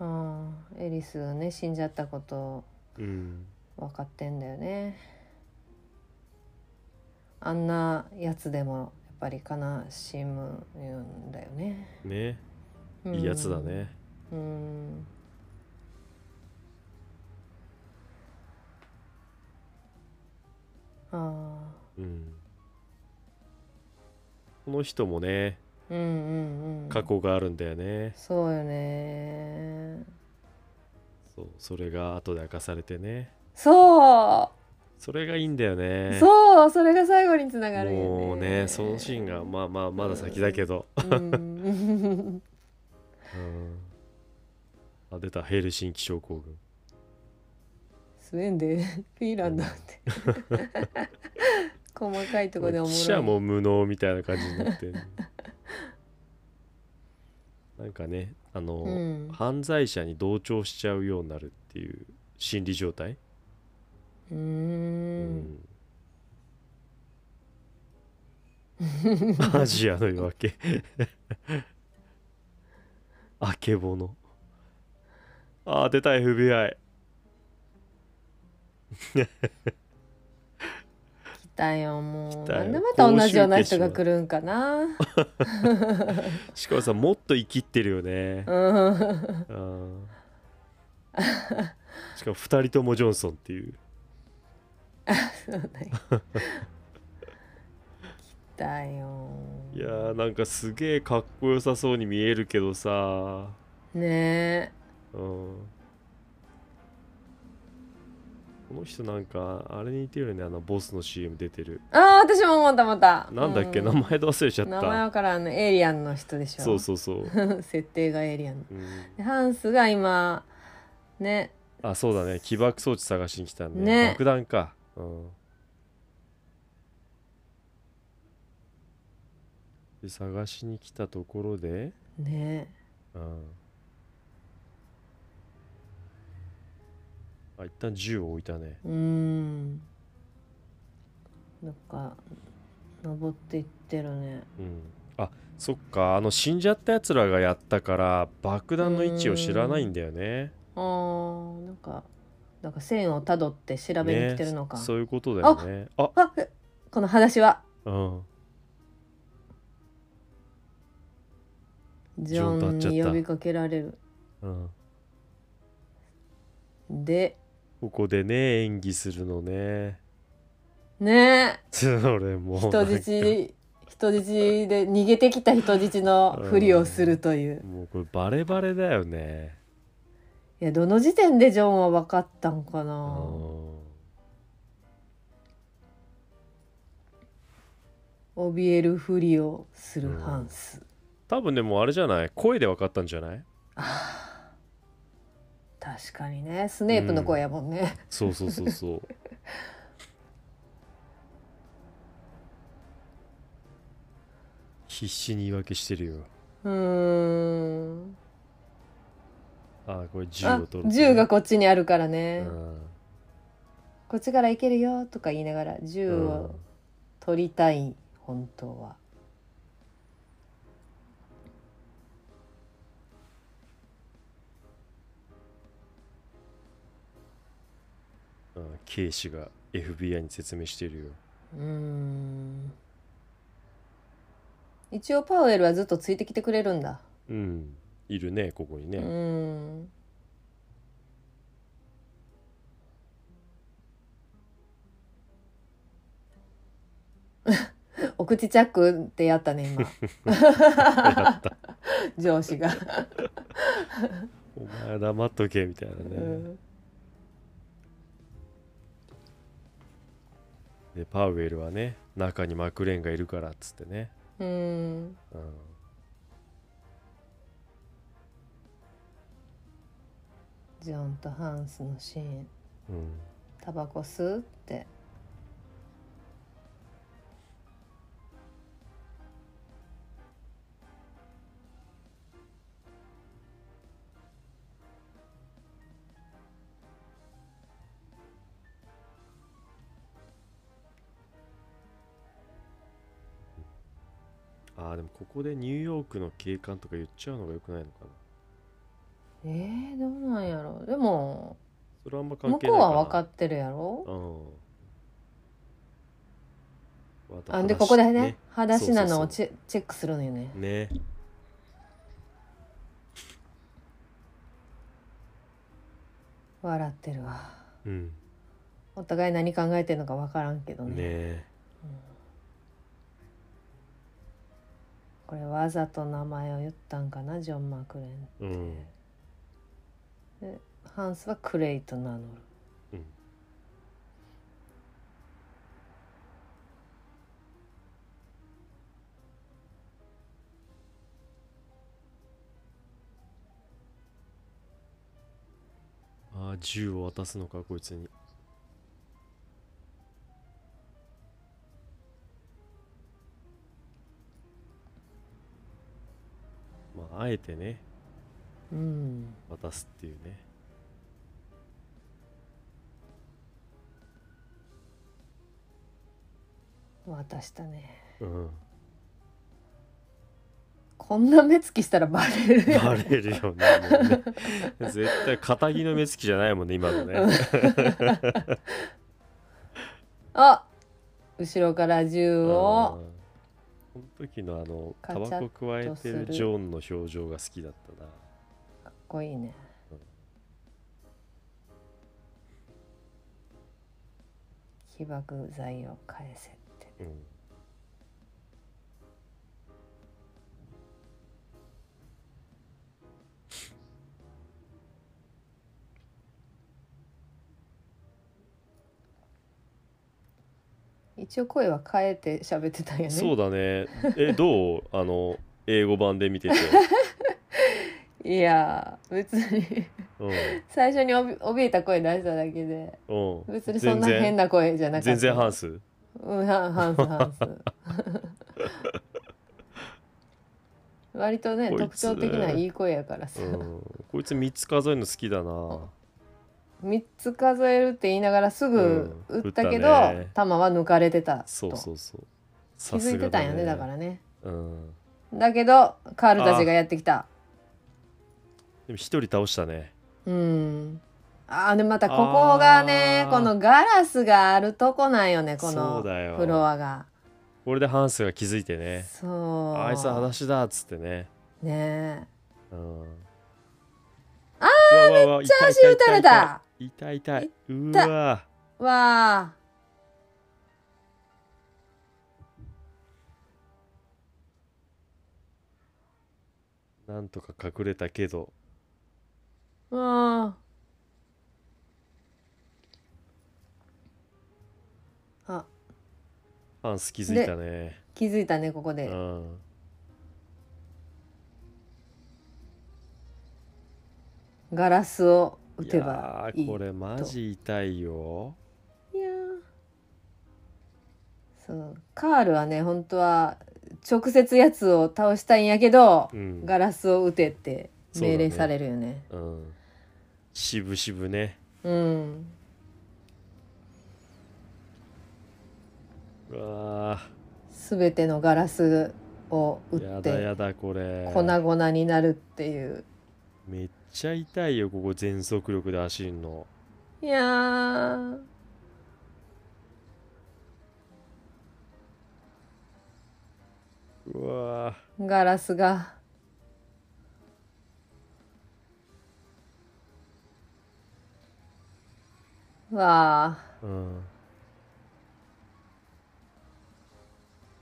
[SPEAKER 2] ああエリスがね死んじゃったこと
[SPEAKER 1] うん。
[SPEAKER 2] 分かってんだよねあんなやつでもやっぱり悲しむんだよね
[SPEAKER 1] ね。いいやつだね。
[SPEAKER 2] うんあ
[SPEAKER 1] うん。この人もね、
[SPEAKER 2] あうんうんうん
[SPEAKER 1] 過去があるんだよね。
[SPEAKER 2] そうよね
[SPEAKER 1] そう、それが後で明かされてね。
[SPEAKER 2] そう
[SPEAKER 1] それがいいんだよね。
[SPEAKER 2] そうそれが最後につながるよね
[SPEAKER 1] もうね、そのシーンが、まあまあ、まだ先だけど。
[SPEAKER 2] う
[SPEAKER 1] う
[SPEAKER 2] ん、
[SPEAKER 1] ん。あ、出た、ヘルシンキ症候群。
[SPEAKER 2] スウェーン でフィンランドって細かいとこでおも
[SPEAKER 1] 記
[SPEAKER 2] ろ
[SPEAKER 1] 者
[SPEAKER 2] い
[SPEAKER 1] も無能みたいな感じになってる なんかねあの、
[SPEAKER 2] うん
[SPEAKER 1] 犯罪者に同調しちゃうようになるっていう心理状態、
[SPEAKER 2] うー
[SPEAKER 1] うん アジアの夜明けあけぼのあー出た FBI
[SPEAKER 2] 来たよもう
[SPEAKER 1] 来たよ
[SPEAKER 2] なんでまた同じような人が来るんかな
[SPEAKER 1] しかもさもっと生きってるよね
[SPEAKER 2] うん
[SPEAKER 1] うんしかも2人ともジョンソンっていう
[SPEAKER 2] そうだよ来たよ
[SPEAKER 1] いやーなんかすげえかっこよさそうに見えるけどさ
[SPEAKER 2] ねえ
[SPEAKER 1] うんこの人なんかあれに似てるよねあのボスの CM 出てる
[SPEAKER 2] ああ私も思った思った
[SPEAKER 1] なんだっけ、
[SPEAKER 2] う
[SPEAKER 1] 名前で忘れちゃっ
[SPEAKER 2] 名前
[SPEAKER 1] た
[SPEAKER 2] わからんのエイリアンの人でしょ
[SPEAKER 1] そうそうそう、
[SPEAKER 2] う設定がエイリアン
[SPEAKER 1] うん
[SPEAKER 2] でハンスが今ね
[SPEAKER 1] あそうだね起爆装置探しに来たね
[SPEAKER 2] ね
[SPEAKER 1] 爆弾か、うん、で探しに来たところで、
[SPEAKER 2] ね
[SPEAKER 1] うん、あ一旦銃を置いたね
[SPEAKER 2] うーんなんか登っていってるね
[SPEAKER 1] うんあそっかあの死んじゃったやつらがやったから爆弾の位置を知らないんだよね
[SPEAKER 2] あーなんかなんか線をたどって調べに来てるのか、
[SPEAKER 1] ねそういうことだよねあ
[SPEAKER 2] あえこの話は
[SPEAKER 1] うん
[SPEAKER 2] ジョンに呼びかけられる
[SPEAKER 1] うん
[SPEAKER 2] で
[SPEAKER 1] ここでね演技するのね
[SPEAKER 2] ね
[SPEAKER 1] それも
[SPEAKER 2] え
[SPEAKER 1] う
[SPEAKER 2] 人
[SPEAKER 1] なんか
[SPEAKER 2] 質人質で逃げてきた人質のふりをするという
[SPEAKER 1] もうこれバレバレだよね
[SPEAKER 2] いやどの時点でジョンは分かったんか
[SPEAKER 1] う
[SPEAKER 2] な、
[SPEAKER 1] ん
[SPEAKER 2] 怯えるふりをするハンス、
[SPEAKER 1] 多分でもあれじゃない声で分かったんじゃない
[SPEAKER 2] あー確かにねスネープの声やもんね、
[SPEAKER 1] そうそうそうそう必死に言い訳してるよ
[SPEAKER 2] うーん
[SPEAKER 1] あーこれ銃
[SPEAKER 2] あ
[SPEAKER 1] を取る、
[SPEAKER 2] 銃がこっちにあるからね、
[SPEAKER 1] うん
[SPEAKER 2] こっちから行けるよとか言いながら銃
[SPEAKER 1] うん
[SPEAKER 2] を取りたい本当は
[SPEAKER 1] うん警視が FBI に説明してるよ
[SPEAKER 2] うーん一応パウエルはずっとついてきてくれるんだ
[SPEAKER 1] うんいるねここにね、
[SPEAKER 2] うーん お口チャックってやったね今 上司が、
[SPEAKER 1] お前は黙っとけみたいなね、
[SPEAKER 2] うん
[SPEAKER 1] でパウエルはね中にマクレーンがいるからっつってね、
[SPEAKER 2] うん
[SPEAKER 1] うん、
[SPEAKER 2] ジョンとハンスのシーン
[SPEAKER 1] うん
[SPEAKER 2] タバコ吸うって
[SPEAKER 1] ああでもここでニューヨークの警官とか言っちゃうのが良くないのかな
[SPEAKER 2] えー、どうなんやろでも
[SPEAKER 1] それはあんま関
[SPEAKER 2] 向
[SPEAKER 1] 係な
[SPEAKER 2] こう
[SPEAKER 1] いかな
[SPEAKER 2] は分かってるやろ
[SPEAKER 1] うん
[SPEAKER 2] あでここでね
[SPEAKER 1] ね
[SPEAKER 2] 裸足なの
[SPEAKER 1] そ
[SPEAKER 2] を
[SPEAKER 1] うそ
[SPEAKER 2] チェチェックするのよね
[SPEAKER 1] ね
[SPEAKER 2] 笑ってるわ
[SPEAKER 1] うん
[SPEAKER 2] お互い何考えてるのか分からんけど
[SPEAKER 1] ね
[SPEAKER 2] ねこれわざと名前を言ったんかなジョン・マクレン
[SPEAKER 1] うん
[SPEAKER 2] ハンスはクレイと名乗る
[SPEAKER 1] うんああ銃を渡すのかこいつにまああえてね
[SPEAKER 2] うん
[SPEAKER 1] 渡すっていうね
[SPEAKER 2] 渡したね
[SPEAKER 1] うん
[SPEAKER 2] 「こんな目つきしたらバレるよ
[SPEAKER 1] バレるよねもうね絶対肩着の目つきじゃないもんね今のね
[SPEAKER 2] あ後ろから銃を
[SPEAKER 1] うんこの時のあの
[SPEAKER 2] カ
[SPEAKER 1] タ
[SPEAKER 2] チャッ
[SPEAKER 1] バコくわえ
[SPEAKER 2] とす
[SPEAKER 1] て
[SPEAKER 2] る
[SPEAKER 1] るジョンの表情が好きだったな
[SPEAKER 2] かっこいいね
[SPEAKER 1] うん
[SPEAKER 2] 起爆剤を返せって
[SPEAKER 1] うん
[SPEAKER 2] 一応声は変えて喋ってたんやね
[SPEAKER 1] そうだねえどうあの英語版で見て て、
[SPEAKER 2] いやー別に
[SPEAKER 1] うん
[SPEAKER 2] 最初におび怯えた声出しただけで
[SPEAKER 1] うん、
[SPEAKER 2] 別にそんな変
[SPEAKER 1] な
[SPEAKER 2] な声じゃなかった
[SPEAKER 1] 全然ハンス
[SPEAKER 2] うんハンハンスハンス 割とね
[SPEAKER 1] こいつ
[SPEAKER 2] 特徴的ないい声やからさ、
[SPEAKER 1] うん、こいつ3つ数えるの好きだな
[SPEAKER 2] 3つ数えるって言いながらすぐ
[SPEAKER 1] うん
[SPEAKER 2] 打ったけど、
[SPEAKER 1] 打ったね
[SPEAKER 2] 弾は抜かれてたと
[SPEAKER 1] そうそうそう、
[SPEAKER 2] 気づいてたんよねだかららね
[SPEAKER 1] うん、
[SPEAKER 2] だけどカールたちがやってきた
[SPEAKER 1] でも一人倒したね
[SPEAKER 2] うんあーでまたここがね
[SPEAKER 1] あー
[SPEAKER 2] このガラスがあるとこなんよねこ
[SPEAKER 1] そ
[SPEAKER 2] の
[SPEAKER 1] うだよ
[SPEAKER 2] フロアが
[SPEAKER 1] これでハンスが気づいてね
[SPEAKER 2] そう
[SPEAKER 1] あいつは裸足だっつってね
[SPEAKER 2] ね
[SPEAKER 1] あーめっ
[SPEAKER 2] えチャーシュー打たれた
[SPEAKER 1] 痛い痛い痛い痛いう
[SPEAKER 2] た
[SPEAKER 1] わ
[SPEAKER 2] わあ
[SPEAKER 1] なんとか隠れたけど
[SPEAKER 2] うんあ
[SPEAKER 1] ハンス気づいたね
[SPEAKER 2] 気づいたねここ
[SPEAKER 1] う
[SPEAKER 2] で
[SPEAKER 1] ん
[SPEAKER 2] ガラスを打
[SPEAKER 1] い
[SPEAKER 2] てば
[SPEAKER 1] や
[SPEAKER 2] い
[SPEAKER 1] ー
[SPEAKER 2] い
[SPEAKER 1] これマジ痛いよ
[SPEAKER 2] いやーそうカールはね本当は直接やつを倒したいんやけど、
[SPEAKER 1] うん
[SPEAKER 2] ガラスを打てって命令されるよね
[SPEAKER 1] うんしぶしぶね
[SPEAKER 2] うん
[SPEAKER 1] うわ
[SPEAKER 2] 全てのガラスを打
[SPEAKER 1] ー
[SPEAKER 2] っ
[SPEAKER 1] やだ
[SPEAKER 2] て
[SPEAKER 1] やだこれ
[SPEAKER 2] 粉々になるっていう
[SPEAKER 1] めっちゃ痛いよここ全速力で走るの
[SPEAKER 2] いやー
[SPEAKER 1] うわー
[SPEAKER 2] ガラスがわ
[SPEAKER 1] うん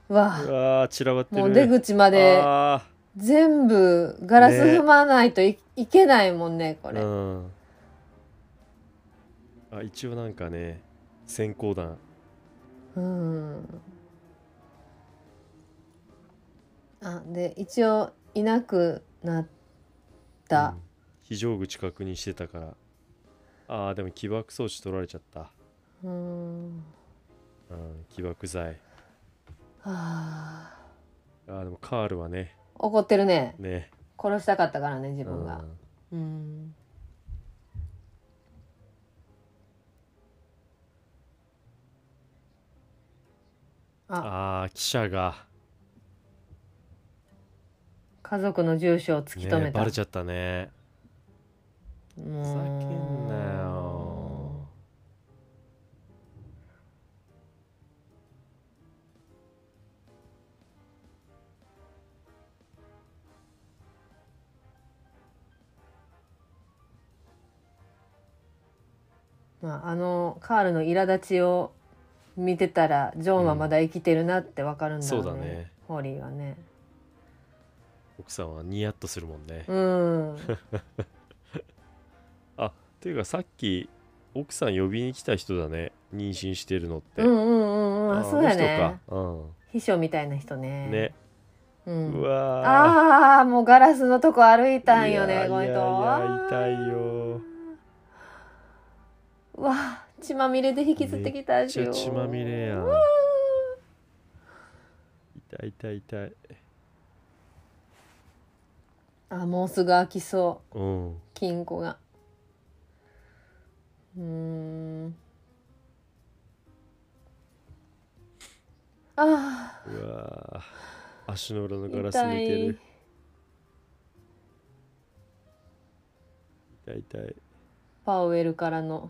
[SPEAKER 2] あわ
[SPEAKER 1] うわー散らばって
[SPEAKER 2] あ
[SPEAKER 1] る
[SPEAKER 2] もう出口まで
[SPEAKER 1] あ
[SPEAKER 2] 全部ガラス
[SPEAKER 1] ね
[SPEAKER 2] 踏まないとい,、いけないもんねこ
[SPEAKER 1] ー
[SPEAKER 2] れ、
[SPEAKER 1] うんあ一応なんかね閃光弾
[SPEAKER 2] うん、あで一応いなくなった
[SPEAKER 1] うん、非常口確認してたからあーでも起爆装置取られちゃった、
[SPEAKER 2] うん、
[SPEAKER 1] うん、起爆剤
[SPEAKER 2] はあ
[SPEAKER 1] あーでもカールはね
[SPEAKER 2] 怒ってるね
[SPEAKER 1] ね、
[SPEAKER 2] 殺したかったからね自
[SPEAKER 1] う
[SPEAKER 2] 分が
[SPEAKER 1] ん、
[SPEAKER 2] うん
[SPEAKER 1] あー記者が、
[SPEAKER 2] 家族の住所を突き止
[SPEAKER 1] ね、
[SPEAKER 2] めた、
[SPEAKER 1] バレちゃったねふざけんなよ
[SPEAKER 2] まあ、あのカールの苛立ちを見てたらジョンはまだ生きてるなってわかるんだろう
[SPEAKER 1] う
[SPEAKER 2] ね,、
[SPEAKER 1] んそうだね
[SPEAKER 2] ホーリーは ね
[SPEAKER 1] 奥さんはニヤッとするもんね、
[SPEAKER 2] うん
[SPEAKER 1] ていうかさっき奥さん呼びに来た人だね妊娠してるのって、
[SPEAKER 2] うんうんうんうんあ
[SPEAKER 1] ー
[SPEAKER 2] そうや
[SPEAKER 1] あの
[SPEAKER 2] ね
[SPEAKER 1] 人かうん
[SPEAKER 2] 秘書みたいな人ね
[SPEAKER 1] ね、
[SPEAKER 2] うん、
[SPEAKER 1] うわー
[SPEAKER 2] ああもうガラスのとこ歩いたんよね
[SPEAKER 1] いや
[SPEAKER 2] この人
[SPEAKER 1] いやいや痛いよ
[SPEAKER 2] うわあ血まみれで引きずってきたし
[SPEAKER 1] めっちゃ血まみれやん
[SPEAKER 2] うわ
[SPEAKER 1] 痛い痛い痛い
[SPEAKER 2] ああもうすぐ開きそ
[SPEAKER 1] うん
[SPEAKER 2] う金庫がうーんあ
[SPEAKER 1] うわー足の裏の
[SPEAKER 2] あ
[SPEAKER 1] ガラス抜け
[SPEAKER 2] 痛い
[SPEAKER 1] る大体
[SPEAKER 2] パウエルからの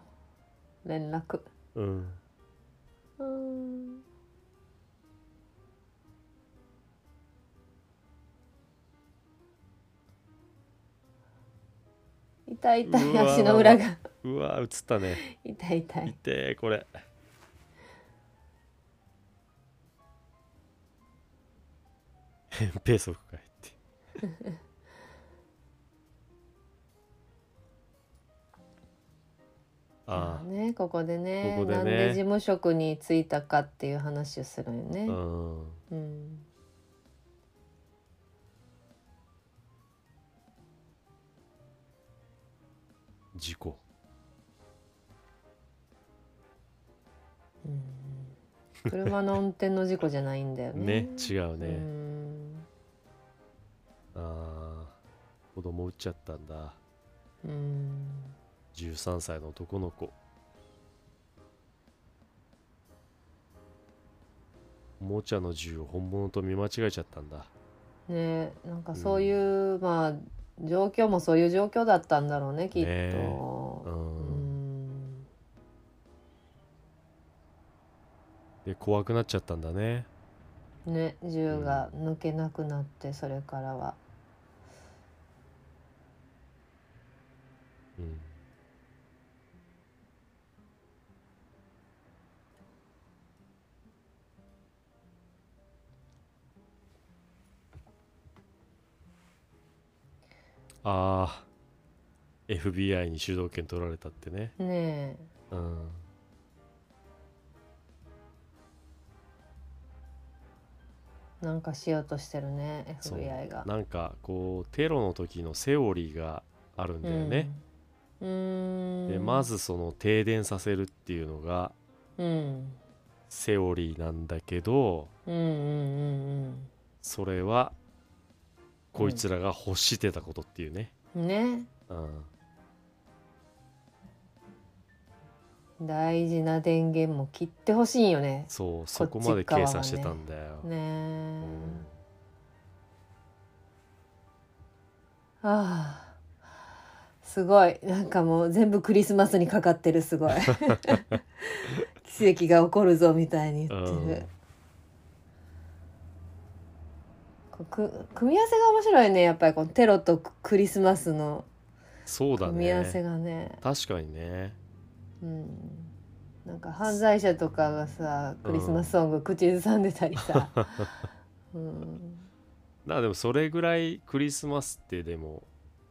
[SPEAKER 2] 連絡
[SPEAKER 1] うん
[SPEAKER 3] うん
[SPEAKER 2] 痛い痛
[SPEAKER 1] う
[SPEAKER 2] い
[SPEAKER 1] わ
[SPEAKER 2] 足の裏が
[SPEAKER 1] うわ映ったね
[SPEAKER 2] 痛い痛い
[SPEAKER 1] 痛えこれ扁平足かいって ああ
[SPEAKER 2] ねここでね
[SPEAKER 1] ここでね
[SPEAKER 2] なんで事務職に就いたかっていう話をするよね
[SPEAKER 1] うん
[SPEAKER 2] うん
[SPEAKER 1] 事故
[SPEAKER 2] うん車の運転の事故じゃないんだよね
[SPEAKER 1] ね違う
[SPEAKER 2] う
[SPEAKER 1] ね、
[SPEAKER 2] ん
[SPEAKER 1] ああ子供撃っちゃったんだ
[SPEAKER 2] うん
[SPEAKER 1] 13歳の男の子おもちゃの銃を本物と見間違えちゃったんだ
[SPEAKER 2] ねなんかそういう、まあ状況もそういう状況だったんだろうねきっと、
[SPEAKER 1] ねう、
[SPEAKER 2] うんん
[SPEAKER 1] で怖くなっちゃったんだね
[SPEAKER 2] ね銃が抜けなくなってそれからは
[SPEAKER 1] うんあー FBI に主導権取られたってね
[SPEAKER 2] ね
[SPEAKER 1] うん
[SPEAKER 2] えなんかしようとしてるね
[SPEAKER 1] そう
[SPEAKER 2] FBI が。
[SPEAKER 1] なんかこうテロの時のセオリーがあるんだよね、
[SPEAKER 2] うん。うーん
[SPEAKER 1] でま、ずその停電させるっていうのが
[SPEAKER 2] うん、
[SPEAKER 1] セオリーなんだけど
[SPEAKER 2] うんうんうん
[SPEAKER 1] それはこいつらが欲してたことっていうね、
[SPEAKER 2] うんね
[SPEAKER 1] うん、
[SPEAKER 2] 大事な電源も切ってほしいよね。
[SPEAKER 1] そうそこまで計算してたんだよ、
[SPEAKER 2] ねえ
[SPEAKER 1] うん、
[SPEAKER 2] ああすごいなんかもう全部クリスマスにかかってるすごい 奇跡が起こるぞみたいに言ってる、こうく組み合わせが面白いねやっぱりこのテロとクリスマスの
[SPEAKER 1] そうだ
[SPEAKER 2] 組み合わせ
[SPEAKER 1] ね
[SPEAKER 2] がね
[SPEAKER 1] 確かにね
[SPEAKER 2] うんなんか犯罪者とかがさクリスマスソング口ずさんでたりさ、うん、
[SPEAKER 1] なでもそれぐらいクリスマスってでも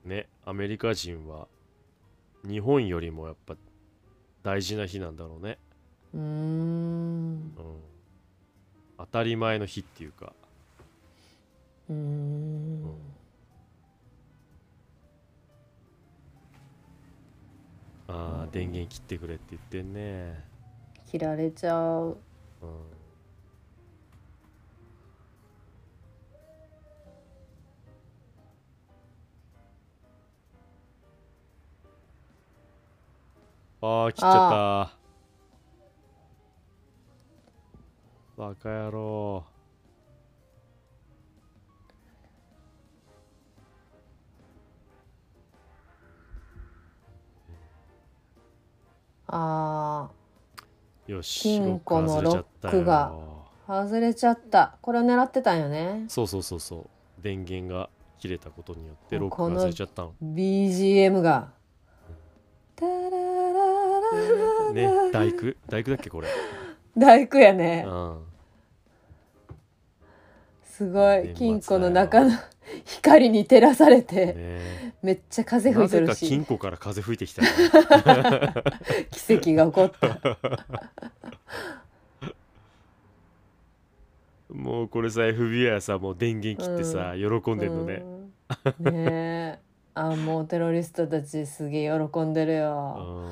[SPEAKER 1] ねアメリカ人は日本よりもやっぱ大事な日なんだろうね、
[SPEAKER 2] うーん
[SPEAKER 1] うん、当たり前の日っていうか
[SPEAKER 2] うーん
[SPEAKER 1] ああ電源切ってくれって言ってんね
[SPEAKER 2] 切られちゃう
[SPEAKER 1] うんああ切っちゃったバカ野郎
[SPEAKER 2] あ
[SPEAKER 1] よし
[SPEAKER 2] 金庫の
[SPEAKER 1] ロック外れちゃったよ
[SPEAKER 2] ロックがー外れちゃったこれを狙ってたんよね
[SPEAKER 1] そうそうそうそう電源が切れたことによってロッ
[SPEAKER 2] こ
[SPEAKER 1] ク
[SPEAKER 2] の
[SPEAKER 1] が外れちゃったの
[SPEAKER 2] BGM が「タララララ
[SPEAKER 1] ね大工大工だっけこれ
[SPEAKER 2] 大工や
[SPEAKER 1] う
[SPEAKER 2] ね
[SPEAKER 1] ん
[SPEAKER 2] すごい
[SPEAKER 1] 年末だよ
[SPEAKER 2] 金庫の中の光に照らされて、
[SPEAKER 1] ね
[SPEAKER 2] めっちゃ風吹
[SPEAKER 1] ない
[SPEAKER 2] て
[SPEAKER 1] ぜ
[SPEAKER 2] る
[SPEAKER 1] か
[SPEAKER 2] し
[SPEAKER 1] 金庫から風吹いてきたね
[SPEAKER 2] 奇跡が起こった
[SPEAKER 1] もうこれさ FBI さもう電源切ってさ、喜んでんのね、
[SPEAKER 2] うんねえあもうテロリストたちすげえ喜んでる
[SPEAKER 1] う
[SPEAKER 2] よ、
[SPEAKER 1] ん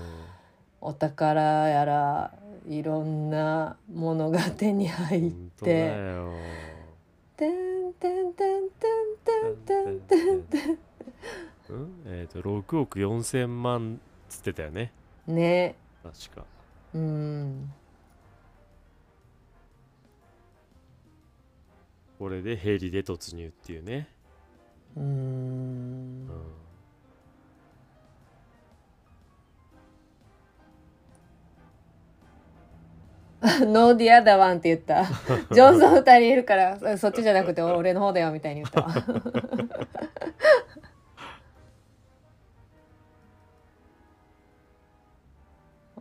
[SPEAKER 2] お宝やらいろんなものが手に入っ
[SPEAKER 1] 本当だ
[SPEAKER 2] て
[SPEAKER 1] よ
[SPEAKER 2] てんてんてんてんてんてんてん
[SPEAKER 1] うんえっ、と6億4千万つってたよね
[SPEAKER 2] ね
[SPEAKER 1] 確か
[SPEAKER 2] うん
[SPEAKER 1] これでヘリで突入っていうね、
[SPEAKER 2] うー
[SPEAKER 1] うん
[SPEAKER 2] ん No the other one って 言った。ジョンソン二人いるから、そっちじゃなくて俺の方だよみたいに 言ったわ。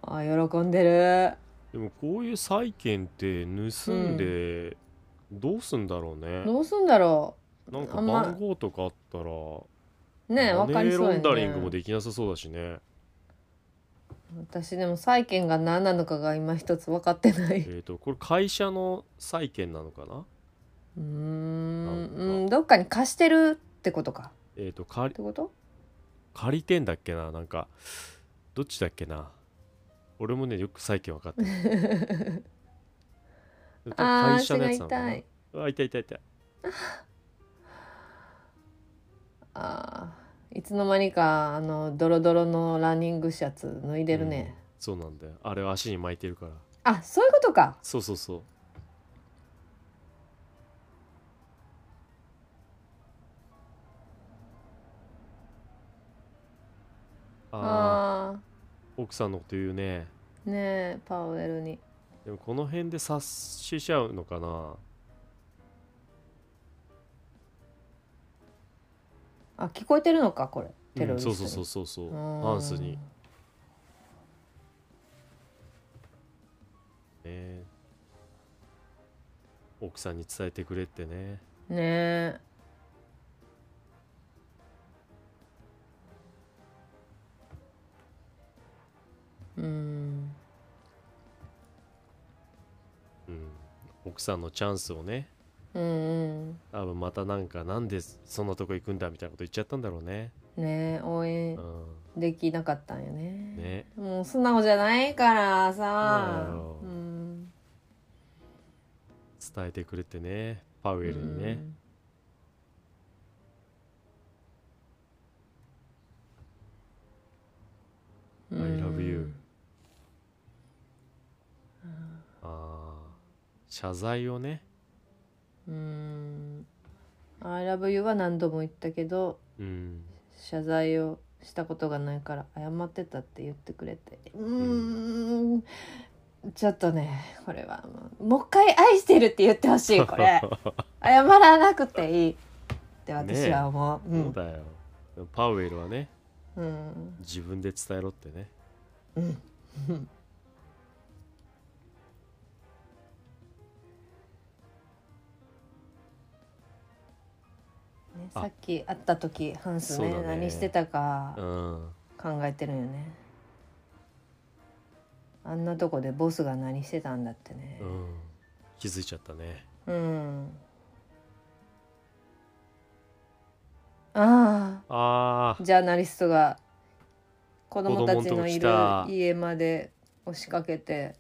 [SPEAKER 2] あ、喜んでる。
[SPEAKER 1] でもこういう債券って盗んでどうすんだろうね、
[SPEAKER 2] どうすんだろ
[SPEAKER 1] なんか
[SPEAKER 2] あんま
[SPEAKER 1] 番号とかあったら
[SPEAKER 2] う。ねえ、わか
[SPEAKER 1] マネ
[SPEAKER 2] り
[SPEAKER 1] ー
[SPEAKER 2] そう
[SPEAKER 1] ロ
[SPEAKER 2] や
[SPEAKER 1] ンダリングも
[SPEAKER 2] ね。
[SPEAKER 1] できなさそうだしね
[SPEAKER 2] 私でも債券が何なのかが今一つ分かってない。
[SPEAKER 1] えっ、とこれ会社の債券なのかな
[SPEAKER 2] うー
[SPEAKER 1] なんん、か
[SPEAKER 2] うん、どっかに貸してるってことか。
[SPEAKER 1] えっ、と借
[SPEAKER 2] っ
[SPEAKER 1] り
[SPEAKER 2] てこと
[SPEAKER 1] 借りてんだっけななんかどっちだっけな俺もねよく債券分かってない でも多分
[SPEAKER 2] ああ、
[SPEAKER 1] 会社の
[SPEAKER 2] 足が
[SPEAKER 1] やつなのか
[SPEAKER 2] 痛。
[SPEAKER 1] ないうわ痛い痛い痛い
[SPEAKER 2] ああ、いつの間にか、あの、ドロドロのランニングシャツ脱いでるね。
[SPEAKER 1] うんそうなんだよあれは足に巻いてるから
[SPEAKER 2] あ、そういうことか。
[SPEAKER 1] そうそうそうああ
[SPEAKER 2] あ
[SPEAKER 1] 奥さんのこと言うね
[SPEAKER 2] あ、ねえ、パウエルに。
[SPEAKER 1] でもこの辺で察しちゃうのかな
[SPEAKER 2] あ、聞こえてるのか、これ。テロ
[SPEAKER 1] う
[SPEAKER 2] リ
[SPEAKER 1] ん
[SPEAKER 2] ス
[SPEAKER 1] そ
[SPEAKER 2] ト
[SPEAKER 1] う
[SPEAKER 2] に
[SPEAKER 1] そうそうそうそう
[SPEAKER 2] うん
[SPEAKER 1] ハンスに、ね、奥さんに伝えてくれってね
[SPEAKER 2] ねえ。うん。
[SPEAKER 1] うん奥さんのチャンスをね
[SPEAKER 2] うんうん。
[SPEAKER 1] 多分またなんかなんでそんなとこ行くんだみたいなこと言っちゃったんだろうね
[SPEAKER 2] ねえ、応援
[SPEAKER 1] う
[SPEAKER 2] できなかったんよね。
[SPEAKER 1] んね
[SPEAKER 2] もう素直じゃないから
[SPEAKER 1] そう
[SPEAKER 2] さ
[SPEAKER 1] だよ。
[SPEAKER 2] うん。
[SPEAKER 1] 伝えてくれてねパウエルにね、
[SPEAKER 2] うん。
[SPEAKER 1] I love you
[SPEAKER 2] うん
[SPEAKER 1] ああ謝罪をね
[SPEAKER 2] うん。I love you は何度も言ったけど、
[SPEAKER 1] うん
[SPEAKER 2] 謝罪をしたことがないから謝ってたって言ってくれて。うん。ちょっとね、これはもう、もう一回愛してるって言ってほしい、これ。謝らなくていいって私は思う。
[SPEAKER 1] そうだよでもパウエルはね
[SPEAKER 2] うん。うん。
[SPEAKER 1] 自分で伝えろってね
[SPEAKER 2] うんね、
[SPEAKER 1] あ
[SPEAKER 2] さっき会った時ハンスね
[SPEAKER 1] そうだね
[SPEAKER 2] 何してた
[SPEAKER 1] う
[SPEAKER 2] か
[SPEAKER 1] ん
[SPEAKER 2] 考えてるんよね、あんなとこでボスが何してたんだってね
[SPEAKER 1] うん気づいちゃったね
[SPEAKER 2] うん、あ
[SPEAKER 1] あ
[SPEAKER 2] あジャーナリストが子供た
[SPEAKER 1] 子供ん
[SPEAKER 2] ち
[SPEAKER 1] と
[SPEAKER 2] の
[SPEAKER 1] こ
[SPEAKER 2] い
[SPEAKER 1] 来
[SPEAKER 2] る
[SPEAKER 1] た
[SPEAKER 2] 家まで押しかけて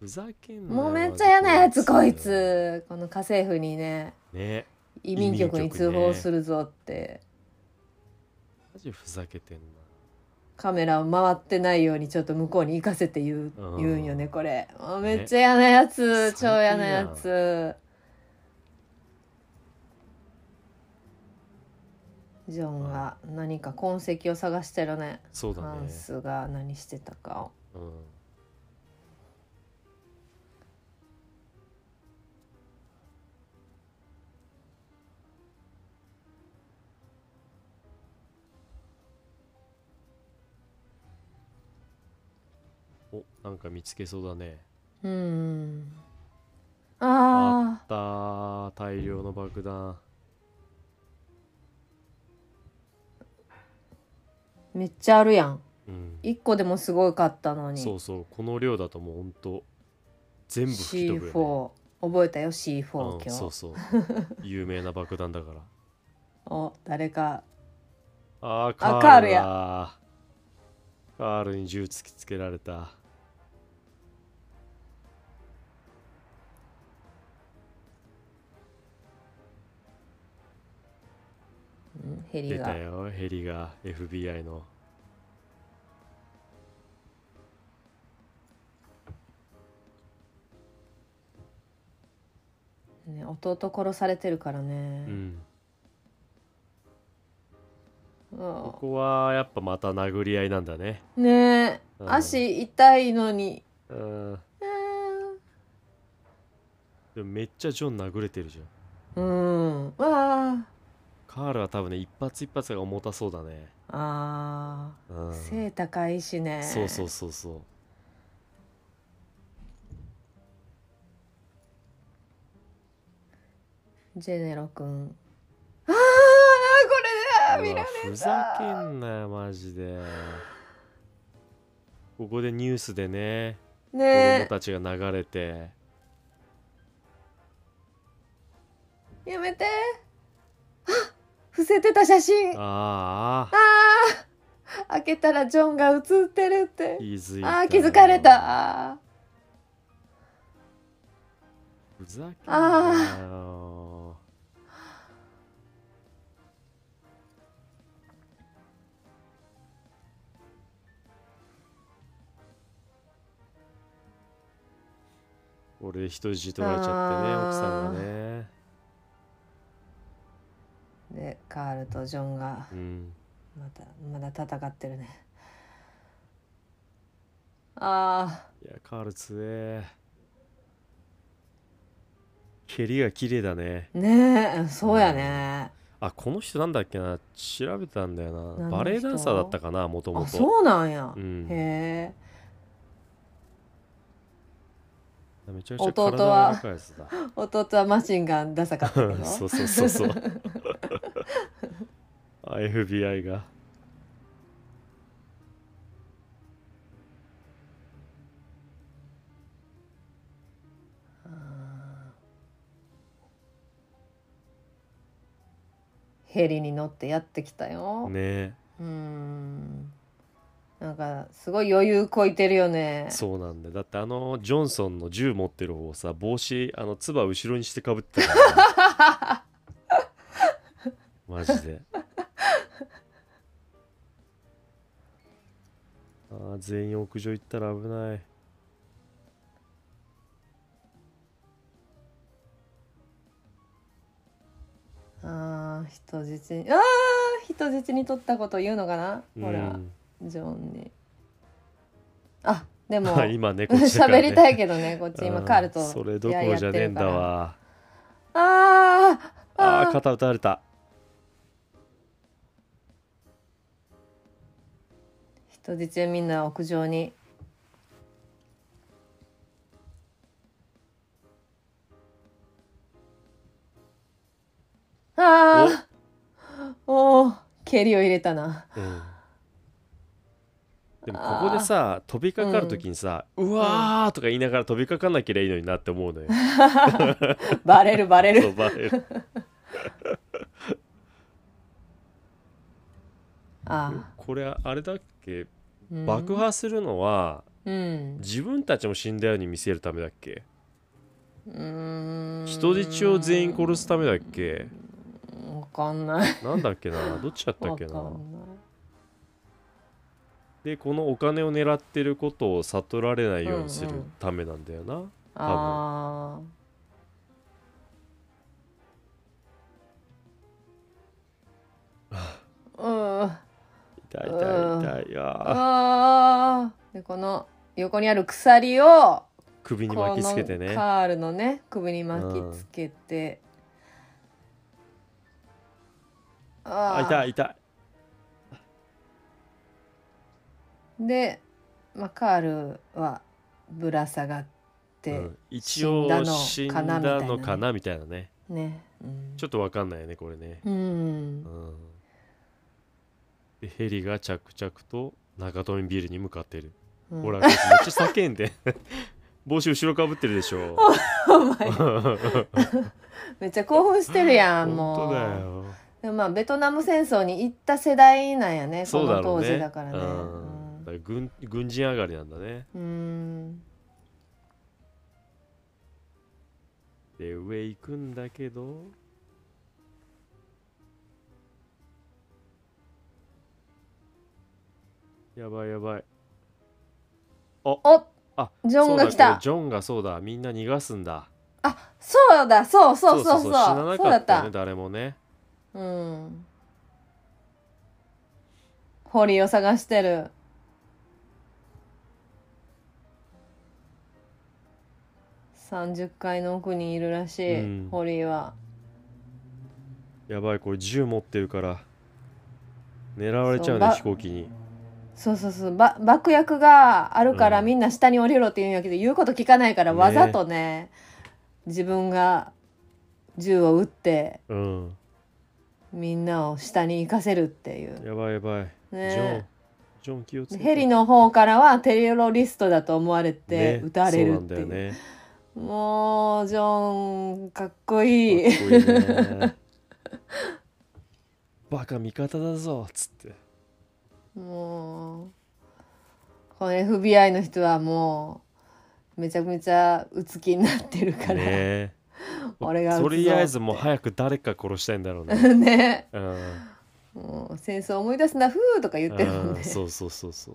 [SPEAKER 1] ふざけんなよ
[SPEAKER 2] もうめっちゃ嫌なやつこ
[SPEAKER 1] マジ
[SPEAKER 2] い
[SPEAKER 1] で
[SPEAKER 2] つこの家政婦にね
[SPEAKER 1] ね
[SPEAKER 2] 移民局に通報するぞって、
[SPEAKER 1] マジふざけてんな
[SPEAKER 2] カメラを回ってないようにちょっと向こうに行かせて言う,、
[SPEAKER 1] うん
[SPEAKER 2] 言うんよねこれもう
[SPEAKER 1] ね
[SPEAKER 2] めっちゃ嫌なや
[SPEAKER 1] 最
[SPEAKER 2] つ、
[SPEAKER 1] 低
[SPEAKER 2] 超
[SPEAKER 1] やん
[SPEAKER 2] 嫌なやつジョンが何か痕跡を探してるね
[SPEAKER 1] そうだ
[SPEAKER 2] ハン
[SPEAKER 1] ね
[SPEAKER 2] スが何してたか
[SPEAKER 1] う
[SPEAKER 2] を
[SPEAKER 1] んおなんか見つけそうだね
[SPEAKER 2] うん
[SPEAKER 1] あ
[SPEAKER 2] あ
[SPEAKER 1] ったー大量の爆弾
[SPEAKER 2] あめっちゃあるやん
[SPEAKER 1] うん
[SPEAKER 2] 一個でもすごかったのに
[SPEAKER 1] そうそうこの量だともうほんと全部吹き飛ぶよ、ね、
[SPEAKER 2] C4 覚えたよ C4 今日
[SPEAKER 1] うん、そうそう 有名な爆弾だから
[SPEAKER 2] お誰か
[SPEAKER 1] あーカール
[SPEAKER 2] あカールや
[SPEAKER 1] やカールに銃突きつけられた
[SPEAKER 2] うんヘリ
[SPEAKER 1] 出
[SPEAKER 2] が
[SPEAKER 1] たよヘリが FBI の
[SPEAKER 2] ね、弟殺されてるから
[SPEAKER 1] う
[SPEAKER 2] ね、
[SPEAKER 1] ん
[SPEAKER 2] うん
[SPEAKER 1] ここはやっぱまた殴り合いなんだね
[SPEAKER 2] ねえ、
[SPEAKER 1] うん
[SPEAKER 2] 足痛いのに
[SPEAKER 1] うん
[SPEAKER 2] うん
[SPEAKER 1] でもめっちゃジョン殴れてるじゃん
[SPEAKER 2] うんわ
[SPEAKER 1] カールは多分ね一発一発が重たそうだね
[SPEAKER 2] あ
[SPEAKER 1] う
[SPEAKER 2] あ
[SPEAKER 1] ん
[SPEAKER 2] ー背高いしね
[SPEAKER 1] そうそうそうそう
[SPEAKER 2] ジェネロ君ああこれだ見
[SPEAKER 1] う
[SPEAKER 2] ら
[SPEAKER 1] わ
[SPEAKER 2] れた
[SPEAKER 1] ふざけんなよマジでここでニュースでね子供
[SPEAKER 2] ね
[SPEAKER 1] たちが流れて、
[SPEAKER 2] えやめてあ伏せてた写真あ
[SPEAKER 1] ああ
[SPEAKER 2] ー開けたらジョンが写ってるって
[SPEAKER 1] 気づいた
[SPEAKER 2] あー気づかれたあ
[SPEAKER 1] ふざけんなよこれで人質取られちゃってね
[SPEAKER 2] あー
[SPEAKER 1] 奥さんがね
[SPEAKER 2] ーでカールとジョンが
[SPEAKER 1] うん
[SPEAKER 2] またまだ戦ってるねああ
[SPEAKER 1] いやカール強え蹴りが綺麗だね
[SPEAKER 2] ねえそうやね
[SPEAKER 1] あこの人なんだっけな調べたんだよな
[SPEAKER 2] 何の人
[SPEAKER 1] バレエダンサーだったかなもとも
[SPEAKER 2] あ
[SPEAKER 1] と
[SPEAKER 2] そうなんや、
[SPEAKER 1] うん
[SPEAKER 2] へえ
[SPEAKER 1] めちゃくちゃ体が柔らかいや つだ
[SPEAKER 2] 弟はマシンガンダサかったけど
[SPEAKER 1] そうそうそうそう あ FBI が
[SPEAKER 2] ヘリに乗ってやってきたよ、
[SPEAKER 1] ね
[SPEAKER 2] うーんなんかすごい余裕こいてるよね
[SPEAKER 1] そうなんだよだってあのジョンソンの銃持ってる方さ帽子あのつば後ろにしてかぶってた からねマジであー全員屋上行ったら危ない
[SPEAKER 2] ああ人質にああ人質に取ったこと言うのかな
[SPEAKER 1] う
[SPEAKER 2] ほら、
[SPEAKER 1] ん
[SPEAKER 2] ジョンにあでも
[SPEAKER 1] 今ねこっちだから
[SPEAKER 2] 喋
[SPEAKER 1] ね
[SPEAKER 2] りたいけどねこっち
[SPEAKER 1] あ
[SPEAKER 2] 今
[SPEAKER 1] ー
[SPEAKER 2] カールと
[SPEAKER 1] それどころじゃねえんだわ
[SPEAKER 2] あー
[SPEAKER 1] あ
[SPEAKER 2] あ
[SPEAKER 1] ー
[SPEAKER 2] ー
[SPEAKER 1] 肩打たれた
[SPEAKER 2] 人質はみんな屋上にああおお蹴りを入れたな
[SPEAKER 1] うんでもここでさ飛びかかるときにさ「うわー」とか言いながら飛びかかんなきゃいいのになって思うのよ。
[SPEAKER 2] バレるバレ
[SPEAKER 1] そう
[SPEAKER 2] る
[SPEAKER 1] バレる
[SPEAKER 2] あ
[SPEAKER 1] これあれだっけ
[SPEAKER 2] ー、うん
[SPEAKER 1] 爆破するのは
[SPEAKER 2] うん
[SPEAKER 1] 自分たちも死んだように見せるためだっけ
[SPEAKER 2] うーん
[SPEAKER 1] 人質を全員殺すためだっけ
[SPEAKER 2] わかんない
[SPEAKER 1] なんだっけなどっちだった
[SPEAKER 2] わ
[SPEAKER 1] っ
[SPEAKER 2] か
[SPEAKER 1] け
[SPEAKER 2] ん
[SPEAKER 1] な
[SPEAKER 2] ない
[SPEAKER 1] でこのお金を狙ってることを悟られないようにするためなんだよな、
[SPEAKER 2] ああうん
[SPEAKER 1] 痛い痛い痛いいやー
[SPEAKER 2] あーでこの横にある鎖を
[SPEAKER 1] 首
[SPEAKER 2] こ
[SPEAKER 1] に
[SPEAKER 2] の
[SPEAKER 1] 巻きつけてね
[SPEAKER 2] カールのね首に巻きつけて、あ
[SPEAKER 1] あ
[SPEAKER 2] ー
[SPEAKER 1] 痛い痛い
[SPEAKER 2] で、まあ、カールはぶら下がって、
[SPEAKER 1] うん一応死
[SPEAKER 2] 死
[SPEAKER 1] ん
[SPEAKER 2] ん
[SPEAKER 1] だ
[SPEAKER 2] だ
[SPEAKER 1] の
[SPEAKER 2] の
[SPEAKER 1] か
[SPEAKER 2] か
[SPEAKER 1] な
[SPEAKER 2] な
[SPEAKER 1] みたいなね
[SPEAKER 2] ね、うん、
[SPEAKER 1] ちょっとわかんないよねこれね、
[SPEAKER 2] うん
[SPEAKER 1] うんでヘリが着々と中富ビルに向かってる、
[SPEAKER 2] うん
[SPEAKER 1] ほらめっちゃ叫んで 帽子後ろかぶってるでし ょ
[SPEAKER 2] お前
[SPEAKER 1] 本
[SPEAKER 2] めっちゃ興奮してるやんもう
[SPEAKER 1] 当だよ
[SPEAKER 2] でもまあベトナム戦争に行った世代なんやねこ
[SPEAKER 1] そうだ
[SPEAKER 2] の
[SPEAKER 1] ろう
[SPEAKER 2] 当
[SPEAKER 1] ね
[SPEAKER 2] 時だからね
[SPEAKER 1] うんだから軍軍人上がりなんだね
[SPEAKER 2] うんうん
[SPEAKER 1] で上行くんだけどやばいやばい
[SPEAKER 2] お
[SPEAKER 1] あ
[SPEAKER 2] ジョンが来た
[SPEAKER 1] そうだこれジョンがそうだみんな逃がすんだ
[SPEAKER 2] あそうだそうそうそうそう
[SPEAKER 1] 死なな
[SPEAKER 2] そう
[SPEAKER 1] か
[SPEAKER 2] だ
[SPEAKER 1] っ
[SPEAKER 2] った
[SPEAKER 1] よ
[SPEAKER 2] た
[SPEAKER 1] ね誰もね
[SPEAKER 2] うんホリーを探してる30階の奥にいるらし
[SPEAKER 1] うん
[SPEAKER 2] い、ホリーは。
[SPEAKER 1] やばいこれ銃持ってるから狙われちゃう
[SPEAKER 2] そう
[SPEAKER 1] ね
[SPEAKER 2] ば
[SPEAKER 1] 飛行機に
[SPEAKER 2] そうそうそう、ば爆薬があるから
[SPEAKER 1] うん
[SPEAKER 2] みんな下に降りろって言うんやけど、言うこと聞かないから
[SPEAKER 1] ね
[SPEAKER 2] わざとね、自分が銃を撃って
[SPEAKER 1] うん
[SPEAKER 2] みんなを下に行かせるっていう。
[SPEAKER 1] やばいやばい、ジョン
[SPEAKER 2] ね、
[SPEAKER 1] ジョン気をつけて
[SPEAKER 2] ヘリの方からはテロリストだと思われて
[SPEAKER 1] ね
[SPEAKER 2] 撃たれる
[SPEAKER 1] そうな
[SPEAKER 2] っ
[SPEAKER 1] ん
[SPEAKER 2] て
[SPEAKER 1] だ
[SPEAKER 2] いう。
[SPEAKER 1] よね
[SPEAKER 2] もう、ジョン、かっこ
[SPEAKER 1] かっ
[SPEAKER 2] いい。
[SPEAKER 1] こいい ねバカ味方だぞっつって
[SPEAKER 2] もう、この FBI の人はもう、めちゃくちゃうつ気になってるから。
[SPEAKER 1] ねえ
[SPEAKER 2] 俺が撃つぞ
[SPEAKER 1] と
[SPEAKER 2] って
[SPEAKER 1] りあえずもう早く誰か殺したいんだろうね
[SPEAKER 2] ね
[SPEAKER 1] うん
[SPEAKER 2] もう戦争思い出すなふーとか言ってるもん
[SPEAKER 1] う
[SPEAKER 2] ね
[SPEAKER 1] んそうそうそうそう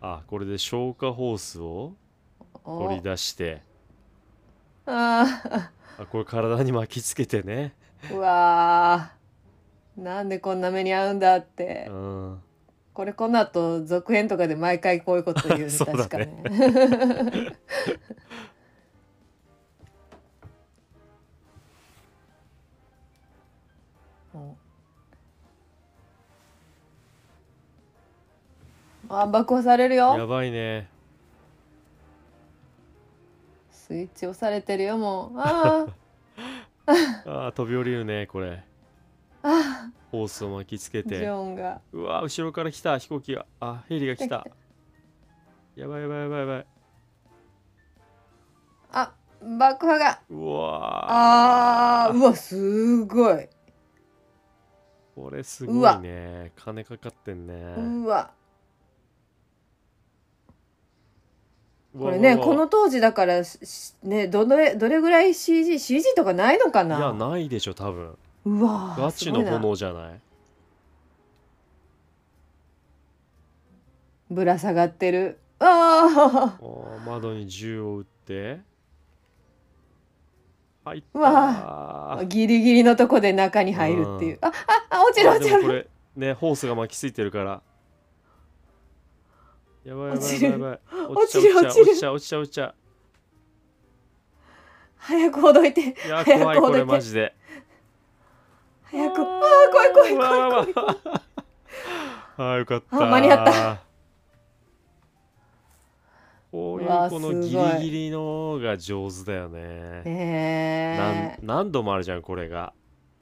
[SPEAKER 1] あこれで消火ホースを
[SPEAKER 2] お
[SPEAKER 1] 取り出して
[SPEAKER 2] あ
[SPEAKER 1] あこれ体に巻きつけてね
[SPEAKER 2] ーう わーなんでこんな目に遭うんだっ
[SPEAKER 1] う
[SPEAKER 2] て
[SPEAKER 1] ん
[SPEAKER 2] これこの後続編とかで毎回こういうこと言う ね
[SPEAKER 1] そうだね
[SPEAKER 2] 確かね もうあ爆破される
[SPEAKER 1] や
[SPEAKER 2] よ
[SPEAKER 1] ばいね
[SPEAKER 2] スイッチ押されてるよもうあ ー
[SPEAKER 1] あー飛び降りるねこれ
[SPEAKER 2] あー
[SPEAKER 1] ホースを巻きつけ
[SPEAKER 2] ジ
[SPEAKER 1] て
[SPEAKER 2] ョンが
[SPEAKER 1] うわ後ろから来た飛行機があヘリが来たやばいやばいやばいやばい
[SPEAKER 2] あ爆破が
[SPEAKER 1] うわ
[SPEAKER 2] あーうわすごい
[SPEAKER 1] これすごいね金かかってんね
[SPEAKER 2] うわ
[SPEAKER 1] うわ
[SPEAKER 2] これね
[SPEAKER 1] うわ
[SPEAKER 2] この当時だからししねどれどれぐらい CGCG とかないのか
[SPEAKER 1] いや
[SPEAKER 2] な
[SPEAKER 1] ないでしょ多分
[SPEAKER 2] うわー
[SPEAKER 1] ガチ
[SPEAKER 2] す
[SPEAKER 1] の
[SPEAKER 2] ごいな
[SPEAKER 1] 炎じゃない
[SPEAKER 2] ぶら下がってるあー
[SPEAKER 1] おー窓に銃を撃って入った
[SPEAKER 2] う
[SPEAKER 1] わ
[SPEAKER 2] ギリギリのとこで中に入るっていうあああ落ちる落ち
[SPEAKER 1] でもこ
[SPEAKER 2] る
[SPEAKER 1] れねホースが巻きついてるからやばいやば
[SPEAKER 2] 落
[SPEAKER 1] い
[SPEAKER 2] ちる
[SPEAKER 1] やばいやばい
[SPEAKER 2] 落ちる
[SPEAKER 1] 落ちちゃう落ちちゃう落ちちゃう落
[SPEAKER 2] 早くほどいて
[SPEAKER 1] ちちゃういや怖
[SPEAKER 2] 早く
[SPEAKER 1] いこ
[SPEAKER 2] ほど
[SPEAKER 1] れ
[SPEAKER 2] いて
[SPEAKER 1] マジで
[SPEAKER 2] 早く
[SPEAKER 1] あ
[SPEAKER 2] あ
[SPEAKER 1] ー
[SPEAKER 2] ー怖い怖い怖い怖い
[SPEAKER 1] い怖い あーよかった
[SPEAKER 2] あ間に合った
[SPEAKER 1] こういう
[SPEAKER 2] うわー
[SPEAKER 1] このギ
[SPEAKER 2] すごい
[SPEAKER 1] リギリのが上手だよねなん
[SPEAKER 2] ねえ
[SPEAKER 1] 何度もあるじゃんこれが、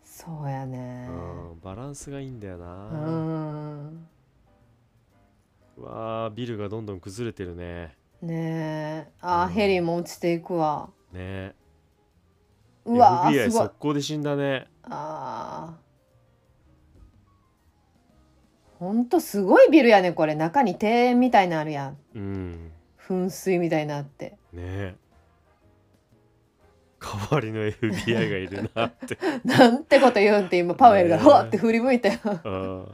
[SPEAKER 2] そうやね
[SPEAKER 1] うん、バランスがいいんだよな
[SPEAKER 2] う、ん
[SPEAKER 1] うわあビルがどんどん崩れてるね
[SPEAKER 2] ねえあ
[SPEAKER 1] うん
[SPEAKER 2] ーヘリも落ちていくわ
[SPEAKER 1] ね
[SPEAKER 2] うわー
[SPEAKER 1] FBI
[SPEAKER 2] すごい
[SPEAKER 1] 速攻で死んだね
[SPEAKER 2] ああほんとすごいビルやねこれ中に庭園みたいなのあるやん
[SPEAKER 1] うん
[SPEAKER 2] 噴水みたいなのあって
[SPEAKER 1] ね代わりの FBI がいるなって
[SPEAKER 2] なんてこと言うんって今パウエルが
[SPEAKER 1] ねえ
[SPEAKER 2] ほわって振り向いたよ
[SPEAKER 1] うん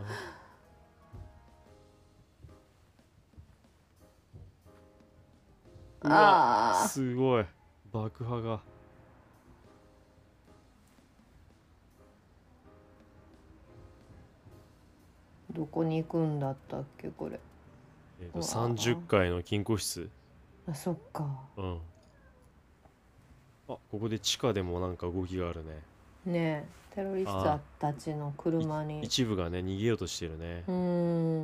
[SPEAKER 1] うわ
[SPEAKER 2] ああ
[SPEAKER 1] すごい爆破が
[SPEAKER 2] どこに行くんだったっけこれ
[SPEAKER 1] えーと
[SPEAKER 2] うわ
[SPEAKER 1] 30階の金庫室
[SPEAKER 2] あそっか
[SPEAKER 1] うんあここで地下でもなんか動きがあるね
[SPEAKER 2] ねえテロリストたちの車に
[SPEAKER 1] 一部がね逃げようとしてるね
[SPEAKER 2] うー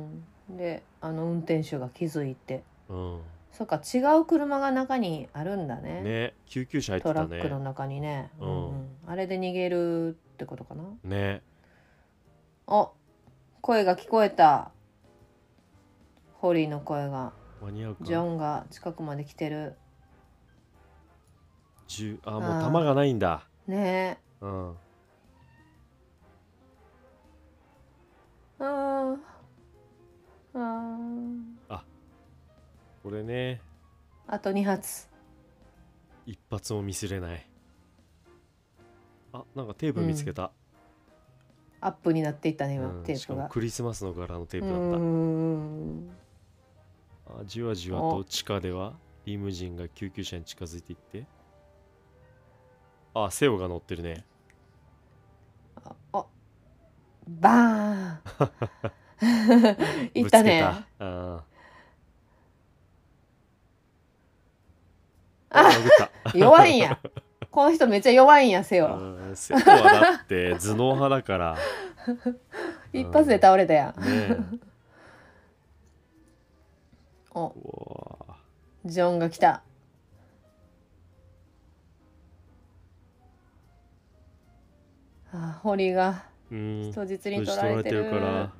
[SPEAKER 2] んであの運転手が気づいて
[SPEAKER 1] うん
[SPEAKER 2] そっか違う車が中にあるんだね
[SPEAKER 1] ね救急車入って
[SPEAKER 2] ト
[SPEAKER 1] た
[SPEAKER 2] ラックの
[SPEAKER 1] ね
[SPEAKER 2] 中にね、
[SPEAKER 1] う
[SPEAKER 2] うんんうんあれで逃げるってことかな
[SPEAKER 1] ね
[SPEAKER 2] あ声が聞こえたホリーの声が
[SPEAKER 1] 間に合うか
[SPEAKER 2] ジョンが近くまで来てる
[SPEAKER 1] 銃あもう
[SPEAKER 2] あー
[SPEAKER 1] 弾がないんだ
[SPEAKER 2] ね
[SPEAKER 1] うん
[SPEAKER 2] えあーあー
[SPEAKER 1] これね
[SPEAKER 2] あと2発
[SPEAKER 1] 一発もミスれないあなんかテープ見つけた、
[SPEAKER 2] アップになっていったね
[SPEAKER 1] う
[SPEAKER 2] 今、
[SPEAKER 1] ん
[SPEAKER 2] テ
[SPEAKER 1] しか
[SPEAKER 2] ープ
[SPEAKER 1] も
[SPEAKER 2] が
[SPEAKER 1] クリスマスの柄のテー
[SPEAKER 2] う
[SPEAKER 1] プ
[SPEAKER 2] ー
[SPEAKER 1] だった
[SPEAKER 2] ん
[SPEAKER 1] あじわじわと地下ではリムジンが救急車に近づいていってあセオが乗ってるね
[SPEAKER 2] ああバーン いった
[SPEAKER 1] ぶつけ
[SPEAKER 2] ね
[SPEAKER 1] たあー
[SPEAKER 2] あ
[SPEAKER 1] 殴った
[SPEAKER 2] 弱いんやこの人めっちゃ弱いんやせよ、
[SPEAKER 1] うん瀬戸はだって頭脳派だ から
[SPEAKER 2] 一発で倒れたや
[SPEAKER 1] ね
[SPEAKER 2] ん
[SPEAKER 1] え
[SPEAKER 2] お
[SPEAKER 1] うわ
[SPEAKER 2] ジョンが来たあホリーが
[SPEAKER 1] うん
[SPEAKER 2] 人質に
[SPEAKER 1] 無事取
[SPEAKER 2] 取ら
[SPEAKER 1] ら
[SPEAKER 2] れ
[SPEAKER 1] れ
[SPEAKER 2] て
[SPEAKER 1] て
[SPEAKER 2] る
[SPEAKER 1] るから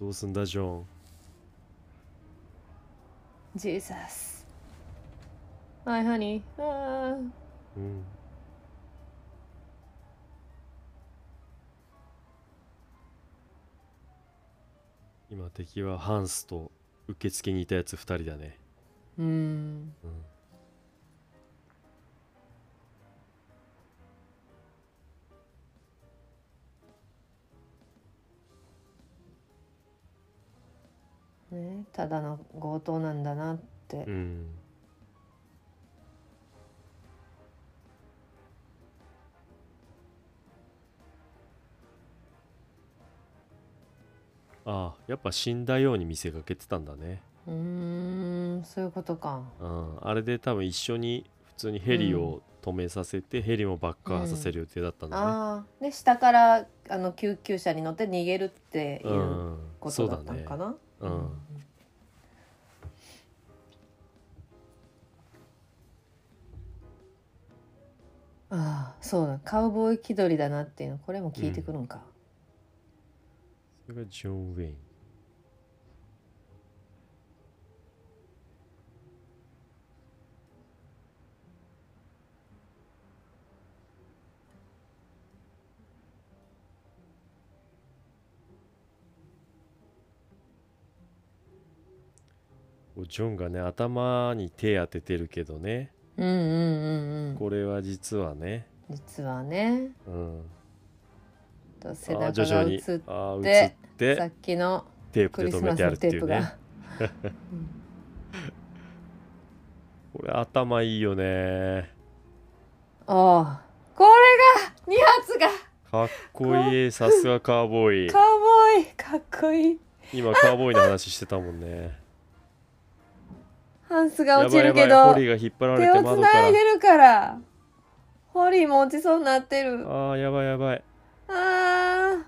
[SPEAKER 1] どうすんだジョン
[SPEAKER 2] ジーザスはいハニーあー
[SPEAKER 1] うん今敵はハンスと受付にいたやつ2人だね、
[SPEAKER 2] うん
[SPEAKER 1] うん、
[SPEAKER 2] ね、ただの強盗なんだなって
[SPEAKER 1] うん。ああ、やっぱ死んだように見せかけてたんだね。
[SPEAKER 2] うーんそういうことか
[SPEAKER 1] うん、あれで多分一緒に普通にヘリ
[SPEAKER 2] うん
[SPEAKER 1] を止めさせて、ヘリも爆破させる予定だったんだね。、
[SPEAKER 2] ああで下からあの救急車に乗って逃げるっていううんこ
[SPEAKER 1] そ
[SPEAKER 2] と
[SPEAKER 1] う
[SPEAKER 2] だ
[SPEAKER 1] だ
[SPEAKER 2] ったの
[SPEAKER 1] ね
[SPEAKER 2] か。な、
[SPEAKER 1] う
[SPEAKER 2] うん
[SPEAKER 1] ん、
[SPEAKER 2] ああそうだカウボーイ気取りだなっていうのこれも聞いてくるんか、
[SPEAKER 1] それがジョン・ウェイン。こうジョンがね頭に手当ててるけどね
[SPEAKER 2] うん、うんうんうん
[SPEAKER 1] これは実はね、
[SPEAKER 2] 実はね
[SPEAKER 1] うん、
[SPEAKER 2] と背
[SPEAKER 1] あー
[SPEAKER 2] 中
[SPEAKER 1] 徐々
[SPEAKER 2] が
[SPEAKER 1] に
[SPEAKER 2] 映っ
[SPEAKER 1] あー
[SPEAKER 2] て
[SPEAKER 1] 映って
[SPEAKER 2] さっきの
[SPEAKER 1] テープ
[SPEAKER 2] ク
[SPEAKER 1] で
[SPEAKER 2] リス
[SPEAKER 1] 止め
[SPEAKER 2] マス
[SPEAKER 1] てある
[SPEAKER 2] の
[SPEAKER 1] って
[SPEAKER 2] テ
[SPEAKER 1] い
[SPEAKER 2] ー
[SPEAKER 1] う
[SPEAKER 2] プ
[SPEAKER 1] ね
[SPEAKER 2] が、
[SPEAKER 1] これ頭いいよね
[SPEAKER 2] ああこれが2発が
[SPEAKER 1] かっこいいさすがカーボ ーイ
[SPEAKER 2] カウボーイかっこいい
[SPEAKER 1] 今カーボーイの話してたもんね
[SPEAKER 2] ハンスが
[SPEAKER 1] や
[SPEAKER 2] 落ち
[SPEAKER 1] ばいやば
[SPEAKER 2] るけ
[SPEAKER 1] いホ
[SPEAKER 2] ど
[SPEAKER 1] リが引っ張られ
[SPEAKER 2] 手
[SPEAKER 1] て
[SPEAKER 2] をつ
[SPEAKER 1] 窓
[SPEAKER 2] な
[SPEAKER 1] か
[SPEAKER 2] いでるからホリーも落ちそうになってる
[SPEAKER 1] らあーやばいやばい
[SPEAKER 2] あ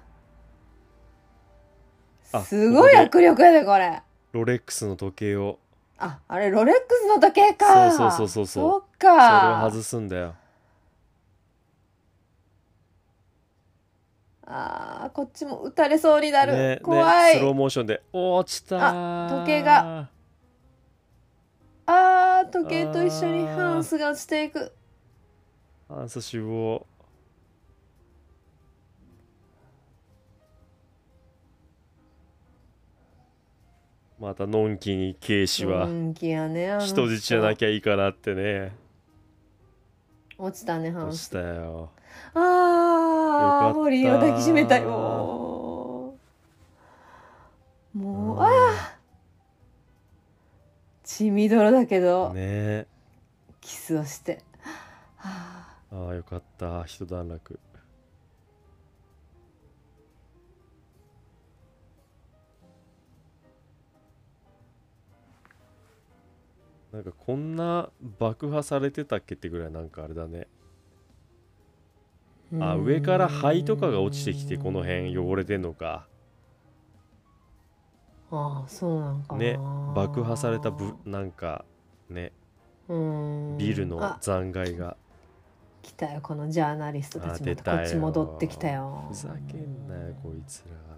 [SPEAKER 1] あ
[SPEAKER 2] あすごい
[SPEAKER 1] ここで
[SPEAKER 2] 握力やでこれ
[SPEAKER 1] ロレックスの時計を
[SPEAKER 2] ああれロレックスの時計か
[SPEAKER 1] そうそうそうそうそう
[SPEAKER 2] そう
[SPEAKER 1] それ
[SPEAKER 2] か
[SPEAKER 1] を外すんだよ
[SPEAKER 2] あーこっちも撃たれそうになる、
[SPEAKER 1] ね
[SPEAKER 2] 怖
[SPEAKER 1] ね、
[SPEAKER 2] い、
[SPEAKER 1] スローモーションで落ちたー
[SPEAKER 2] あ時計があー時計と一緒に
[SPEAKER 1] あー
[SPEAKER 2] ハンスが落ちていく
[SPEAKER 1] アンス死亡またのんきに警視は
[SPEAKER 2] 人気やねあの
[SPEAKER 1] 人質じゃなきゃいいかなってね
[SPEAKER 2] 落ちたねハン
[SPEAKER 1] 落
[SPEAKER 2] ス
[SPEAKER 1] ちたよよか
[SPEAKER 2] あ
[SPEAKER 1] った
[SPEAKER 2] あホリーを抱きしめたよもう、あ血みどろだけ
[SPEAKER 1] う
[SPEAKER 2] ど、
[SPEAKER 1] んね
[SPEAKER 2] キスをしては
[SPEAKER 1] ああよかった一段落なんかこんな爆破されてたっけってぐらいなんかあれだね
[SPEAKER 2] あ
[SPEAKER 1] あ上から灰とかが落ちてきてこの辺汚れてんのか
[SPEAKER 2] ああそうなんかな
[SPEAKER 1] ね爆破されたぶなんかね
[SPEAKER 2] うん
[SPEAKER 1] ビルの
[SPEAKER 2] あ
[SPEAKER 1] 残骸が
[SPEAKER 2] 来たよこのジャーナリストたち
[SPEAKER 1] あ
[SPEAKER 2] ま
[SPEAKER 1] 出
[SPEAKER 2] た
[SPEAKER 1] た
[SPEAKER 2] こ
[SPEAKER 1] よ
[SPEAKER 2] っち戻ってきたよ
[SPEAKER 1] ふざけんなよこいつら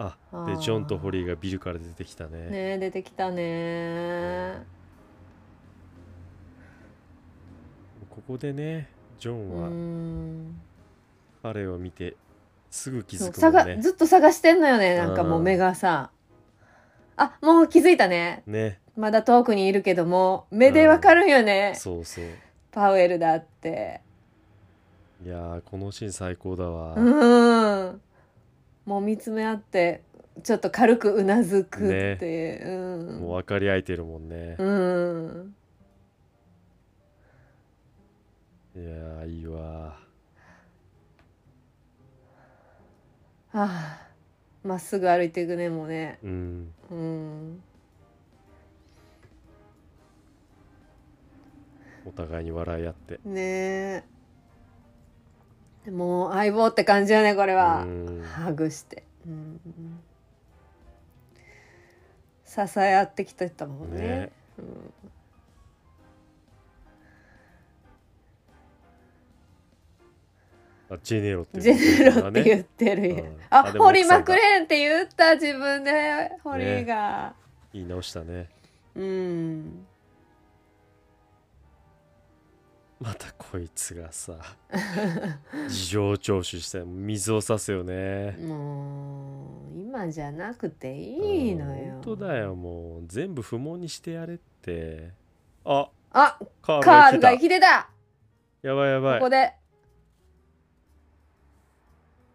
[SPEAKER 1] あ
[SPEAKER 2] あ
[SPEAKER 1] で
[SPEAKER 2] ー
[SPEAKER 1] ジョンとホリーがビルから出てきたね
[SPEAKER 2] ねえ出てきたね
[SPEAKER 1] ここでねジョ
[SPEAKER 2] う
[SPEAKER 1] ンは
[SPEAKER 2] ん
[SPEAKER 1] 彼を見てすぐ気
[SPEAKER 2] そ
[SPEAKER 1] づ
[SPEAKER 2] う
[SPEAKER 1] くもん
[SPEAKER 2] 探
[SPEAKER 1] ね
[SPEAKER 2] ずっと探してんのよねなんかもう目がさあもう気づいたね
[SPEAKER 1] ね
[SPEAKER 2] まだ遠くにいるけども目でわかるんよね、
[SPEAKER 1] そうそう
[SPEAKER 2] パウエルだって
[SPEAKER 1] いやーこのシーン最高だわ、
[SPEAKER 2] うんもう見つめ合ってちょっと軽くうなずくっていう、うん
[SPEAKER 1] もう分かり合えてるもんね、
[SPEAKER 2] うん
[SPEAKER 1] いやーいいわ
[SPEAKER 2] ああまっすぐ歩いていくねもうね
[SPEAKER 1] うん
[SPEAKER 2] うん
[SPEAKER 1] お互いに笑い合って
[SPEAKER 2] ねえもう相棒って感じよねこれは
[SPEAKER 1] うん
[SPEAKER 2] ハグして、うん、支え合ってきてたもんね
[SPEAKER 1] ね
[SPEAKER 2] うん、
[SPEAKER 1] あジェネロって
[SPEAKER 2] ジェネロって言
[SPEAKER 1] う
[SPEAKER 2] ってるよ、
[SPEAKER 1] うんあ
[SPEAKER 2] あ
[SPEAKER 1] でも
[SPEAKER 2] ホリー
[SPEAKER 1] 奥さ
[SPEAKER 2] マ
[SPEAKER 1] んが
[SPEAKER 2] クレーンって言った自分でホリーが、
[SPEAKER 1] 言い直したね
[SPEAKER 2] うん
[SPEAKER 1] またこいつがさ事情聴取して水を差すよね
[SPEAKER 2] もう今じゃなくていいの
[SPEAKER 1] うん
[SPEAKER 2] よ
[SPEAKER 1] 本当だよもう全部不問にしてやれってあ
[SPEAKER 2] あ
[SPEAKER 1] カール
[SPEAKER 2] カ
[SPEAKER 1] が来
[SPEAKER 2] ール
[SPEAKER 1] た
[SPEAKER 2] が生きてた
[SPEAKER 1] やばいやばい
[SPEAKER 2] ここで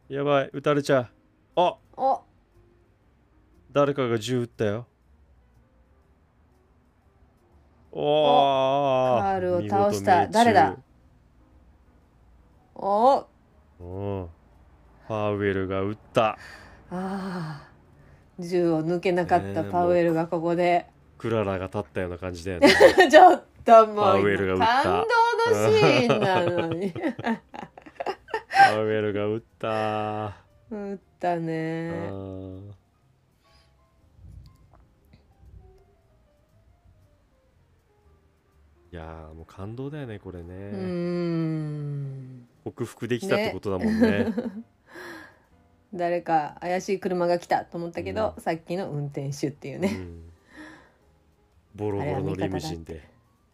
[SPEAKER 1] やばい撃たれちゃうあ
[SPEAKER 2] お
[SPEAKER 1] 誰かが銃撃ったよおー
[SPEAKER 2] カールを
[SPEAKER 1] 見事
[SPEAKER 2] 倒した
[SPEAKER 1] 命中
[SPEAKER 2] 誰だお
[SPEAKER 1] うんパウエルが撃った
[SPEAKER 2] あー銃を抜けなかった
[SPEAKER 1] ねえ
[SPEAKER 2] パウエルがここで、
[SPEAKER 1] クララが立ったような感じだよね
[SPEAKER 2] ちょっともう
[SPEAKER 1] パウエルが撃った
[SPEAKER 2] 感動のシーンな のに
[SPEAKER 1] パウエルが撃った
[SPEAKER 2] 撃った
[SPEAKER 1] う
[SPEAKER 2] ね
[SPEAKER 1] んいやーもう感動だよねこれ
[SPEAKER 2] う
[SPEAKER 1] ね、
[SPEAKER 2] ーん
[SPEAKER 1] 克服できたってことだもんね
[SPEAKER 2] 誰か怪しい車が来たと思ったけど、さっきの運転手っていう
[SPEAKER 1] う
[SPEAKER 2] ね、
[SPEAKER 1] ん、ボロボロのリムジンで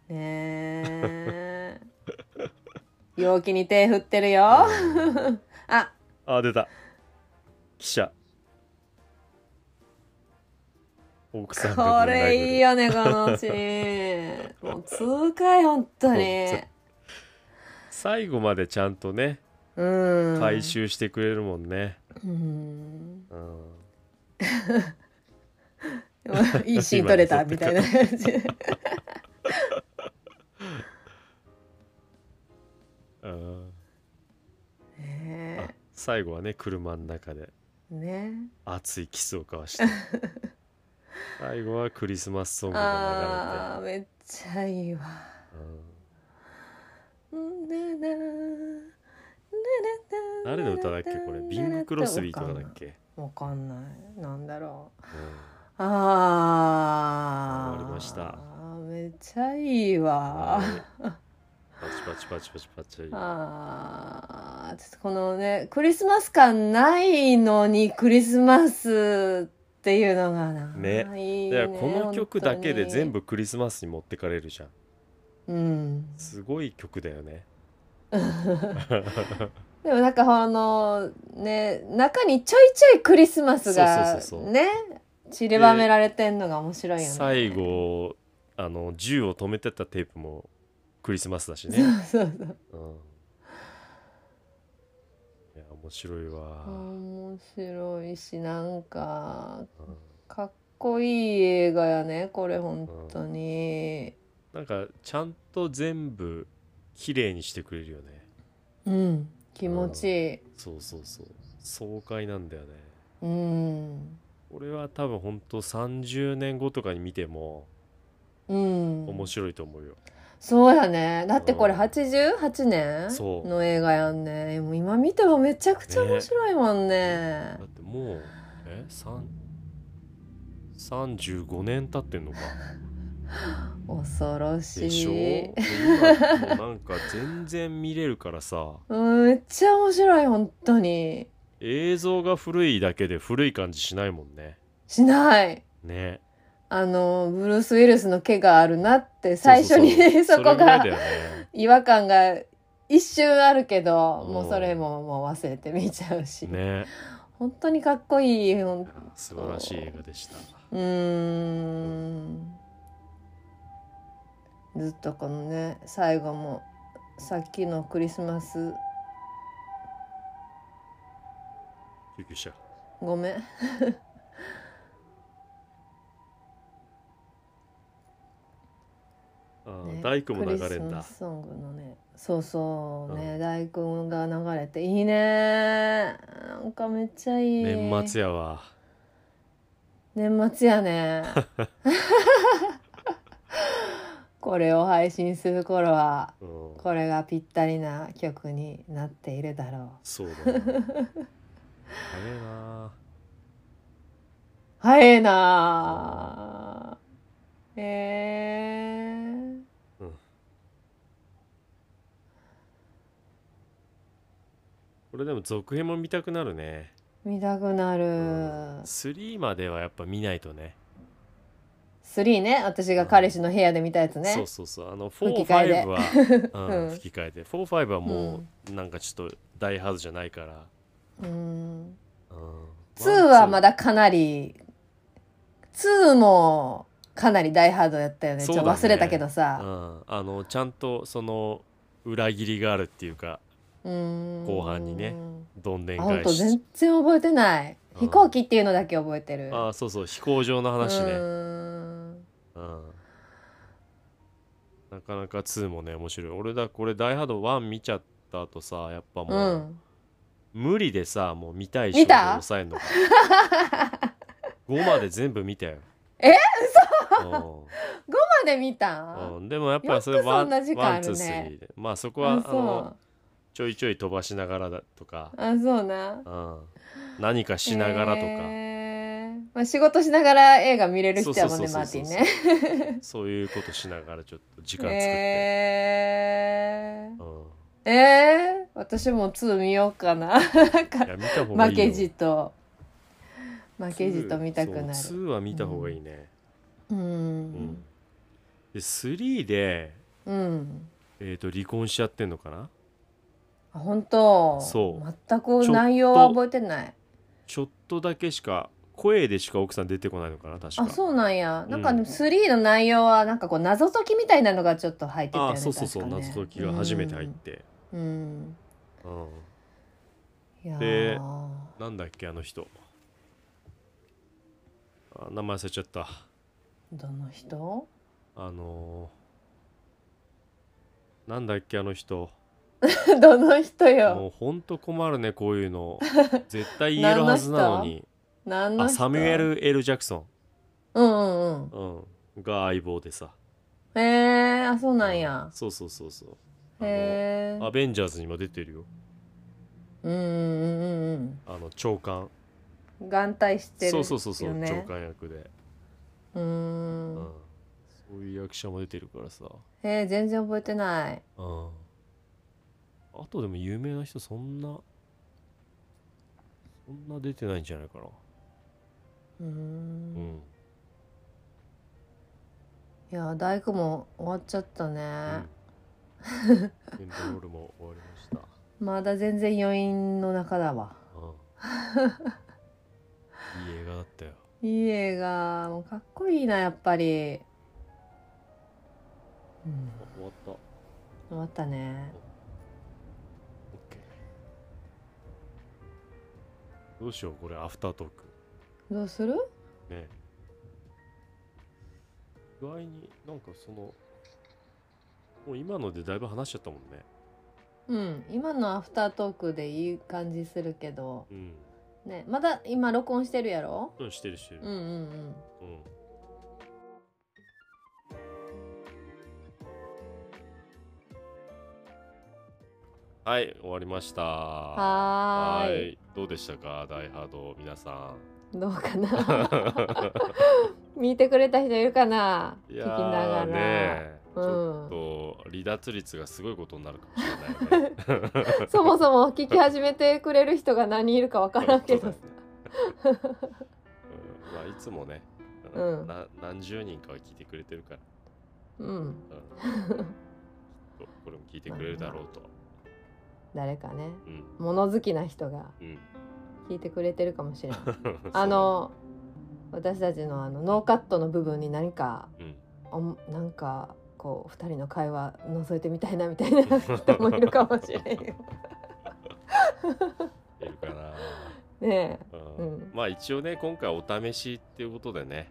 [SPEAKER 2] ね え陽気に手振ってるよあ
[SPEAKER 1] あ出た記者奥さんが
[SPEAKER 2] こ
[SPEAKER 1] ブルーライブ
[SPEAKER 2] れいいよねこのシーンもう痛快本当に
[SPEAKER 1] 最後までちゃんとね
[SPEAKER 2] うん
[SPEAKER 1] 回収してくれるもんね、
[SPEAKER 2] うん
[SPEAKER 1] うん
[SPEAKER 2] でもいいシーン撮れたみたいな感 じ
[SPEAKER 1] うんあ
[SPEAKER 2] ね
[SPEAKER 1] 最後はね車の中で
[SPEAKER 2] えね
[SPEAKER 1] 熱いキスを交わして最後はクリスマスソングが
[SPEAKER 2] あーめっちゃいいわ
[SPEAKER 1] 流れて、うん
[SPEAKER 2] なな
[SPEAKER 1] 誰の歌だっけこれビング・クロスビーとかだっけ、
[SPEAKER 2] わかんないなんだろう
[SPEAKER 1] う
[SPEAKER 2] ああ
[SPEAKER 1] 終わりました
[SPEAKER 2] めっちゃいいわ
[SPEAKER 1] んパチパチパチパチパチ
[SPEAKER 2] あーちょっとこのねクリスマス感ないのにクリスマスっていうのがな
[SPEAKER 1] ね
[SPEAKER 2] いい
[SPEAKER 1] だ
[SPEAKER 2] ね
[SPEAKER 1] からこの曲だけで全
[SPEAKER 2] 部
[SPEAKER 1] 部クリスマスに持ってかれるじゃん
[SPEAKER 2] うん
[SPEAKER 1] すごい曲だよね
[SPEAKER 2] でもなんかあのね中にちょいちょいクリスマスが
[SPEAKER 1] そうそうそうそう
[SPEAKER 2] ね散りばめられてんのが面白いよね
[SPEAKER 1] 最後あの銃を止めてたテープもクリスマスだし
[SPEAKER 2] そう
[SPEAKER 1] ね、
[SPEAKER 2] そうそう
[SPEAKER 1] うん、いや面白いわ、
[SPEAKER 2] 面白いしなんか
[SPEAKER 1] うん
[SPEAKER 2] かっこいい映画やねこれ本当に
[SPEAKER 1] なんかちゃんと全部綺麗にしてくれるよね
[SPEAKER 2] うん気持ちいい
[SPEAKER 1] そうそうそう爽快なんだよね
[SPEAKER 2] うん
[SPEAKER 1] 俺は多分ほんと30年後とかに見ても
[SPEAKER 2] うん
[SPEAKER 1] 面白いと思うよ、
[SPEAKER 2] そうやねだってこれ
[SPEAKER 1] うん
[SPEAKER 2] 88年
[SPEAKER 1] そう
[SPEAKER 2] の映画やんねもう今見てもめちゃくちゃ面白いもんね
[SPEAKER 1] だってもうえ三35年経ってん のか
[SPEAKER 2] 恐ろしい
[SPEAKER 1] でしょで今もうなんか全然見れるからさ
[SPEAKER 2] うん、めっちゃ面白い本当に
[SPEAKER 1] 映像が古いだけで古い感じしないもんね
[SPEAKER 2] しない
[SPEAKER 1] ね
[SPEAKER 2] あのブルース・ウィルスの毛があるなって最初にね そうこ
[SPEAKER 1] れぐらい
[SPEAKER 2] が
[SPEAKER 1] だよね
[SPEAKER 2] 違和感が一瞬あるけど
[SPEAKER 1] うん
[SPEAKER 2] もうそれももう忘れて見ちゃうし、
[SPEAKER 1] ね
[SPEAKER 2] 本当にかっこいいほん
[SPEAKER 1] 素晴らしい映画でした
[SPEAKER 2] うーんずっとこのね最後もさっきのクリスマス
[SPEAKER 1] 救急車
[SPEAKER 2] ごめん
[SPEAKER 1] あー、
[SPEAKER 2] ね
[SPEAKER 1] 大工も流
[SPEAKER 2] ク
[SPEAKER 1] れ
[SPEAKER 2] リス
[SPEAKER 1] ん
[SPEAKER 2] マ
[SPEAKER 1] だ
[SPEAKER 2] スソングのねそうそうね、
[SPEAKER 1] うん
[SPEAKER 2] 大工が流れていいねなんかめっちゃいい
[SPEAKER 1] 年末やわ
[SPEAKER 2] 年末やねこれを配信する頃は
[SPEAKER 1] うん
[SPEAKER 2] これがぴったりな曲になっているだろ
[SPEAKER 1] そうだな早いな
[SPEAKER 2] う早えなあえー
[SPEAKER 1] これでも続編も見たくなるね
[SPEAKER 2] 見たくなる、
[SPEAKER 1] 3まではやっぱ見ないとね
[SPEAKER 2] 3ね私が彼氏の部屋で見たやつね
[SPEAKER 1] そうそうそうあの
[SPEAKER 2] 吹き替えで
[SPEAKER 1] 45は、うん
[SPEAKER 2] うん
[SPEAKER 1] 吹き替えで45はもうなんかちょっと大ハードじゃないから、
[SPEAKER 2] うん
[SPEAKER 1] うん、
[SPEAKER 2] 2はま
[SPEAKER 1] だ
[SPEAKER 2] だかなり2もかなり大ハードやったよね
[SPEAKER 1] そう
[SPEAKER 2] ち
[SPEAKER 1] だ
[SPEAKER 2] ょっ
[SPEAKER 1] ね
[SPEAKER 2] と忘れたけど
[SPEAKER 1] う
[SPEAKER 2] さ、
[SPEAKER 1] ん、あのちゃんとその裏切りがあるっていうか
[SPEAKER 2] うん、
[SPEAKER 1] 後半にねどんでん
[SPEAKER 2] あ本
[SPEAKER 1] 返
[SPEAKER 2] 当
[SPEAKER 1] し
[SPEAKER 2] 全然覚えてない、
[SPEAKER 1] うん
[SPEAKER 2] 飛行機っていうのだけ覚えてる
[SPEAKER 1] あそうそう飛行場の話
[SPEAKER 2] う
[SPEAKER 1] ね、う
[SPEAKER 2] ん
[SPEAKER 1] ん、なかなか2もね面白い俺だこれ「ダイハード1」見ちゃった後さやっぱも
[SPEAKER 2] う
[SPEAKER 1] う、
[SPEAKER 2] ん
[SPEAKER 1] 無理でさもう見たい
[SPEAKER 2] 見た
[SPEAKER 1] を抑えるのが 5まで全部見たよ
[SPEAKER 2] え
[SPEAKER 1] 嘘
[SPEAKER 2] まで見た
[SPEAKER 1] うん
[SPEAKER 2] ん
[SPEAKER 1] うんでもやっぱそれ
[SPEAKER 2] よく
[SPEAKER 1] ワ
[SPEAKER 2] そ
[SPEAKER 1] ン
[SPEAKER 2] んな時間
[SPEAKER 1] ワ
[SPEAKER 2] あ
[SPEAKER 1] ンツー
[SPEAKER 2] る
[SPEAKER 1] スリ
[SPEAKER 2] ね
[SPEAKER 1] ーでまあそこはあ
[SPEAKER 2] あ
[SPEAKER 1] の
[SPEAKER 2] そ
[SPEAKER 1] ちょいちょい飛ばしながらだとか
[SPEAKER 2] う、あそうな
[SPEAKER 1] うん、何かしながらとか、
[SPEAKER 2] へーまあ、仕事しながら映画見れる人やもんね
[SPEAKER 1] そ
[SPEAKER 2] マ
[SPEAKER 1] う
[SPEAKER 2] ー
[SPEAKER 1] そ
[SPEAKER 2] テ
[SPEAKER 1] う
[SPEAKER 2] ィ
[SPEAKER 1] そう
[SPEAKER 2] ン
[SPEAKER 1] そう
[SPEAKER 2] ね
[SPEAKER 1] そういうことしながらちょっと時間作って、
[SPEAKER 2] えー
[SPEAKER 1] うん
[SPEAKER 2] えー、私も2見ようかななんか
[SPEAKER 1] いや見た方がい
[SPEAKER 2] 負
[SPEAKER 1] いよ
[SPEAKER 2] けじと負けじと見たくな
[SPEAKER 1] そう
[SPEAKER 2] る
[SPEAKER 1] 2は見た方がいいね、
[SPEAKER 2] う
[SPEAKER 1] うん
[SPEAKER 2] ん
[SPEAKER 1] で3で、
[SPEAKER 2] うん
[SPEAKER 1] えー、と離婚しちゃってんのかな
[SPEAKER 2] あ本当
[SPEAKER 1] そう
[SPEAKER 2] 全く内容は覚えてない
[SPEAKER 1] ちょっとだけしか声でしか奥さん出てこないのかな確か
[SPEAKER 2] あそうなんやなんか
[SPEAKER 1] うん
[SPEAKER 2] でも3の内容はなんかこう謎解きみたいなのがちょっと入ってたよ
[SPEAKER 1] あ
[SPEAKER 2] ね
[SPEAKER 1] そうそうそう、
[SPEAKER 2] 確かね
[SPEAKER 1] 謎解きが初めて入って、
[SPEAKER 2] うん、うん
[SPEAKER 1] うん
[SPEAKER 2] いやー
[SPEAKER 1] でなんだっけあの人あ名前忘れちゃった
[SPEAKER 2] どの人
[SPEAKER 1] あのーなんだっけあの人
[SPEAKER 2] どの人よ
[SPEAKER 1] もうほんと困るねこういうの 絶対言えるはずなのに
[SPEAKER 2] 何の
[SPEAKER 1] あ
[SPEAKER 2] 人
[SPEAKER 1] サミュエル・ L ・ジャクソ
[SPEAKER 2] うんうんうん
[SPEAKER 1] ン、うん、が相棒でさ
[SPEAKER 2] へえー、あそうなんや
[SPEAKER 1] そうそうそうそうあの
[SPEAKER 2] へえ
[SPEAKER 1] アベンジャーズにも出てるよ
[SPEAKER 2] うんうんうん
[SPEAKER 1] あの長官
[SPEAKER 2] うん眼帯してる
[SPEAKER 1] そうそうそうそう、
[SPEAKER 2] よ
[SPEAKER 1] 長
[SPEAKER 2] ね
[SPEAKER 1] 官役で、
[SPEAKER 2] うー
[SPEAKER 1] うんん、そういう役者も出てるからさ、
[SPEAKER 2] えー、全然覚えてない
[SPEAKER 1] うん、あとでも有名な人そんなそんな出てないんじゃないかな
[SPEAKER 2] うーん
[SPEAKER 1] うん、
[SPEAKER 2] いや大工も終わっちゃった
[SPEAKER 1] うん、
[SPEAKER 2] ね
[SPEAKER 1] エンドロールも終わりました、
[SPEAKER 2] まだ全然余韻の中だわ
[SPEAKER 1] うん、いい映画だったよ
[SPEAKER 2] いい映画もうかっこいいなやっぱり、うん
[SPEAKER 1] あ、終わったオッ
[SPEAKER 2] 終わったね
[SPEAKER 1] ケーどうしようこれアフタートーク
[SPEAKER 2] どうする
[SPEAKER 1] ね意外になんかそのもう今のでだいぶ話しちゃったもんね
[SPEAKER 2] うん今のアフタートークでいい感じするけど
[SPEAKER 1] うん
[SPEAKER 2] ねまだ今録音してるやろ
[SPEAKER 1] うんしてるしてる
[SPEAKER 2] うんうんうん
[SPEAKER 1] うんはい終わりました
[SPEAKER 2] はーい
[SPEAKER 1] いどうでしたかダイハード皆さん
[SPEAKER 3] どうか な見てくれた人いるかない聞き
[SPEAKER 1] や
[SPEAKER 3] ながら、
[SPEAKER 1] ーねち
[SPEAKER 3] うん
[SPEAKER 1] ょっと離脱率がすごいことになるかも しれないね
[SPEAKER 3] そもそも聞き始めてくれる人が何人いるかわからんけど
[SPEAKER 1] 本当だよねうんまあいつもね、
[SPEAKER 3] うん
[SPEAKER 1] な何十人かは聞いてくれてるから、
[SPEAKER 3] うん
[SPEAKER 1] うんきっとこれも聞いてくれるだろうと、
[SPEAKER 3] 誰かね
[SPEAKER 1] うん
[SPEAKER 3] 物好きな人が
[SPEAKER 1] うん
[SPEAKER 3] 聞いてくれてるかもしれない
[SPEAKER 1] そう
[SPEAKER 3] あの私たちのあのノーカットの部分に何か
[SPEAKER 1] うん
[SPEAKER 3] おんなんかこう2人の会話覗いてみたいなみたいな人もいるかもしれ んよ
[SPEAKER 1] いるかな、
[SPEAKER 3] ね
[SPEAKER 1] うん
[SPEAKER 3] うん
[SPEAKER 1] まあ一応ね今回お試しっていうことでね、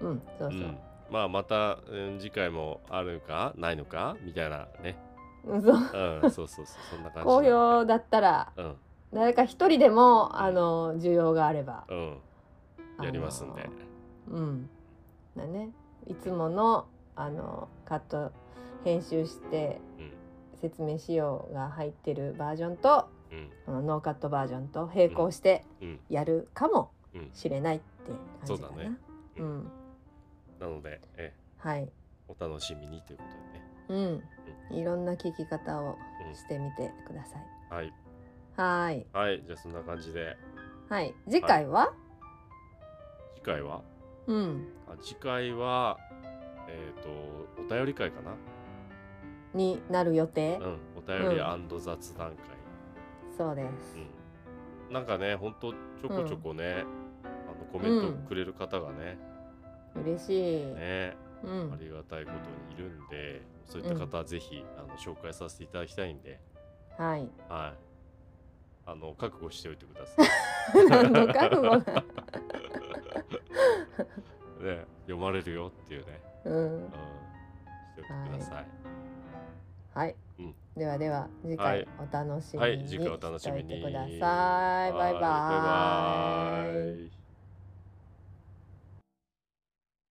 [SPEAKER 3] えうんそう
[SPEAKER 1] う
[SPEAKER 3] そ
[SPEAKER 1] んまあまた、うん次回もあるかないのかみたいなね、
[SPEAKER 3] う,、うん、そう
[SPEAKER 1] うん、そうそうそうそんな感じ
[SPEAKER 3] 好評
[SPEAKER 1] なん
[SPEAKER 3] だ
[SPEAKER 1] で
[SPEAKER 3] ったら
[SPEAKER 1] うん
[SPEAKER 3] 誰か一人でもあの需要があれば
[SPEAKER 1] うんやりますんで、
[SPEAKER 3] あのうんだねいつもの
[SPEAKER 2] あのカット編集して
[SPEAKER 1] うん
[SPEAKER 2] 説明仕様が入ってるバージョンと
[SPEAKER 1] うん
[SPEAKER 2] このノーカットバージョンと並行して
[SPEAKER 1] うん
[SPEAKER 2] やるかも
[SPEAKER 1] うん
[SPEAKER 2] しれないって感じか
[SPEAKER 1] そう
[SPEAKER 2] な。
[SPEAKER 1] だねう
[SPEAKER 2] うん、
[SPEAKER 1] なのでえ
[SPEAKER 2] はい、
[SPEAKER 1] お楽しみにということでね
[SPEAKER 2] うん、いろんな聞き方をしてみてください。
[SPEAKER 1] はい
[SPEAKER 2] はーい、
[SPEAKER 1] はいじゃあそんな感じで
[SPEAKER 2] はい、次回は、
[SPEAKER 1] 次回は
[SPEAKER 2] うん、
[SPEAKER 1] あ次回はえっ、とお便り会かな
[SPEAKER 2] になる予定
[SPEAKER 1] う。んお便り
[SPEAKER 2] う
[SPEAKER 1] 雑談会
[SPEAKER 2] そうです。
[SPEAKER 1] うん、なんかねほんとちょこちょこね、あのコメントくれる方がね,、
[SPEAKER 2] 嬉しい。
[SPEAKER 1] ね
[SPEAKER 2] う
[SPEAKER 1] あ
[SPEAKER 2] ん、
[SPEAKER 1] りがたいことにいるんでそういった方はぜひ、あの紹介させていただきたいんで
[SPEAKER 2] はい。
[SPEAKER 1] はいあの覚悟しておいてください
[SPEAKER 2] 何の覚悟が。
[SPEAKER 1] ね読まれるよっていうね、
[SPEAKER 2] うん
[SPEAKER 1] うん、しておいてください
[SPEAKER 2] はい、
[SPEAKER 1] うん
[SPEAKER 2] ではでは次
[SPEAKER 1] はい
[SPEAKER 2] 回お楽しみ
[SPEAKER 1] はい
[SPEAKER 2] に
[SPEAKER 1] 次回お楽しみに
[SPEAKER 2] しておいてください。バイバ
[SPEAKER 1] は
[SPEAKER 2] イ。
[SPEAKER 1] いバイバイ